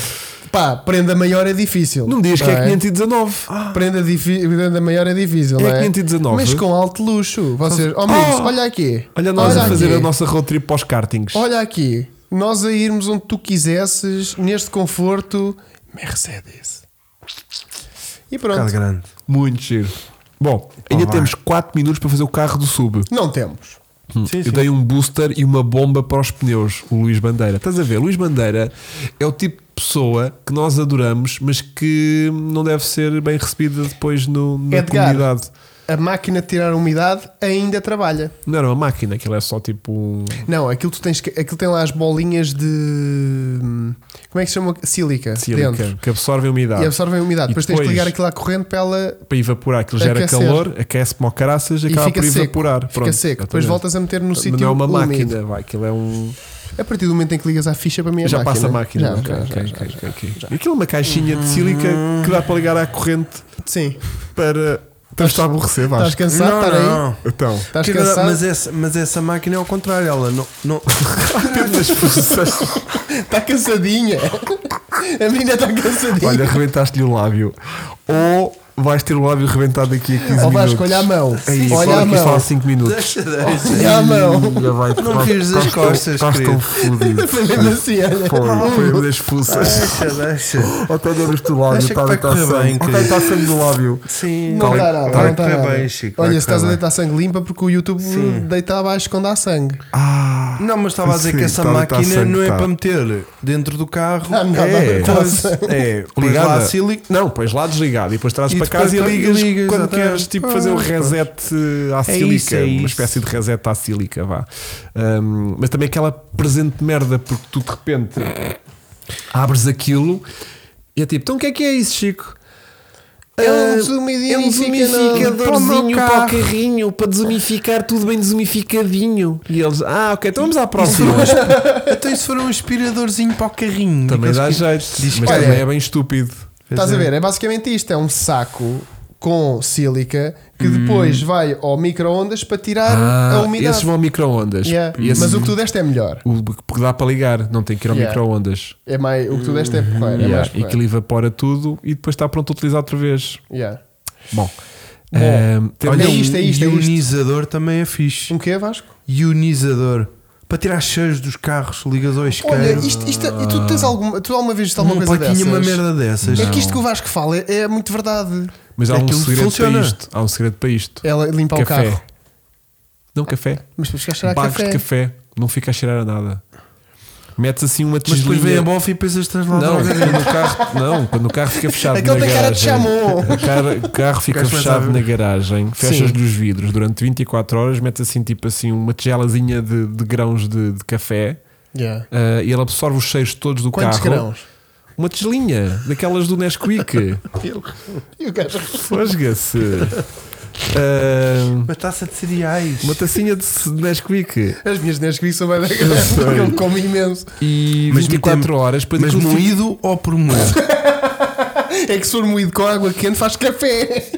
Pá, prenda maior é difícil.
Não me digas que
não
é 519.
Prenda, difi- prenda maior é difícil,
É
não é?
519.
Mas com alto luxo. Vocês, ó, amigos,
Oh!
olha aqui.
Olha nós a fazer
aqui.
a nossa road trip pós kartings.
Olha aqui, nós a irmos onde tu quisesses, neste conforto, Mercedes. E
Um bocado
pronto,
grande.
Muito giro. Então Bom, ainda
vai.
temos 4 minutos para fazer o carro do sub.
não temos.
Sim, sim.
Eu dei um booster e uma bomba para os pneus, o Luís Bandeira. Estás a ver? Luís Bandeira é o tipo de pessoa que nós adoramos, mas que não deve ser bem recebida depois no, na
Edgar.
comunidade.
a máquina de tirar a umidade ainda trabalha.
Não era uma máquina, aquilo é só tipo um.
Não, aquilo, tu tens, que- aquilo tem lá as bolinhas de. Como é que se chama? Sílica.
sílica
Dentro.
que absorve a umidade.
E absorvem a umidade.
E
Depois, tens que
depois-
ligar aquilo à corrente para ela.
Para evaporar, aquilo gera
Aquecer.
calor, aquece-me ao caraças
E
acaba
fica
por
seco.
evaporar.
Fica
Pronto,
seco. Depois
exatamente.
voltas a meter no
Mas
sítio.
Não é uma
úmido.
máquina, vai, aquilo é um.
A partir do momento em que ligas à ficha, para mim é
já
máquina.
passa a máquina.
Já,
ok,
já,
ok,
já,
ok,
já.
ok, ok. Aquilo é uma caixinha de sílica que dá para ligar à corrente
Sim.
para. Estás a aborrecer,
Estás
Vasco.
cansado?
Não,
Estar aí?
não.
Então,
Estás
Que era-
cansado?
mas, essa, mas essa máquina é ao contrário, ela não. não
tantas posições.
Está Tá cansadinha. A menina está cansadinha.
Olha, arrebentaste-lhe o lábio. Ou vais ter o lábio arrebentado daqui a 15
Ou
minutos.
Vasco, olha a mão.
Ei,
olha
olha
a
aqui só
mão.
há 5 minutos.
deixa, deixa.
Olha a mão.
Já vai,
Não
costa-
vires as
costa-
costas,
costa
querido.
um fudido.
Foi mesmo assim, olha.
Foi, foi uma das fuças.
Deixa, deixa.
Até demos-te o lábio,
Acho que
está
vai
tá
correr bem,
sangue.
querido.
Até está sangue no lábio.
Sim,
Não
Vai-
dá nada,
vai
não dá
correr
nada.
bem, Chico,
é
é
Olha,
vai
se estás a
correr
deitar sangue limpa, porque o YouTube deita abaixo quando há sangue.
Ah,
Não, mas estava a dizer
Sim,
que essa
tá- tá
máquina
sangue,
não é
tá.
para meter dentro do carro.
Ah, não.
é,
Pois,
é,
Pões
ligada.
lá a sílica.
Não, pões lá desligado e depois trazes
E
para
depois
casa e
tra-
ligas,
ligas,
quando
exatamente.
queres tipo, fazer um
Pois,
reset eh, à sílica,
isso, é
uma
isso.
espécie de reset à sílica, vá. Ahm, mas também aquela presente merda, porque tu de repente abres aquilo e é tipo, então o que é que é isso, Chico?
É um
Ah,
desumidificador
é um desumificadorzinho
para o meu
para o
carro.
carrinho, para desumificar tudo bem desumificadinho. E eles, ah, ok, então vamos à próxima.
Então isso for um aspiradorzinho para o carrinho.
Também dá
Daqueles que-
jeito,
Diz
mas
que-
também
Olha,
é bem estúpido.
Estás a ver? É basicamente isto: é um saco com sílica que depois vai ao micro-ondas para tirar a É umidade.
Hum. Ah, Esses vão ao micro-ondas.
Yeah.
E esses-
Mas o que tu deste é melhor.
o- porque dá para ligar, não tem que ir ao
Yeah.
micro-ondas.
É mais, o que tu deste é porreiro. É
Hum, Yeah,
mais
E
porreiro.
aquilo evapora tudo e depois está pronto a utilizar outra vez.
Yeah.
Bom,
Bom.
ehm, temos-
Olha, é
um
isto, é isto, é isto.
Ionizador também é fixe.
Um quê, Vasco?
Ionizador. Para tirar cheiros dos carros, ligas ao isqueiro.
Olha, isto, isto- é- e tu tens alguma, tu alguma vez viste alguma
uma
Hum,
coisa
plaquinha,
dessas?
uma merda dessas.
É que isto que o Vasco fala é, é muito verdade.
mas há um
aquilo
segredo
funciona.
para isto. Há um segredo para isto.
Ela limpa É, o
café.
carro.
Não café.
Mas para chegar a
Bagos
café.
de café. Não fica a cheirar a nada. Metes assim uma
Mas depois vem a
tigelinha.
bofa e pensas que estás lá
não,
droga.
quando o carro, não, quando o carro fica fechado
Ah, Aquele
na
tem cara de
garagem.
chamou.
A cara- o carro fica
gajo começa a
fechado
ver.
na garagem, fechas-lhe os vidros durante 24 horas, metes assim tipo assim uma tigelazinha de, de grãos de, de café
Yeah.
ah, e ele absorve os cheiros todos do
Quantos
carro.
grãos?
Uma tigelinha, daquelas do Nesquik.
E o gajo
Fosga-se. Ah,
Uma taça de cereais.
uma tacinha de s- Nesquik.
As minhas Nesquik são bem da
Eu sei.
grande, eu como imenso.
E
Mas
24
metem-
horas depois
Mas
aquilo fica-
moído ou por moído?
É que se for moído com água quente faz café.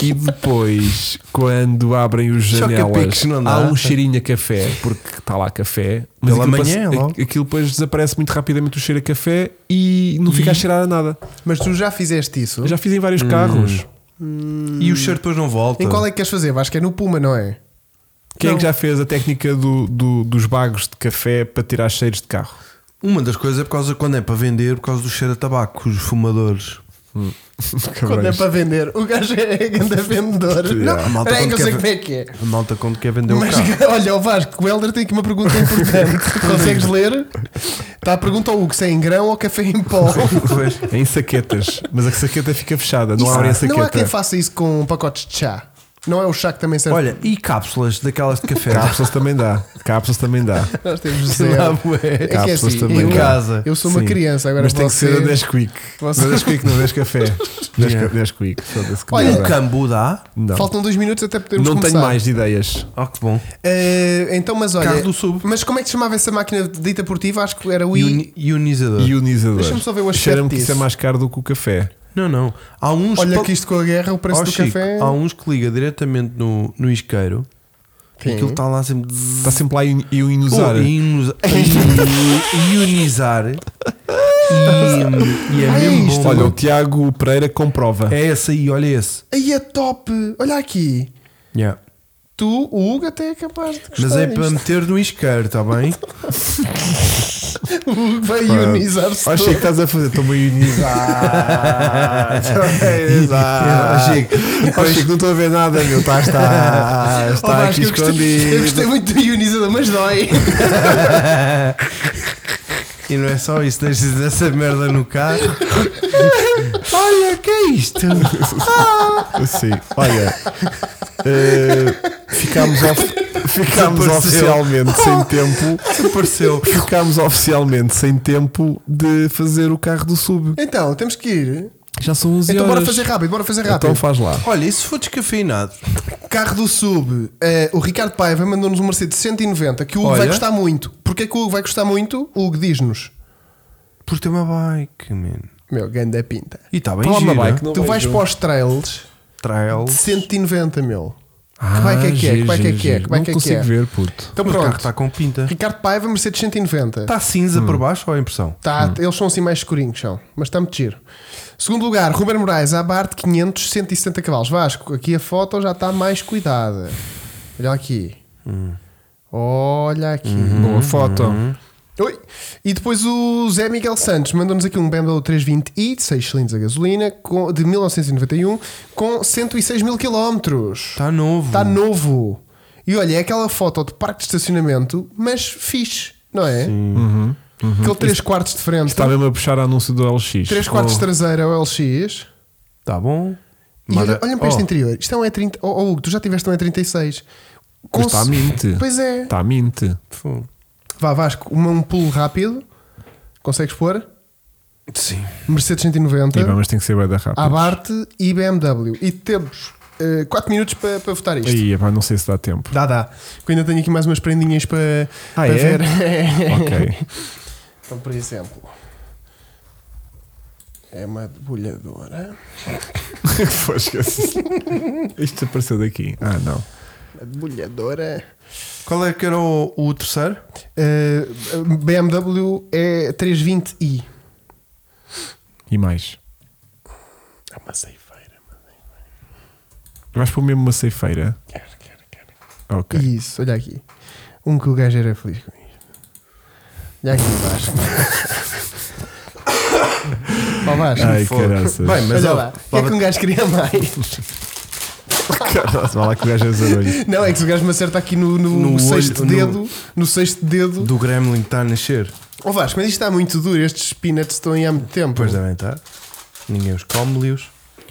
E depois, quando abrem os janelas,
Choca-piques, não dá?
há um cheirinho a café, porque está lá café. Mas
Pela
aquilo
manhã,
passa-
logo.
aquilo depois desaparece muito rapidamente o cheiro a café e não fica a cheirar a nada.
Mas tu já fizeste isso?
Eu já fiz em vários
Hum.
carros.
e o cheiro depois não volta.
Em qual é que queres fazer? Acho que é no Puma, não é?
Quem é
Não.
que já fez a técnica do- do- dos bagos de café para tirar cheiros de carro?
Uma das coisas é por causa quando é para vender, por causa do cheiro a tabaco, os fumadores.
Quando é
Cabrões.
para vender. O gajo é grande vendedor.
Yeah. A
Não,
malta
peraí, que
quando quer
eu sei como é que é.
A malta quando quer vender o
Mas
carro.
olha, o Vasco, o Helder tem aqui uma pergunta importante. Consegues ler? Está a pergunta ao Hugo: se é em grão ou café em pó?
Pois.
É em saquetas, mas a saqueta fica fechada, não
Isso-
abrem a saqueta.
não há quem faça isso com pacotes de chá. Não é o chá que também serve.
Olha, e cápsulas daquelas de café?
Cápsulas também dá, cápsulas também dá.
nós temos zero.
lá, bué.
É que é
Cápsulas
assim,
também
eu,
dá.
em casa.
eu sou uma
Sim.
criança, agora
Mas tem que
você...
ser a Nesquik.
você-
Não Nesquik, não Nescafé.
Yeah.
Nesca- Nesquik. foda-se que
Olha,
merda.
O Um cambu dá?
Não,
Faltam dois minutos até podermos
não
começar.
tenho mais de ideias.
Oh, que bom.
Eh, então, mas olha.
Carro do Sub.
Mas como é que se chamava essa máquina dita por ti? Acho que era o I.
Ioni- Ionizador.
Ionizador.
Ah. Deixa-me só ver o aspecto
Cheira-me que
disso.
isso é mais caro do que o café.
Não, não. Há uns
Olha
pa-
que isto com a guerra, o preço
Oh,
do
Chico,
café.
Há uns que liga diretamente no, no isqueiro
Sim.
e aquilo está lá sempre.
Está sempre lá ion- ionizar.
Oh, ionizar. Ionizar. E, e é
Ah, é
mesmo
isto.
bom.
Olha, o Tiago Pereira comprova.
É esse aí, olha esse.
Aí é top! Olha aqui. Tu, o Hugo, até é capaz de gostar
Mas é
disto.
para meter no isqueiro, está bem?
O Hugo vai ionizar-se.
Ah, Achei que estás a fazer, estou-me a ionizar.
Ah,
Ah,
Achei que não estou a ver nada, meu.
tá,
Está, está,
Oh,
está
Vasco,
aqui
eu, gostei, eu gostei
escondido.
muito do ionizador, mas dói.
E não é só isso, deixas essa merda no carro Olha, que é isto?
Sim, olha. eh, ficámos, of- ficámos
Desapareceu.
oficialmente sem tempo.
Apareceu.
Ficámos oficialmente sem tempo de fazer o carro do sub.
Então, temos que ir.
Já são 11
Então,
horas.
bora fazer rápido, bora fazer rápido.
Então faz lá.
Olha, e se for descafeinado?
Carro do Sub, eh, o Ricardo Paiva mandou-nos um Mercedes 190 que o Hugo
Olha.
vai gostar muito. Porquê que o Hugo vai gostar muito? O Hugo diz-nos:
Porque tem uma bike, mano.
Meu, ganda pinta.
E está bem
Fala
gira.
uma bike, não
tu vais para os trails
Trail.
de 190 mil.
Ah,
que bike é que é? Que
giro,
bike é
giro,
que é?
giro.
Que bike
Não
é que
consigo
é?
ver, puto.
Então
Mas o um carro
pronto,
está com
tá-
pinta.
Ricardo Paiva, Mercedes 190.
Está cinza por baixo ou é a impressão?
Tá, Eles são assim mais escurinhos, são, mas está muito giro. Segundo lugar, Ruben Moraes, Abarth 500, 170 cavalos. Vasco, aqui a foto já está mais cuidada. Olha aqui. Olha aqui.
Boa foto.
Oi. E depois o Zé Miguel Santos mandou-nos aqui um BMW 320i, 6 cilindros a gasolina, com- de 1991, com 106 mil quilómetros.
Está Tá novo.
Está Tá novo. E olha, é aquela foto de parque de estacionamento, mas fixe, não é?
Uhum.
Aquele 3 quartos de frente.
Está mesmo a puxar anúncio do Oh, LX.
3 quartos traseira OLX. E
Tá bom.
olha, olha para
oh,
este interior. Isto é um E30. Oh, oh, Hugo, tu já tiveste um E36. Com
Mas está
se-
mint.
Pois é.
Está mint.
fogo.
Vá, Vasco, uma- um pulo rápido. Consegues pôr?
Sim.
Mercedes
E
190,
bem, mas tem que ser bem da rápida.
Abarth e BMW. E temos 4 minutos para para votar isto.
Aí, epá, não sei se dá tempo.
Dá, dá. Que eu ainda tenho aqui mais umas prendinhas para,
Ah,
para
é?
ver.
ok.
Então, por exemplo, é uma debulhadora.
Fosca-se. Isto apareceu daqui. Ah, não.
Uma debulhadora.
Qual é que era o, o terceiro?
Eh, BMW é 320i.
E mais.
É uma ceifeira.
Vais pôr mesmo uma ceifeira?
Quero, quero, quero.
Ok.
Isso, olha aqui. Um que o gajo era feliz com isto. Olha aqui, Vasco. Ó Vasco.
Ai,
Fogo.
caraças.
Bem, mas
Olha
ó,
lá, o que é que um gajo queria mais?
Caraças, Vai lá que o gajo é zarolho.
Não, é que se o gajo me acerta aqui no, no,
No
sexto
olho,
dedo, no...
no-
sexto dedo.
do Gremlin que está a nascer.
Ó Vasco, mas isto está muito duro, estes peanuts estão aí há muito tempo.
Pois é. devem estar. Ninguém os come, Lios.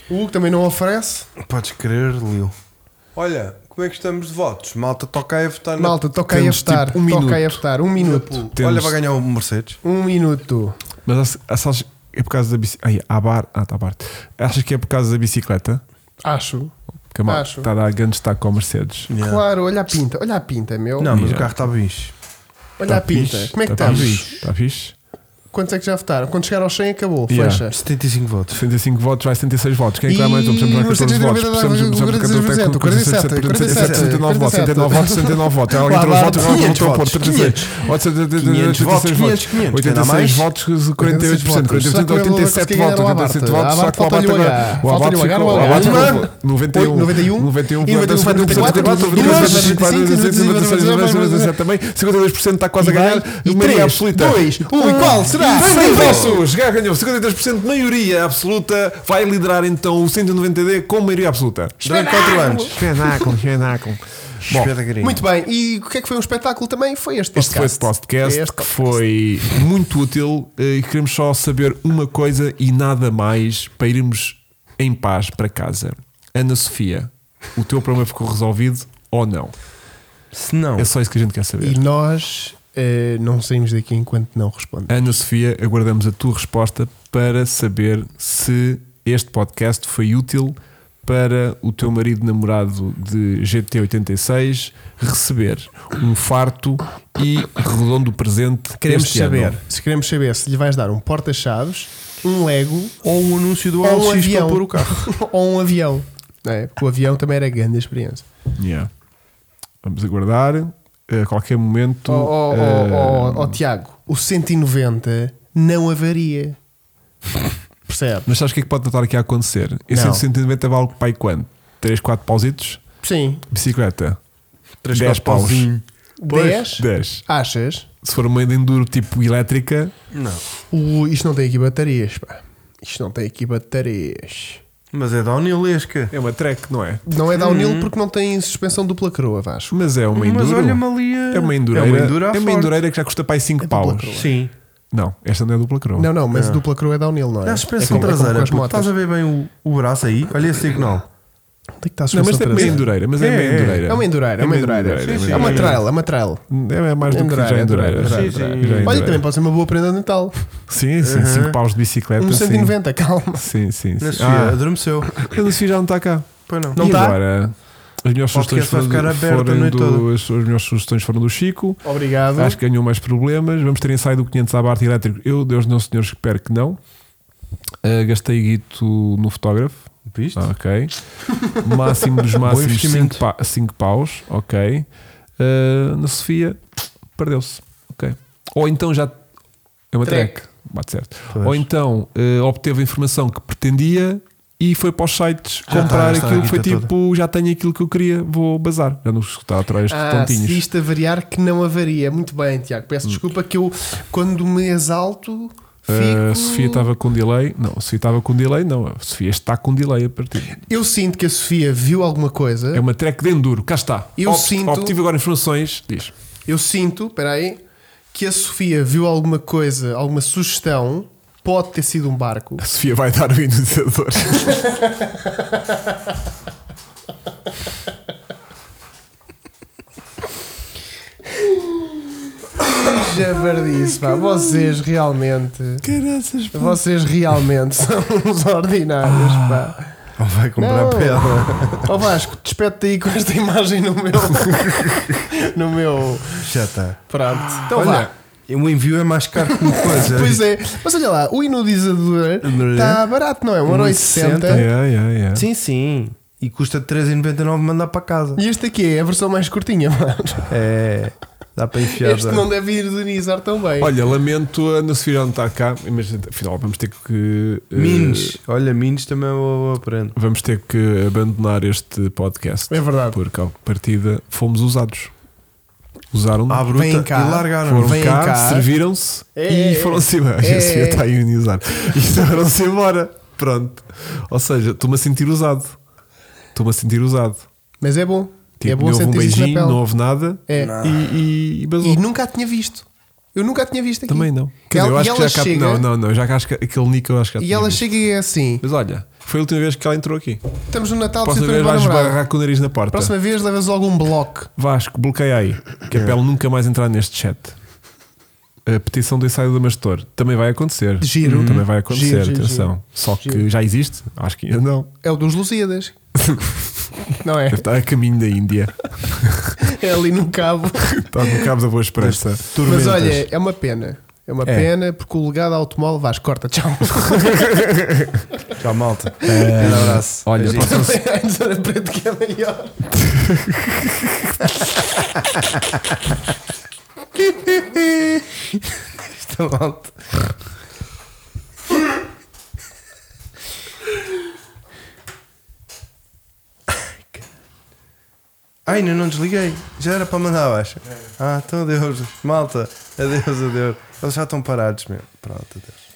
O Hugo também não oferece.
Podes crer, Lio. Olha, como é que estamos de votos? Malta, toca aí a votar na-
Malta, toca aí a
temos
votar.
tipo um
toca aí a
minuto.
votar. Um
na
minuto.
pool.
Temos-
Olha, vai ganhar o Mercedes.
Um minuto.
Mas achas- achas que é por causa da bicicleta. Ah, bar... ah, tá, bar. Achas que é por causa da bicicleta?
Acho.
Que a malta
Acho.
está a dar grande destaque ao Mercedes.
Yeah.
Claro, olha a pinta. Olha a pinta, meu.
Não, mas
Yeah.
o carro tá está bicho.
olha
Tá
a pinta.
fixe,
Como é que
tá
estamos?
fixe, Está fixe?
Quantos é que já votaram? Quando chegar aos 100 acabou.
Yeah.
É.
Fecha.
75 votos.
75 votos, vai 76 votos. Quem é que vai mais? Estamos
E
mais 14
Mercedes
votos.
vai dar-
Precisamos
vai- vai- vai- 47,
69 votos. 69 votos, 69 votos. Alguém
Lá
entrou os
vai,
votos, agora
500
voltou a pôr.
votos,
36 votos,
500 votos,
86
500,
votos. 86
mais?
votos, 48%.
48%,
48%, 87 votos, 87 votos. Só que o Abate
Falta-lhe o
agora.
H.
O Abate
Falta-lhe o H,
ficou. O
não é o
Abate
H.
ficou. 91.
91,
91.
e
94,
94,
94, Né, também. 52% está quase a ganhar.
E
Maioria
3,
absoluta. Um,
2, 1. E qual será?
Sem vossos! Gá ganhou 53% maioria absoluta. Vai liderar então o 190D com maioria absoluta.
Durante 4 anos.
Espetáculo, espetáculo. Bom,
Espetaculinho.
Muito bem. E o que é que foi um espetáculo também? Foi este
este foi
podcast.
esse podcast
Este
que foi muito útil eh, e queremos só saber uma coisa e nada mais para irmos em paz para casa. Ana Sofia, o teu problema ficou resolvido ou não?
Se não,
É só isso que a gente quer saber.
E nós eh, não saímos daqui enquanto não respondemos.
Ana Sofia, aguardamos a tua resposta para saber se este podcast foi útil para o teu marido namorado de GT86 receber um farto e redondo presente.
Queremos
este
saber.
ano.
Se queremos saber se lhe vais dar um porta-chaves, um Lego
ou um anúncio do
Ou um
LX para
avião.
pôr o carro.
ou um avião. Não é? Porque o avião também era grande a experiência.
Yeah. Vamos aguardar. eh, A qualquer momento.
Ó oh,
eh,
Tiago, o 190 não avaria. Percebe?
Mas sabes o que é que pode estar aqui a acontecer? Esse
Não.
190 vale para aí quanto? 3, 4 pausitos?
Sim.
Bicicleta?
3,
10
4
paus.
pauzinho.
10?
10.
Achas?
Se for uma de enduro tipo elétrica,
Não.
Ui, isto não tem aqui baterias, pá. Isto não tem aqui baterias.
Mas é da Unilesca.
É uma track, não é?
Não é downhill porque não tem suspensão dupla coroa, Vasco.
Mas é uma
Mas
enduro.
olha-me ali a-
É uma
É
endureira.
uma enduro à
É uma
forte.
endureira que já custa para aí 5 paus.
Sim.
Não, esta não é dupla coroa.
Não, não, mas dupla coroa é downhill, não é?
Dá suspensão
como- como
traseira.
com as
puto.
motas.
estás a ver bem o, o braço aí? Olha esse signal.
Tem que estar
Não, mas é
suspensão
meio
traseira.
endureira, mas é,
É,
meio
é.
endureira.
É uma endureira, é uma endureira.
Sim, sim.
É uma trail, é uma trail.
É mais do que
Endureira,
já é endureira.
endureira,
endureira,
Já é
endureira.
endureira.
Bem
Olha, também pode ser uma boa prenda de Natal.
Sim, sim, 5 paus de bicicleta.
Um
É sim.
190, calma.
Sim, sim. sim.
Na Sofia,
Ah,
adormeceu.
a Sofia já não está cá.
Pois não.
Não
e
tá?
agora? As melhores sugestões
podcast vai
foram,
ficar
do,
aberto a
foram
noite
do, as, as melhores sugestões foram do Chico.
Obrigado.
Acho que ganhou mais problemas. Vamos ter ensaio do 500 à Barte Elétrico. Eu, Deus não, senhores, espero que não. Ah, gastei guito no fotógrafo.
Viste?
Ah, Ok. Máximo dos máximos
investimento.
5 pa cinco paus. Ok. Ah, na Sofia, perdeu-se. Ok. Ou então já. É uma
Track.
track. Bate certo.
Pois.
Ou então eh, obteve a informação que pretendia e foi para os sites
Já está, já
comprar
está a
aquilo. Foi
guita
tipo, já tenho aquilo que eu queria, vou bazar. Já não escutar atrás de
Ah, se
pontinhos. Hum.
isto avariar, que não avaria. Muito bem, Tiago. Peço desculpa que eu, quando me exalto, fico.
Eh, A Sofia estava com delay. Não, a Sofia estava com delay, não. A Sofia está com delay a partir.
Eu sinto que a Sofia viu alguma coisa.
É uma track de enduro, cá está.
Ah. Eu sinto-
Obtive agora informações, diz.
Eu sinto, espera aí, que a Sofia viu alguma coisa, alguma sugestão. Pode ter sido um barco.
A Sofia vai dar o iniciador.
Javardice, pá. Vocês realmente.
Caraças, Ah,
Vocês realmente são uns ordinários, pá.
Ou vai
um
comprar
Não.
pedra.
Ó Vasco, despete aí com esta imagem no meu. no meu.
Já está.
Pronto. Então vá.
Olha, o envio é mais caro que uma coisa.
Pois é, mas olha lá, o inudizador
Não é?
está barato, não é? 1,60€.
Yeah, yeah, yeah.
Sim, sim. E custa 3,99 mandar para casa.
E este aqui é a versão mais curtinha, mano.
É. Dá para enfiar.
Este não deve ironizar tão bem.
Olha, lamento a Ana Sofia não estar cá, mas afinal vamos ter que. eh,
Mines. Olha, Mines também é uma boa prenda.
Vamos ter que abandonar este podcast.
É verdade.
Porque à partida fomos usados. Usaram
À bruta
Vem cá.
e largaram.
foram
vêm
cá,
cá.
serviram-se
É,
e
é,
foram-se embora.
é,
A Sofia
é.
está a ionizar. E foram-se embora. Pronto. Ou seja, estou-me a sentir usado. Estou-me a sentir usado.
Mas é bom.
Tipo,
é
não
bom
houve um
sentir-se na
beijinho,
pele.
não houve nada.
É.
E, e, e basou.
E nunca a tinha visto. Eu nunca a tinha visto aqui.
Também não. Quer dizer, eu
Ela- e
acho que
ela
já cá-
chega-
Não, não, não. Já cá acho que aquele nick eu acho que já
E
tinha
ela
visto.
chega e é assim:
Mas olha, foi a última vez que ela entrou aqui.
estamos no Natal de
Próxima
cintura
vez vais
para
barrar com o nariz na porta.
Próxima vez levas logo um bloco.
Vasco, bloqueia aí. Que é para ela nunca mais entrar neste chat. A petição do ensaio do Mastor também vai acontecer.
Giro. Uhum.
Também vai acontecer,
Giro, giro,
atenção.
giro.
Só que
Giro.
já existe? Acho que ainda não.
É o dos Lusíadas. não é?
Deve estar a caminho da Índia.
É ali no cabo.
Está no cabo da Boa Esperança.
Mas olha, é uma pena. É uma
É.
pena porque o legado automóvel vais, corta, tchau.
Tchau, malta. Um abraço.
Olha,
Beijinho.
próxima se-
a zona preta que é maior.
Tchau, malta. Ai, ainda não desliguei. Já era para mandar abaixo. Ah, então adeus. Malta, adeus, adeus. Eles já estão parados mesmo. Pronto, adeus.